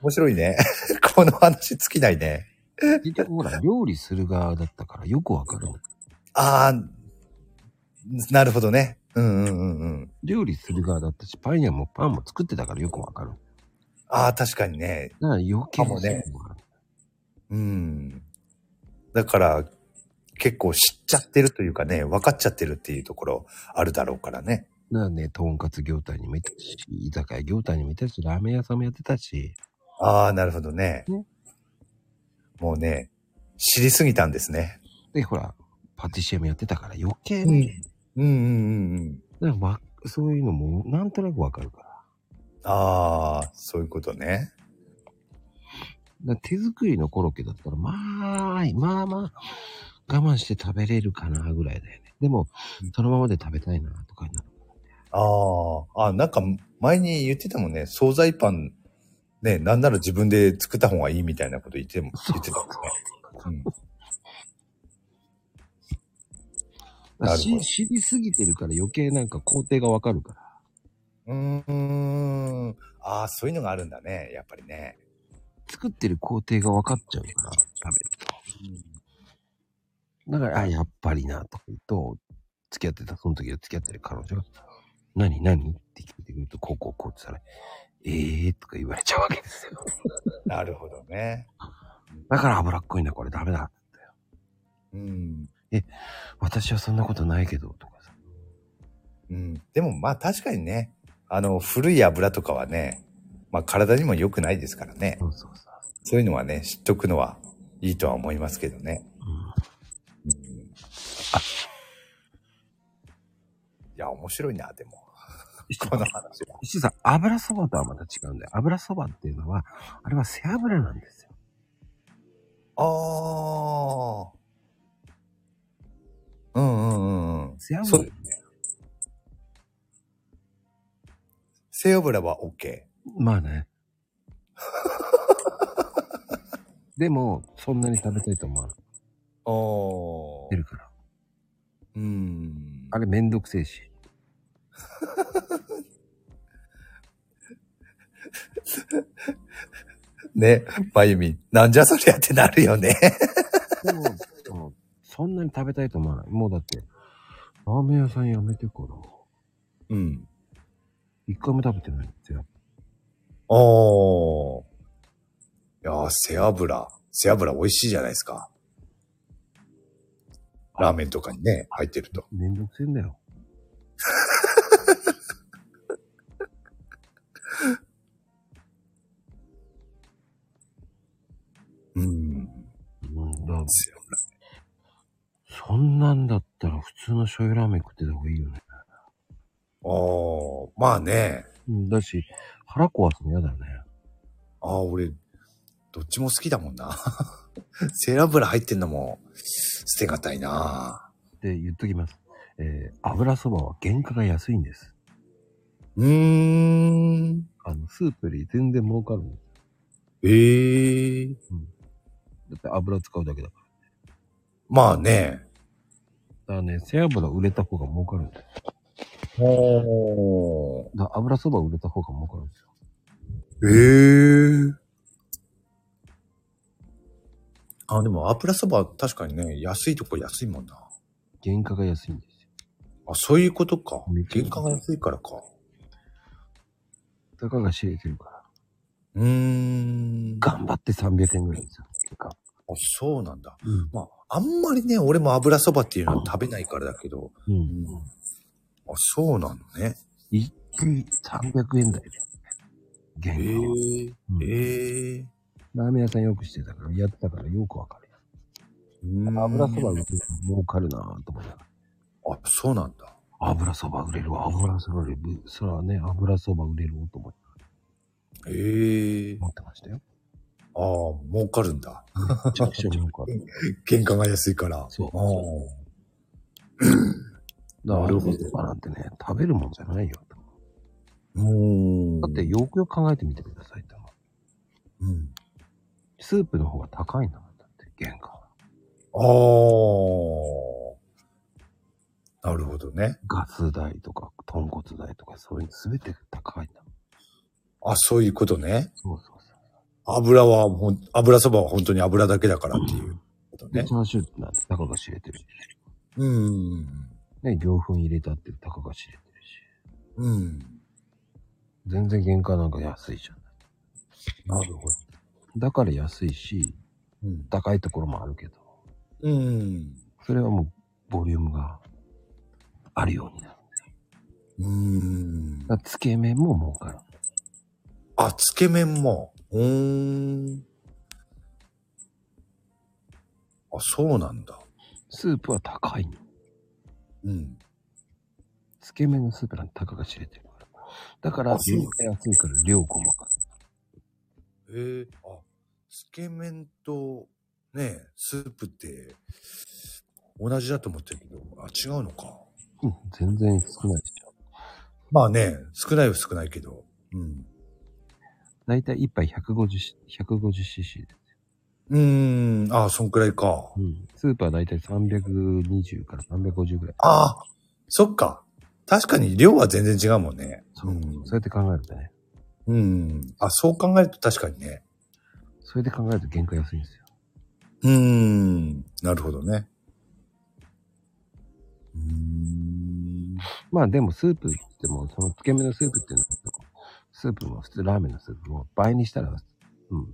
Speaker 3: 面白いね。 この話尽きないね。
Speaker 2: 結局ほら、料理する側だったからよくわかる。
Speaker 3: ああ、なるほどね。うんうんうんうん。
Speaker 2: 料理する側だったし、パンやもパンも作ってたからよくわかる。
Speaker 3: ああ、確かにね。
Speaker 2: だから余計に
Speaker 3: かもね
Speaker 2: そうなの
Speaker 3: うん。だから、結構知っちゃってるというかね、分かっちゃってるっていうところあるだろうからね。
Speaker 2: だからね、とんかつ業態にもいたし、居酒屋業態にもいたし、ラーメン屋さんもやってたし、
Speaker 3: ああ、なるほどね
Speaker 2: ね。
Speaker 3: もうね、知りすぎたんですね。
Speaker 2: で、ほら、パティシエもやってたから余計
Speaker 3: うん
Speaker 2: に、
Speaker 3: うんうんうんうん。
Speaker 2: だからまそういうのもなんとなくわかるから。
Speaker 3: ああ、そういうことね。
Speaker 2: だから手作りのコロッケだったら、まあ、まあまあ、我慢して食べれるかなぐらいだよね。でも、そのままで食べたいなとかになる。
Speaker 3: ああ、あなんか前に言ってたもんね、惣菜パン、ね、なんなら自分で作った方がいいみたいなこと言っても、言ってたもんね。うんなるほど
Speaker 2: し知りすぎてるから余計なんか工程がわかるから。
Speaker 3: うーん。ああ、そういうのがあるんだね、やっぱりね。
Speaker 2: 作ってる工程が分かっちゃうから、食べると。だから、あ、やっぱりな、とか言うと、付き合ってた、その時は付き合ってる彼女が、何、何って聞いてくると、こうこうこうって言ったら、ええー、とか言われちゃうわけですよ。
Speaker 3: なるほどね。
Speaker 2: だから脂っこいな、これダメだ。
Speaker 3: うん。
Speaker 2: 私はそんなことないけど、とかさ。
Speaker 3: うん。でもまあ確かにね、あの、古い油とかはね、まあ体にも良くないですからね。
Speaker 2: そうそうそう。
Speaker 3: そういうのはね、知っとくのはいいとは思いますけどね。
Speaker 2: うん
Speaker 3: いや、面白いな、でも。この話は。
Speaker 2: 石井さん、油そばとはまた違うんだよ。油そばっていうのは、あれは背脂なんですよ。
Speaker 3: ああ。うんうんうんうん。
Speaker 2: 背
Speaker 3: そ
Speaker 2: 脂
Speaker 3: う。背脂は OK。
Speaker 2: まあね。 でも、そんなに食べたいと思わない
Speaker 3: お
Speaker 2: 出るから。
Speaker 3: うん。
Speaker 2: あれめんどくせえし。
Speaker 3: ね、まゆみ、なんじゃそりゃってなるよね。
Speaker 2: でも、そのそんなに食べたいと思わない。もうだって、ラーメン屋さんやめてから、
Speaker 3: うん。
Speaker 2: 一回も食べてないんですよ。
Speaker 3: おー。いやー、背脂。背脂美味しいじゃないですか。ラーメンとかにね、入ってると。
Speaker 2: めんどくせえんだよ。
Speaker 3: うん。
Speaker 2: うん、だから
Speaker 3: 背脂
Speaker 2: そんなんだったら普通の醤油ラーメン食ってた方がいいよね。
Speaker 3: おー、まあね。
Speaker 2: うん、だし、腹壊すの嫌だよね。
Speaker 3: ああ、俺、どっちも好きだもんな。 背脂入ってんのも、捨てがたいな。
Speaker 2: で、言っときます。えー、油そばは原価が安いんです。
Speaker 3: うーん。
Speaker 2: あの、スープより全然儲かるんです。
Speaker 3: ええ
Speaker 2: だって油使うだけだから。
Speaker 3: まあね。
Speaker 2: だからね、背脂売れた方が儲かるんです。
Speaker 3: おー。
Speaker 2: だから油そば売れた方が儲かるんですよ。
Speaker 3: ええあ、でも油そば確かにね、安いとこ安いもんな。
Speaker 2: 原価が安いんですよ。
Speaker 3: あ、そういうことか
Speaker 2: めっ。ちゃ
Speaker 3: 原価が安いからか。
Speaker 2: たかが知れてるから。
Speaker 3: うーん。あ、
Speaker 2: 頑張って300円ぐらいですよ。原価
Speaker 3: そうなんだ。
Speaker 2: うん。
Speaker 3: まあ、あんまりね、俺も油そばっていうのは食べないからだけど、
Speaker 2: う。
Speaker 3: うんん、あ、そうなのね。
Speaker 2: 一匹300円台だよね。原価は。
Speaker 3: え
Speaker 2: うん
Speaker 3: ええ
Speaker 2: ラーメン屋さんよくしてたから、やってたからよくわかる。
Speaker 3: うん
Speaker 2: 油そば売ってるの儲かるなぁと思いながら。
Speaker 3: あ、そうなんだ。
Speaker 2: 油そば売れるわ、油そば売れる。そらね、油そば売れると思って
Speaker 3: ええ
Speaker 2: 思ってましたよ。
Speaker 3: ああ、儲かるんだ。
Speaker 2: めちゃくちゃ儲かる。
Speaker 3: 原価が安いから。
Speaker 2: そう
Speaker 3: ああ
Speaker 2: だから、
Speaker 3: なるほど
Speaker 2: 油そばなんてね、食べるもんじゃないよ。
Speaker 3: うん
Speaker 2: だって、よくよく考えてみてくださいって思う。
Speaker 3: うん。
Speaker 2: スープの方が高いんだもんだって、原価は。
Speaker 3: ああ。なるほどね。
Speaker 2: ガス代とか、豚骨代とか、そういうすべてが高いんだもん。
Speaker 3: あ、そういうことね。
Speaker 2: そうそうそう。
Speaker 3: 油はほん、油そばは本当に油だけだからっていうこと
Speaker 2: で、
Speaker 3: ね
Speaker 2: チ。ャーシューってなんて、たかが知れてるし。
Speaker 3: うん。
Speaker 2: ね、両粉入れたって、たかが知れてるし。
Speaker 3: うん。
Speaker 2: 全然原価なんか安いじゃない。
Speaker 3: なるほど。
Speaker 2: だから安いし、
Speaker 3: うん。
Speaker 2: 高いところもあるけど、
Speaker 3: うん。
Speaker 2: それはもう、ボリュームがあるようになる。
Speaker 3: うん
Speaker 2: だ。からつけ麺も儲かる。
Speaker 3: あ、つけ麺も。うーん。あ、そうなんだ。
Speaker 2: スープは高いの。
Speaker 3: うん。
Speaker 2: つけ麺のスープなんてたかが知れてるから。だから、
Speaker 3: あそう
Speaker 2: 原価安いから量細かい。
Speaker 3: ええあ、つけ麺と、ね、スープって、同じだと思ってるけど、あ、違うのか。
Speaker 2: うん、全然少ないでしょ。
Speaker 3: まあね、少ないは少ないけど。うん。
Speaker 2: だいたい1杯 150cc 150cc で。
Speaker 3: うーん、ああ、そんくらいか。
Speaker 2: うん。スープはだいたい320から350ぐらい。
Speaker 3: ああ、そっか。確かに量は全然違うもんね。
Speaker 2: そう、
Speaker 3: ん
Speaker 2: そうやって考えるとね。
Speaker 3: うん。あ、そう考えると確かにね。
Speaker 2: それで考えると原価安いんですよ。
Speaker 3: うーん。なるほどね。うーん。
Speaker 2: まあでもスープってもうそのつけ麺のスープっていうのは、スープも普通ラーメンのスープも倍にしたら、うん。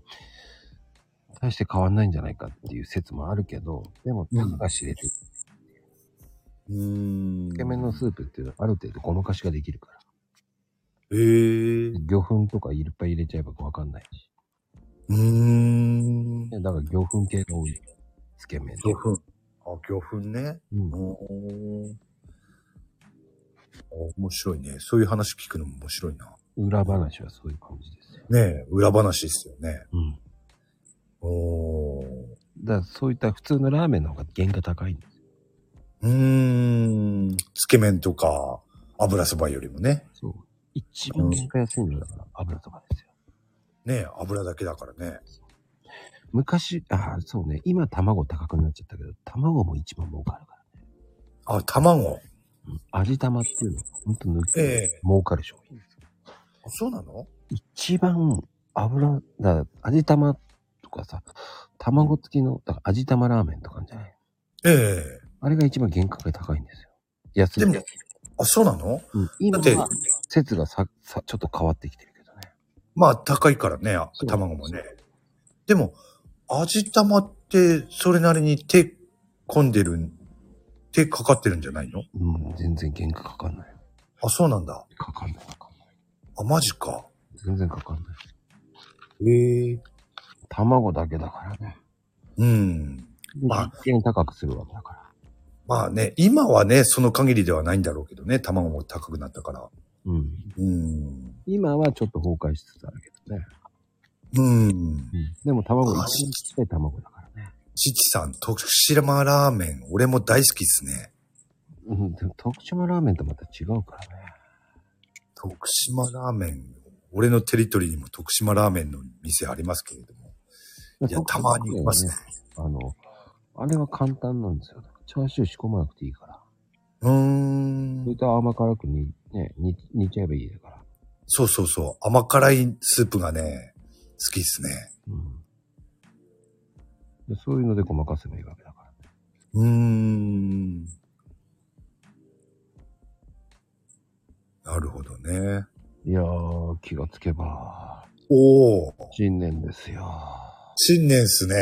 Speaker 2: 大して変わんないんじゃないかっていう説もあるけど、でも、たかが知れてる、つ
Speaker 3: うーん。
Speaker 2: け麺のスープっていうのはある程度ごまかしができるから。
Speaker 3: ええー。
Speaker 2: 魚粉とかいっぱい入れちゃえばわかんないし。
Speaker 3: うーん。
Speaker 2: ねだから魚粉系が多い。つけ麺で。
Speaker 3: 魚粉。あ、魚粉ね。
Speaker 2: うん
Speaker 3: おお。面白いね。そういう話聞くのも面白いな。
Speaker 2: 裏話はそういう感じですよ。
Speaker 3: ねえ、裏話ですよね。
Speaker 2: うん。
Speaker 3: おお。
Speaker 2: だからそういった普通のラーメンの方が原価高いんですよ。
Speaker 3: うーん。つけ麺とか、油そばよりもね。
Speaker 2: そう。一番原価安いのだから油とかですよ。
Speaker 3: ねえ、油だけだからね。
Speaker 2: 昔、ああ、そうね。今卵高くなっちゃったけど、卵も一番儲かるから。
Speaker 3: あ、卵。
Speaker 2: 味玉っていうのは本当抜け、
Speaker 3: ええ
Speaker 2: 儲かる商品ですよ。
Speaker 3: あそうなの
Speaker 2: 一番油、だから味玉とかさ、卵付きの、だから味玉ラーメンとかあるんじゃない
Speaker 3: ええ
Speaker 2: あれが一番原価が高いんですよ。安い。
Speaker 3: でも、あ、そうなの
Speaker 2: うん、今
Speaker 3: だって
Speaker 2: は説がささ、ちょっと変わってきてるけどね。
Speaker 3: まあ、高いからね、あ
Speaker 2: そう
Speaker 3: 卵もね。でも、味玉って、それなりに手込んでる、手かかってるんじゃないの
Speaker 2: うん、全然原価かかんない。
Speaker 3: あ、そうなんだ。
Speaker 2: かかんない、かかんない。
Speaker 3: あ、マジか。
Speaker 2: 全然かかんない。
Speaker 3: ええ
Speaker 2: 卵だけだからね。
Speaker 3: うん。
Speaker 2: ま
Speaker 3: まあ
Speaker 2: あ、一見高くするわけだから。
Speaker 3: まあね、今はね、その限りではないんだろうけどね、卵も高くなったから。
Speaker 2: うん。
Speaker 3: うん。
Speaker 2: 今はちょっと崩壊しつつあるけどね。
Speaker 3: うん。
Speaker 2: でも卵、一
Speaker 3: あ
Speaker 2: 番ちっちゃい卵だからね。
Speaker 3: 父さん、徳島ラーメン、俺も大好きですね。
Speaker 2: うん、でも徳島ラーメンとまた違うからね。
Speaker 3: 徳島ラーメン、俺のテリトリーにも徳島ラーメンの店ありますけれども。いや、たまに行きますね。
Speaker 2: あの、あれは簡単なんですよ。チャーシュー仕込まなくていいから。
Speaker 3: うー
Speaker 2: それ
Speaker 3: ん。
Speaker 2: と甘辛くに、ね、煮煮ちゃえばいいだから。
Speaker 3: そうそうそう。甘辛いスープがね、好きですね。
Speaker 2: うん。でそういうのでごまかせばいいわけだから。
Speaker 3: うーん。なるほどね。
Speaker 2: いやー、気がつけば、
Speaker 3: おー。
Speaker 2: 新年ですよ。
Speaker 3: 新年っすね。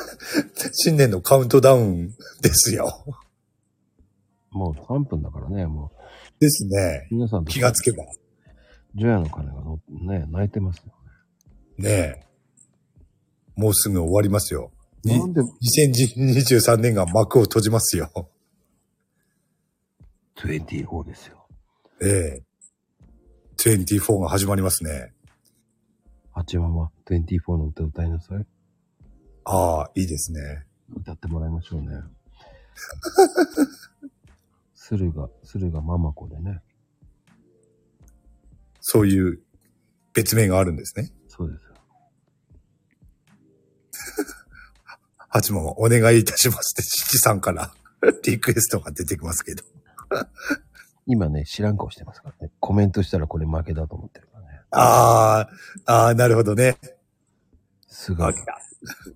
Speaker 3: 新年のカウントダウンですよ。
Speaker 2: もう3分だからね、も
Speaker 3: ですね。
Speaker 2: う、皆さんと
Speaker 3: 気がつけば。
Speaker 2: 除夜の鐘がのね、泣いてますよ。
Speaker 3: ねえ。もうすぐ終わりますよ。に
Speaker 2: なんで、
Speaker 3: 2023年が幕を閉じますよ。
Speaker 2: 24ですよ。
Speaker 3: ええ。24が始まりますね。
Speaker 2: 八番は24の歌歌いなさい。
Speaker 3: ああ、いいですね。
Speaker 2: 歌ってもらいましょ うね。駿河、駿河ママ子でね。
Speaker 3: そういう別名があるんですね。
Speaker 2: そうですよ。
Speaker 3: 八幡はお願いいたしますって、七さんから リクエストが出てきますけど。
Speaker 2: 今ね、知らん顔してますからね。コメントしたらこれ負けだと思ってるからね。
Speaker 3: ああ、ああ、なるほどね。
Speaker 2: すが、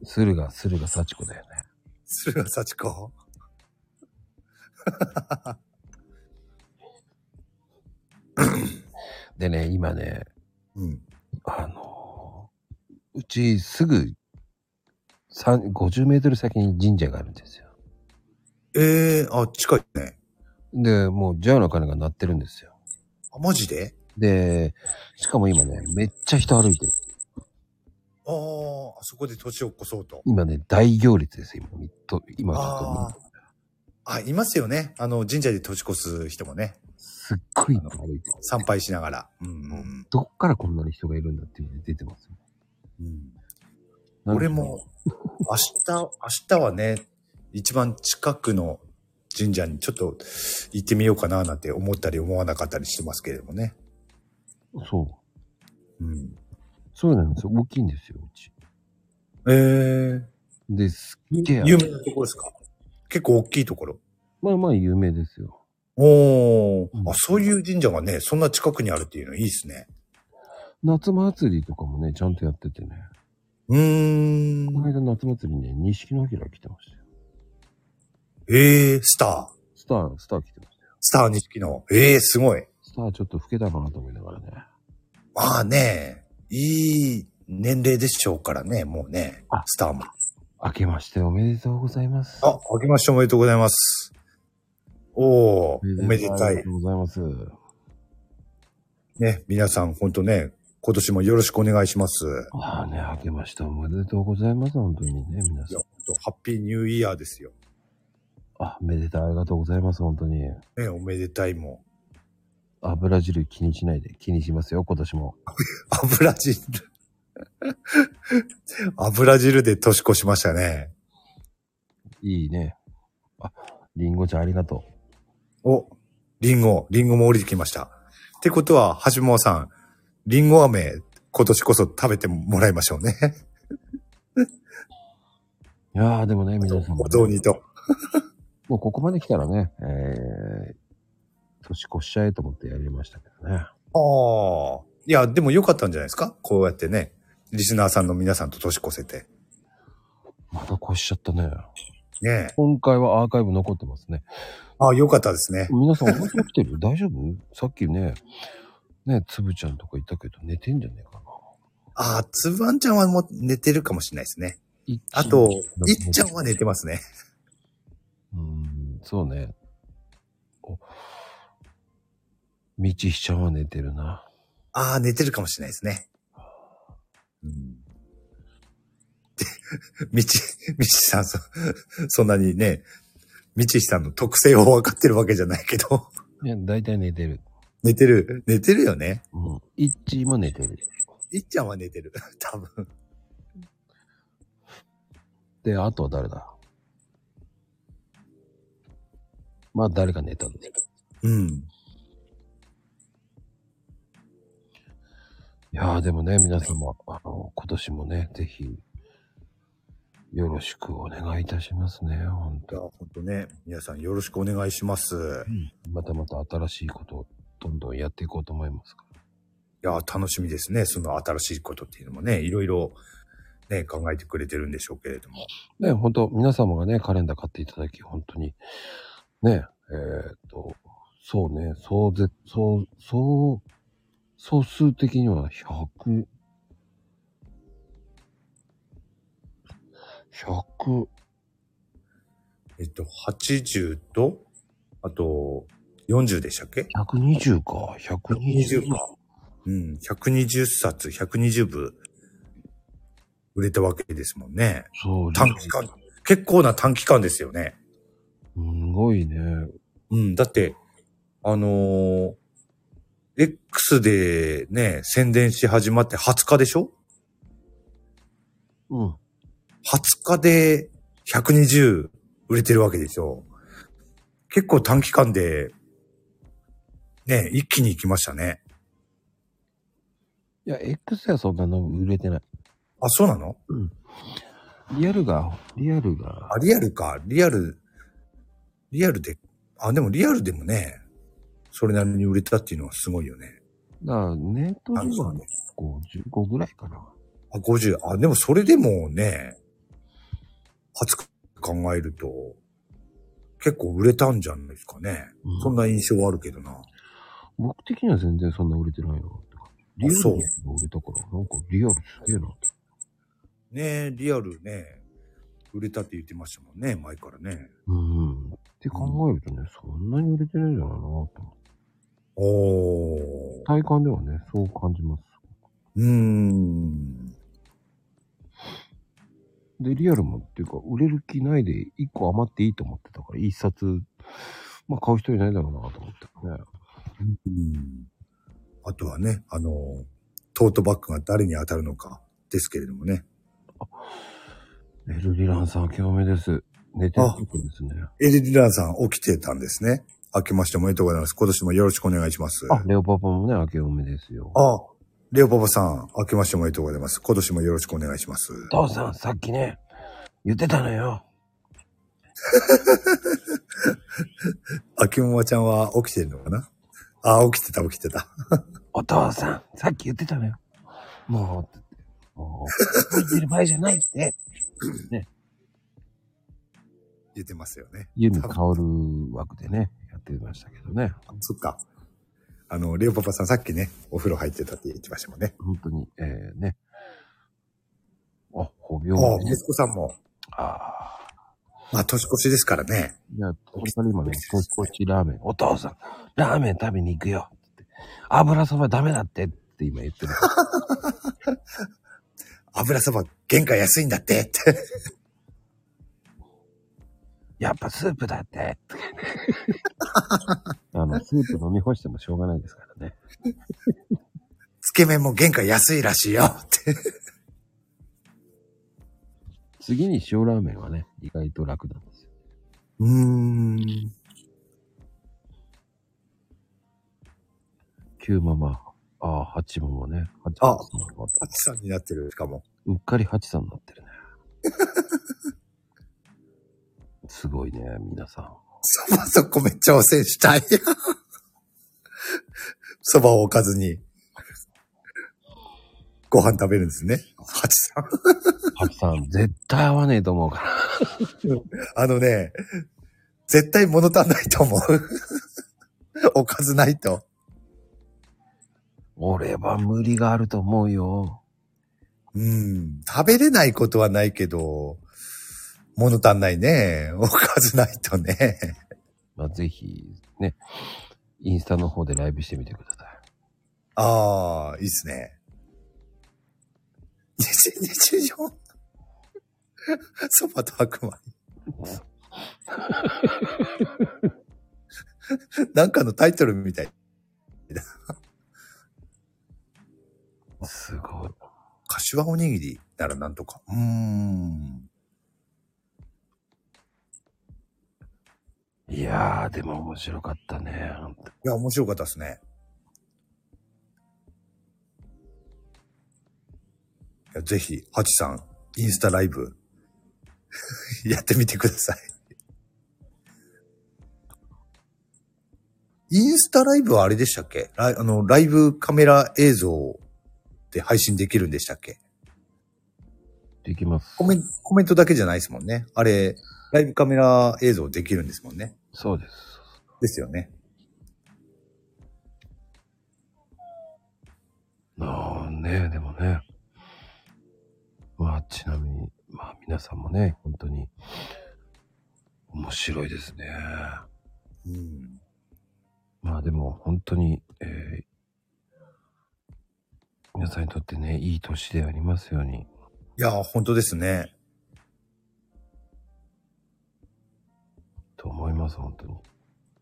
Speaker 2: 駿河、駿河幸子だよね。
Speaker 3: 駿河幸子。
Speaker 2: でね、今ね、
Speaker 3: うん。
Speaker 2: あのーうちすぐ、三50メートル先に神社があるんですよ。
Speaker 3: ええあ、近いね。
Speaker 2: で、もう、ジャーの鐘が鳴ってるんですよ。
Speaker 3: あ、マジで
Speaker 2: で、しかも今ね、めっちゃ人歩いてる。
Speaker 3: ああ、あそこで年を越そうと。
Speaker 2: 今ね、大行列ですよ、今。みっと今ちょっ
Speaker 3: あ
Speaker 2: と、
Speaker 3: あ。あ、いますよね。あの、神社で年越す人もね、
Speaker 2: すっごいいっぱい歩いてる。
Speaker 3: 参拝しながら。うん、
Speaker 2: どっからこんなに人がいるんだっていうので出てますよ。
Speaker 3: うん。
Speaker 2: なんかね
Speaker 3: 俺も、明日、明日はね、一番近くの神社にちょっと行ってみようかななんて思ったり思わなかったりしてますけれどもね。
Speaker 2: そう。
Speaker 3: うん。
Speaker 2: そうなんですよ。大きいんですよ、うち。
Speaker 3: え
Speaker 2: で、すっげえ
Speaker 3: え。有名なところですか結構大きいところ。
Speaker 2: まあまあ有名ですよ。
Speaker 3: おー、
Speaker 2: うん
Speaker 3: あ、そういう神社がね、そんな近くにあるっていうのいいですね。
Speaker 2: 夏祭りとかもね、ちゃんとやっててね。
Speaker 3: うー
Speaker 2: この
Speaker 3: ん。
Speaker 2: 間夏祭りね、錦野平来てましたよ。
Speaker 3: ええー、スター。
Speaker 2: スター、スター来てましたよ。
Speaker 3: スター錦の。ええー、すごい。
Speaker 2: スターちょっと老けたかなと思いながらね。
Speaker 3: まあね、いい年齢でしょうからね、もうね
Speaker 2: あ、
Speaker 3: スターも。
Speaker 2: 明けましておめでとうございます。
Speaker 3: あ、明けましておめでとうございます。おー、おめでた
Speaker 2: あり
Speaker 3: い
Speaker 2: がと。うございます。
Speaker 3: ね、皆さん、ほんとね、今年もよろしくお願いします。
Speaker 2: ああね、明けましておめでとうございます。本当にね、皆
Speaker 3: い
Speaker 2: さ
Speaker 3: や
Speaker 2: ん。
Speaker 3: ほんとハッピーニューイヤーですよ。
Speaker 2: あ、めでたいありがとうございます。本当に。
Speaker 3: ね、おめでたいも
Speaker 2: 油汁気にしないで気にしますよ、今年も。
Speaker 3: ん。油汁。油汁で年越しましたね。
Speaker 2: いいね。あ、りんごちゃんありがと
Speaker 3: お、リンゴ、リンゴも降りてきました。ってことは、橋本さん、リンゴ飴、今年こそ食べてもらいましょう ね。
Speaker 2: う。いやーでもね、皆さんもね、
Speaker 3: お雑煮と。
Speaker 2: もうここまで来たらね、えー、年越しちゃえと思ってやりましたけどね。
Speaker 3: ああ。いや、でも良かったんじゃないですかこうやってね、リスナーさんの皆さんと年越せて。
Speaker 2: また越しちゃったね。
Speaker 3: ねえ。
Speaker 2: 今回はアーカイブ残ってますね。
Speaker 3: ああ、良かったですね。
Speaker 2: 皆さん、本当に起きてる 大丈夫さっきね、ね、つぶちゃんとかいたけど、寝てんじゃねえかな。
Speaker 3: ああ、つぶあんちゃんはもう寝てるかもしれないですね。
Speaker 2: いっちゃ
Speaker 3: あ
Speaker 2: ん
Speaker 3: と、いっちゃんは寝てますね。
Speaker 2: うーん、そうね。お、みちひちゃんは寝てるな。
Speaker 3: ああ、寝てるかもしれないですね。うん。で、みち、 みちさん、そ、そんなにね、みちさんの特性を分かってるわけじゃないけど、
Speaker 2: いや、だいたい寝てる。
Speaker 3: 寝てる、寝てるよね。
Speaker 2: うん。いっちーも寝てる。
Speaker 3: いっちゃんは寝てる。 多分。
Speaker 2: で、あとは誰だまあ、誰か寝たんだけど。
Speaker 3: うん。
Speaker 2: いやーでもね、皆様、あの、今年もね、ぜひ、よろしくお願いいたしますね、本
Speaker 3: いや、
Speaker 2: 当
Speaker 3: ほんとね、皆さんよろしくお願いします。い
Speaker 2: またまた新しいことをどんどんやっていこうと思いますか
Speaker 3: や、楽しみですね。その新しいことっていうのもね、いろいろね、考えてくれてるんでしょうけれども。
Speaker 2: ら。ね、本当皆様がね、カレンダー買っていただき、本当に、ね、えーっと、そうね、そうぜ、そう、そう、総数的には100、100、
Speaker 3: えっと、80と、あと、40でしたっけ
Speaker 2: 120か、120
Speaker 3: 120かうん、120冊、120部。売れたわけですもんね。
Speaker 2: そう、
Speaker 3: 短期間、結構な短期間ですよね。
Speaker 2: すごいね。
Speaker 3: うん、だって、あのー X でね、宣伝し始まって20日でしょ
Speaker 2: うん。
Speaker 3: 20日で120売れてるわけでしょ。結構短期間で、ね、一気に行きましたね。
Speaker 2: いや、X はそんなの売れてない。
Speaker 3: あ、そうなの
Speaker 2: リアルが、リアルが、
Speaker 3: あ、リアルか。リアル、リアルで、あ、でもリアルでもね、それなりに売れたっていうのはすごいよね。
Speaker 2: だからネット
Speaker 3: あ
Speaker 2: で
Speaker 3: そう
Speaker 2: は
Speaker 3: ね
Speaker 2: 55ぐらいかな。
Speaker 3: あ、50。あ、でもそれでもね、20日考えると、結構売れたんじゃないですかね。
Speaker 2: うん
Speaker 3: そんな印象はあるけどな。
Speaker 2: 僕的には全然そんな売れてないなって感じ。リアル
Speaker 3: そう
Speaker 2: が売れたから、なんかリアルすげえなって。
Speaker 3: ねえ、リアルね、売れたって言ってましたもんね、前からね。
Speaker 2: うんうん。って考えるとね、そんなに売れてないんじゃないかなと思って。
Speaker 3: おー。
Speaker 2: 体感ではね、そう感じます。
Speaker 3: うーん。
Speaker 2: で、リアルもっていうか、売れる気ないで1個余っていいと思ってたから、1冊、まあ買う人いないだろうなと思ってね。
Speaker 3: うんあとはね、あの、トートバッグが誰に当たるのかですけれどもね。
Speaker 2: エルリランさん、興味です。寝てるとこですね。
Speaker 3: エリディランさん起きてたんですね。明けましておめでとうございます。今年もよろしくお願いします。
Speaker 2: あ、レオパパもね、明けおめですよ。
Speaker 3: あ、レオパパさん、明けましておめでとうございます。今年もよろしくお願いします。
Speaker 2: 父さん、さっきね、言ってたのよ。
Speaker 3: あけもまちゃんは起きてるのかなあ、起きてた、起きてた。
Speaker 2: お父さん、さっき言ってたのよ。もう、もう、言ってる場合じゃないって。
Speaker 3: 言ってますよね。
Speaker 2: 湯に香る枠でね、やってましたけどね。
Speaker 3: そっか。あの、レオパパさんさっきね、お風呂入ってたって言ってましたもんね。
Speaker 2: 本当に、えー、ね。あ、ほびょ
Speaker 3: あ
Speaker 2: うね
Speaker 3: 息。子さんも、
Speaker 2: ああ。
Speaker 3: まあ、年越しですからね。
Speaker 2: いや、本当に今ね、年越しラーメン。お父さん、ラーメン食べに行くよ。って油そばダメだってって今言ってる。
Speaker 3: 油そば、原価安いんだってって。
Speaker 2: やっぱスープだ って。あの、スープ飲み干してもしょうがないですからね。
Speaker 3: つけ麺も原価安いらしいよって。
Speaker 2: 次に塩ラーメンはね、意外と楽なんですよ。
Speaker 3: うーん。
Speaker 2: 9ママ、ああ、8ママね。8
Speaker 3: あ
Speaker 2: ママが
Speaker 3: パチさんになってる、しかも。
Speaker 2: うっかり8さんになってるね。 すごいね、皆さん。
Speaker 3: そばそこめっちゃ汚染したい。 そばを置かずに、ご飯食べるんですね。ハチさん。
Speaker 2: 8さん、絶対合わねえと思うから。
Speaker 3: あのね、絶対物足んないと思う。 おかずないと。
Speaker 2: 俺は無理があると思うよ。
Speaker 3: うん。食べれないことはないけど、物足んないね。おかずないとね。
Speaker 2: まあ、ぜひ、ね、インスタの方でライブしてみてください。
Speaker 3: ああ、いいっすね。 日日常そばと白米。なんかのタイトルみたい。
Speaker 2: すごい。
Speaker 3: 柏おにぎりならなんとか。うーん。
Speaker 2: いやー、でも面白かったね。ほんと
Speaker 3: いや、面白かったですね。いやぜひ、ハチさん、インスタライブ、 やってみてください。インスタライブはあれでしたっけライあのライブカメラ映像で配信できるんでしたっけ
Speaker 2: できます
Speaker 3: コ。メンコメントだけじゃないですもんね。あれ、ライブカメラ映像できるんですもんね。
Speaker 2: そうです。
Speaker 3: ですよね。
Speaker 2: ああ、ねでもね。まあ、ちなみに、まあ、皆さんもね、本当に、面白いですね。
Speaker 3: うん。
Speaker 2: まあ、でも、本当に、えー皆さんにとってね、いい年でありますように。
Speaker 3: いや、本当ですね。
Speaker 2: と思います、本当に。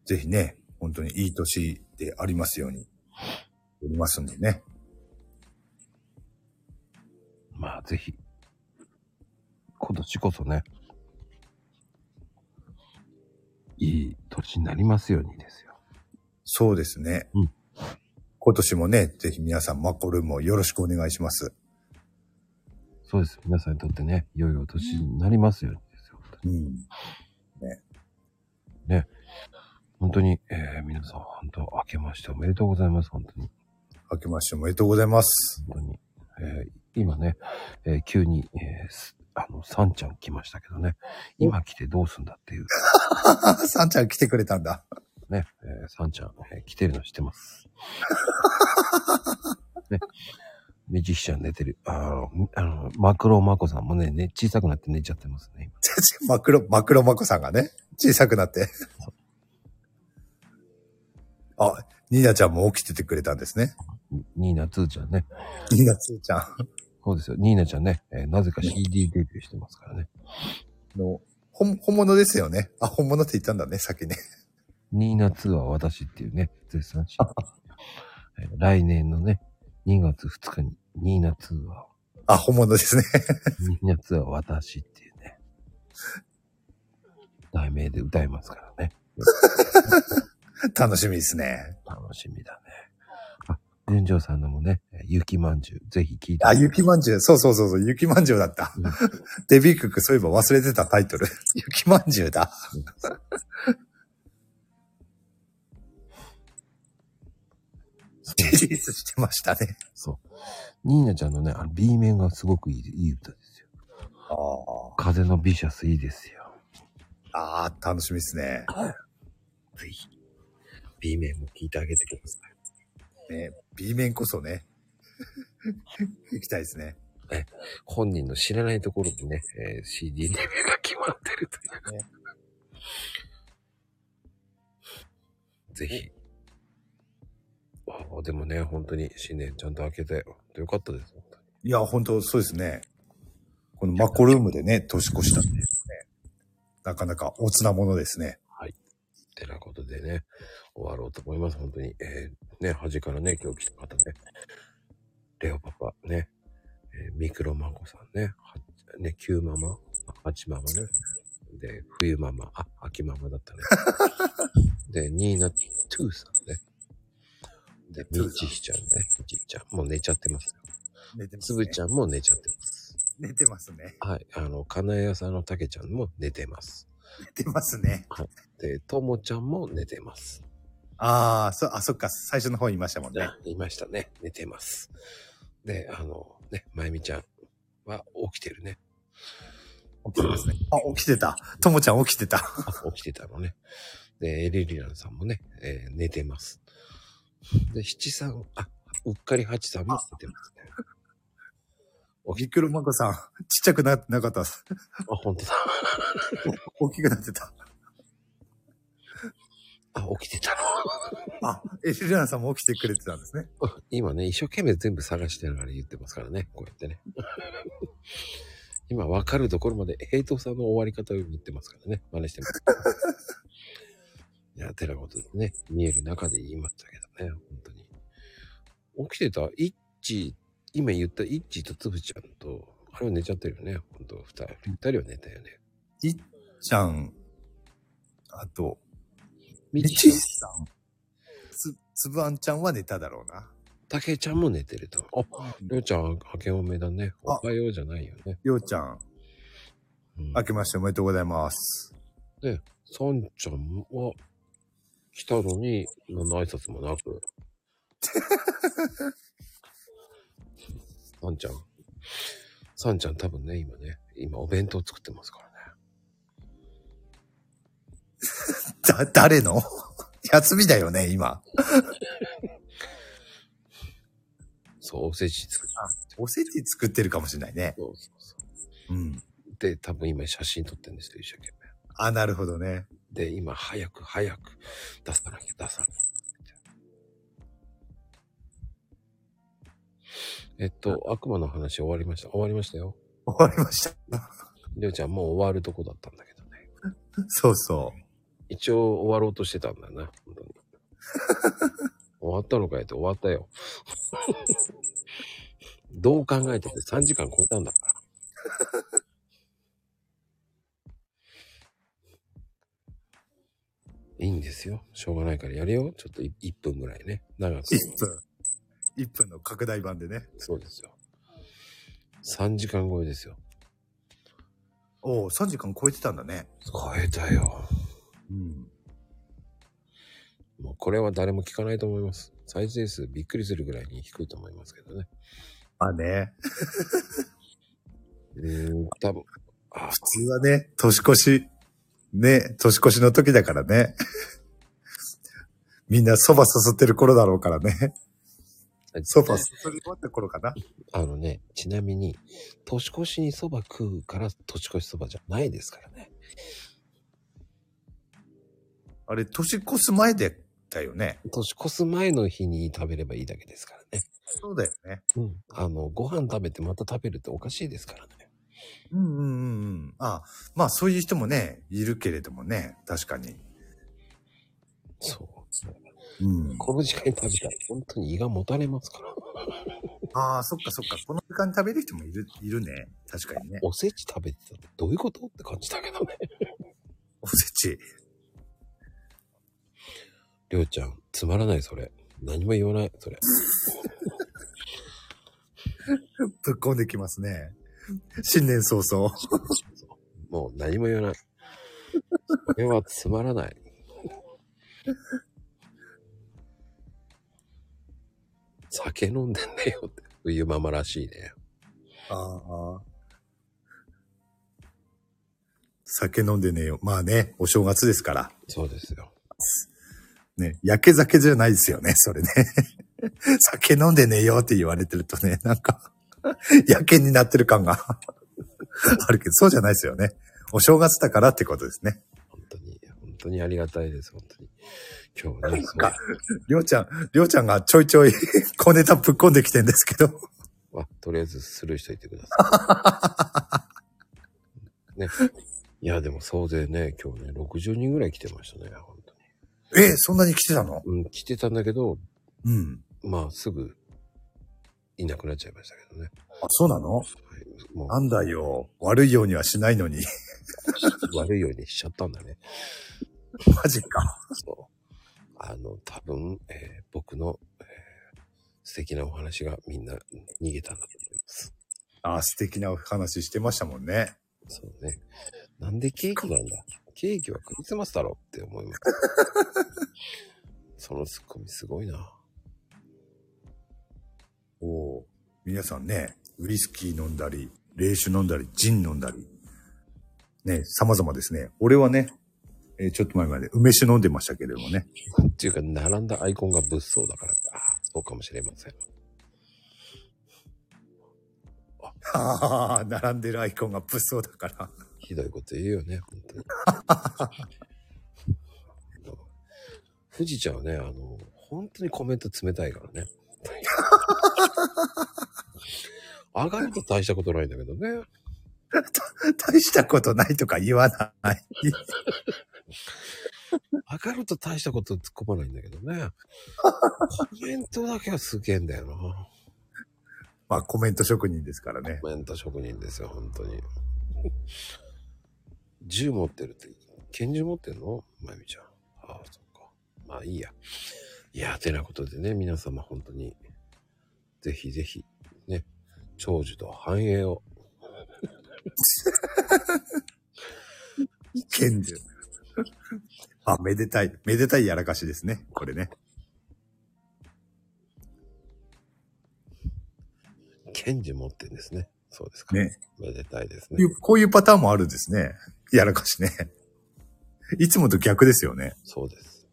Speaker 3: ぜひね、本当にいい年でありますように、おりますんでね。
Speaker 2: まあ、ぜひ。今年こそね。いい年になりますようにですよ。
Speaker 3: そうですね。
Speaker 2: うん
Speaker 3: 今年もね、ぜひ皆さん、マコルームをよろしくお願いします。
Speaker 2: そうです。皆さんにとってね、良いお年になりますようにですよ。
Speaker 3: う
Speaker 2: 本
Speaker 3: ん。
Speaker 2: 当に、えー皆さん、本当、明けましておめでとうございます。本当に。
Speaker 3: 明けましておめでとうございます。
Speaker 2: 本当に。えー今ね、えー急に、えーすあの、サンちゃん来ましたけどね。今来てどうすんだっていう、
Speaker 3: ああ、 さんちゃん来てくれたんだ。
Speaker 2: ね、えーサンちゃん、えー来てるの知ってます。 ね、メジシャン寝てる。あの、あのマクロマコさんもねね、小さくなって寝ちゃってますね、今。
Speaker 3: マクロ、マクロマコさんがね、小さくなって。あ、ニーナちゃんも起きててくれたんですね。
Speaker 2: ニニーナツーちゃんね。
Speaker 3: ニーナつーちゃん
Speaker 2: そうですよ。ニーナちゃんね、えーなぜか CD デビューしてますからね。
Speaker 3: の、ほん本物ですよね。あ、本物って言ったんだね、先ね。
Speaker 2: ニーナツーは私っていうね、絶賛し、えー来年のね、2月2日に、ニーナツーは、
Speaker 3: あ、本物ですね。
Speaker 2: ニーナツーは私っていうね、題名で歌いますからね。
Speaker 3: 楽しみですね。
Speaker 2: 楽しみだね。あ、群青さんのもね、えー雪まんじゅう、ぜひ聞いて。
Speaker 3: あ、雪まんじゅう。そうそうそうそう、雪まんじゅうだった。
Speaker 2: うん
Speaker 3: デビュー曲、そういえば忘れてたタイトル。 雪まんじゅうだ。リリースしてましたね。
Speaker 2: そう。ニーナちゃんのね、あの B 面がすごくいい、いい歌ですよ。
Speaker 3: あー
Speaker 2: 風のビシャスいいですよ。
Speaker 3: あー、楽しみですね。
Speaker 2: ぜひ、B 面も聞いてあげてください。
Speaker 3: ね B 面こそね。 行きたいですね。
Speaker 2: 本人の知らないところにね、えー CD デビューが決まってるという。
Speaker 3: ね
Speaker 2: ぜひ。あでもね、本当に新年ちゃんと開けて、本当よかったです。本当に
Speaker 3: いや、本当そうですね。このマコルームでね、年越したんで、ね、なかなかおつなものですね。
Speaker 2: てなことでね、終わろうと思います。本当に。えーね、端からね、今日来た方ね、レオパパ、ね、えーミクロマコさんね、はね、キューママ、ハチママね、で、冬ママ、あ、秋ママだ ったね。で、ニーナ、トゥーさんね。で、
Speaker 3: トゥーさん
Speaker 2: ミチヒちゃんね、ミチヒちゃん、もう寝ちゃってますよ。
Speaker 3: 寝てま
Speaker 2: つ
Speaker 3: す
Speaker 2: ぶ
Speaker 3: ね。
Speaker 2: ちゃんも寝ちゃってます。
Speaker 3: 寝てますね。
Speaker 2: はい、あの、かなえ屋さんのたけちゃんも寝てます。
Speaker 3: 寝てますね。
Speaker 2: で、ともちゃんも寝てます。
Speaker 3: ああ、そ、あ、そっか、最初の方言いましたもんね。
Speaker 2: あいましたね。寝てます。で、あの、ね、まゆみちゃんは起きてる ね。
Speaker 3: 起きてますね。あ、起きてた。ともちゃん起きてた。
Speaker 2: あ起きてたのね。で、エリリランさんもね、えー寝てます。で、七三、あ、うっかり八さんも寝てますね。
Speaker 3: ミクロマコさん、ちっちゃくなってなかった。大
Speaker 2: あ、本当だ。
Speaker 3: きくなってた。
Speaker 2: あ、起きてた
Speaker 3: あ、エリラナさんも起きてくれてたんですね。
Speaker 2: の。 今ね、一生懸命全部探してるから言ってますからね。こうやってね。 今わかるところまでヘイトさんの終わり方を言ってますからね。真似してます。 いや、てなことでね、見える中で言いましたけどね、本当に。起きてた、イッチ、今言ったイッチとつぶちゃんと、あれは寝ちゃってるよね、本当二人、二人は寝たよね。
Speaker 3: いっちゃん、あと、
Speaker 2: み
Speaker 3: み
Speaker 2: ち
Speaker 3: ち、さん。つ、つぶあんちゃんは寝ただろうな。
Speaker 2: たけちゃんも寝てると思う。あ、りょうちゃん、明けおめだね。おはようじゃないよね。
Speaker 3: りょうちゃん、
Speaker 2: うん、
Speaker 3: 明けましておめでとうございます。
Speaker 2: さんちゃんは、来たのに、何の挨拶もなく。さんちゃん。さんちゃん多分ね、今ね、今お弁当作ってますからね。
Speaker 3: だ、誰の 休みだよね、今。
Speaker 2: そう、おせち作って
Speaker 3: おせち作ってるかもしれないね。
Speaker 2: そうそうそう
Speaker 3: うん。
Speaker 2: で、多分今写真撮ってるんですよ、一生懸
Speaker 3: あ、なるほどね。
Speaker 2: 命。で、今、早く早く出さなきゃ出さなきゃ。えっと、悪魔の話終わりました。終わりましたよ。
Speaker 3: 終わりました。
Speaker 2: りょうちゃんもう終わるとこだったんだけどね。
Speaker 3: そうそう。
Speaker 2: 一応終わろうとしてたんだよね、本当 に。終わったのかよって終わったよ。 どう考えてて3時間超えたんだから。いいんですよ。しょうがないからやるよ。ちょっと1分ぐらいね。長く。
Speaker 3: 1分。1分の拡大版でね。
Speaker 2: そうですよ。3時間超えですよ。
Speaker 3: おお、3時間超えてたんだね。
Speaker 2: 超えたよ。
Speaker 3: うん。
Speaker 2: もうこれは誰も聞かないと思います。再生数びっくりするぐらいに低いと思いますけどね。
Speaker 3: まあね。
Speaker 2: うーん、多分。あ
Speaker 3: 普、通はね、年越し、ね、年越しの時だからね。 みんな蕎麦すすってる頃だろうからね。蕎麦すすり終わった頃かな。
Speaker 2: あのね、ちなみに、年越しにそば食うから年越しそばじゃないですからね。
Speaker 3: あれ、年越す前でだよね。
Speaker 2: 年越す前の日に食べればいいだけですからね。
Speaker 3: そうだよね。
Speaker 2: うん。あの、ご飯食べてまた食べるっておかしいですからね。
Speaker 3: うんうんうんうん。あまあそういう人もね、いるけれどもね、確かに。
Speaker 2: そう。
Speaker 3: うん。
Speaker 2: この時間に食べたら本当に胃がもたれますから。
Speaker 3: ああ、そっかそっか。この時間に食べる人もいる、いるね。確かにね。
Speaker 2: おせち食べてたってどういうことって感じだけどね。
Speaker 3: おせち。
Speaker 2: りょうちゃん、つまらないそれ。何も言わない、それ。
Speaker 3: ぶっ込んできますね。新年早々。
Speaker 2: もう何も言わない。これはつまらない。酒飲んでんだよって、冬ママらしいね。
Speaker 3: ああ。酒飲んでねえよ。まあね、お正月ですから。
Speaker 2: そうですよ。
Speaker 3: ね、焼け酒じゃないですよね、それね。 酒飲んでねえよって言われてるとね、なんか、 やけになってる感が あるけど、そうじゃないですよね。お正月だからってことですね。
Speaker 2: 本当に、本当にありがたいです、本当に。今日はね、
Speaker 3: なんかりょうちゃん、りょうちゃんがちょいちょい小ネタぶっこんできてんですけど。
Speaker 2: そうあとりあえずスルーしといてください。 ね。いや、でも総勢ね、今日ね、60人ぐらい来てましたね、本当
Speaker 3: え、そんなに来てたの
Speaker 2: に。うん、来てたんだけど、
Speaker 3: うん。
Speaker 2: まあ、すぐ、いなくなっちゃいましたけどね。
Speaker 3: あ、そうなの
Speaker 2: はい、もう
Speaker 3: なんだよ。悪いようにはしないのに。
Speaker 2: 悪いようにしちゃったんだね。
Speaker 3: マジか。
Speaker 2: そう。あの、多分、えー僕の、えー素敵なお話がみんな逃げたんだと思います。
Speaker 3: あ、素敵なお話してましたもんね。
Speaker 2: そうね。なんでケーキなんだケーキはクリスマスだろって思います。そのツッコミすごいな。
Speaker 3: おお皆さんね、ウイスキー飲んだり、冷酒飲んだり、ジン飲んだり、ね、様々ですね。俺はね、えーちょっと前まで梅酒飲んでましたけれどもね。
Speaker 2: っていうか、並んだアイコンが物騒だからって、ああ、そうかもしれません。
Speaker 3: ああ、並んでるアイコンが物騒だから。
Speaker 2: ひどいこと言うよね、本当に。 富士ちゃんはね、あの、本当にコメント冷たいからね。上がると大したことないんだけどね。
Speaker 3: 大したことないとか言わない。
Speaker 2: 上がると大したこと突っ込まないんだけどね。コメントだけはすげえんだよな。
Speaker 3: まあコメント職人ですから ね。
Speaker 2: コメント職人ですよ、本当に。銃持ってるって、拳銃持ってんのまゆみちゃん。ああ、そっか。まあいいや。いや、てなことでね、皆様本当に、ぜひぜひ、ね、長寿と繁栄を。
Speaker 3: 剣術。 あ、めでたい。めでたいやらかしですね。これね。
Speaker 2: 拳銃持ってんですね。そうですか。
Speaker 3: ね。
Speaker 2: めでたいです
Speaker 3: こうい
Speaker 2: ね。
Speaker 3: うこういうパターンもあるんですね。やらかしね。いつもと逆ですよね。
Speaker 2: そうです。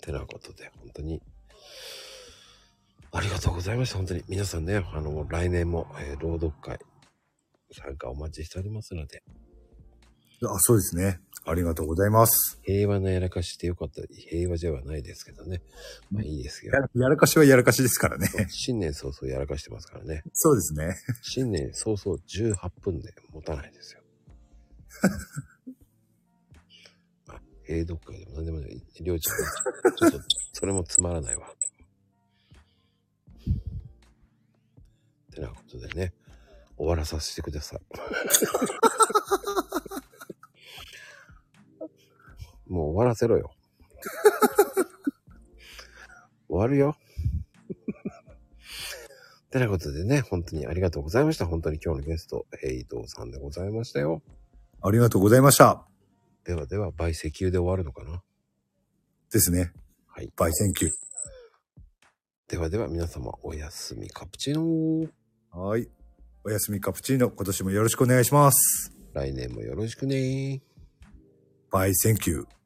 Speaker 2: てなことで、本当に、ありがとうございました。本当に。皆さんね、あの、来年も、えー朗読会、参加お待ちしておりますので、
Speaker 3: あ、そうですね。ありがとうございます。
Speaker 2: 平和なやらかしってよかった。平和じゃないですけどね。まあいいですよ
Speaker 3: や。やらかしはやらかしですからね。
Speaker 2: 新年早々やらかしてますからね。
Speaker 3: そうですね。
Speaker 2: 新年早々18分で持たないですよ。あ、英読会でも何でもない。りょうちゃん、ちょっと、それもつまらないわ。ってなことでね、終わらさせてください。もう終わらせろよ。終わるよ。てなことでね、本当にありがとうございました。本当に今日のゲスト、ヘイトさんでございましたよ。
Speaker 3: ありがとうございました。
Speaker 2: ではでは、倍石油で終わるのかな
Speaker 3: ですね。
Speaker 2: はい。
Speaker 3: バイセンキュ
Speaker 2: ではでは、皆様、おやすみカプチーノー
Speaker 3: ー。はい。おやすみカプチーノ。今年もよろしくお願いします。
Speaker 2: 来年もよろしくねー。
Speaker 3: バイセンキュー。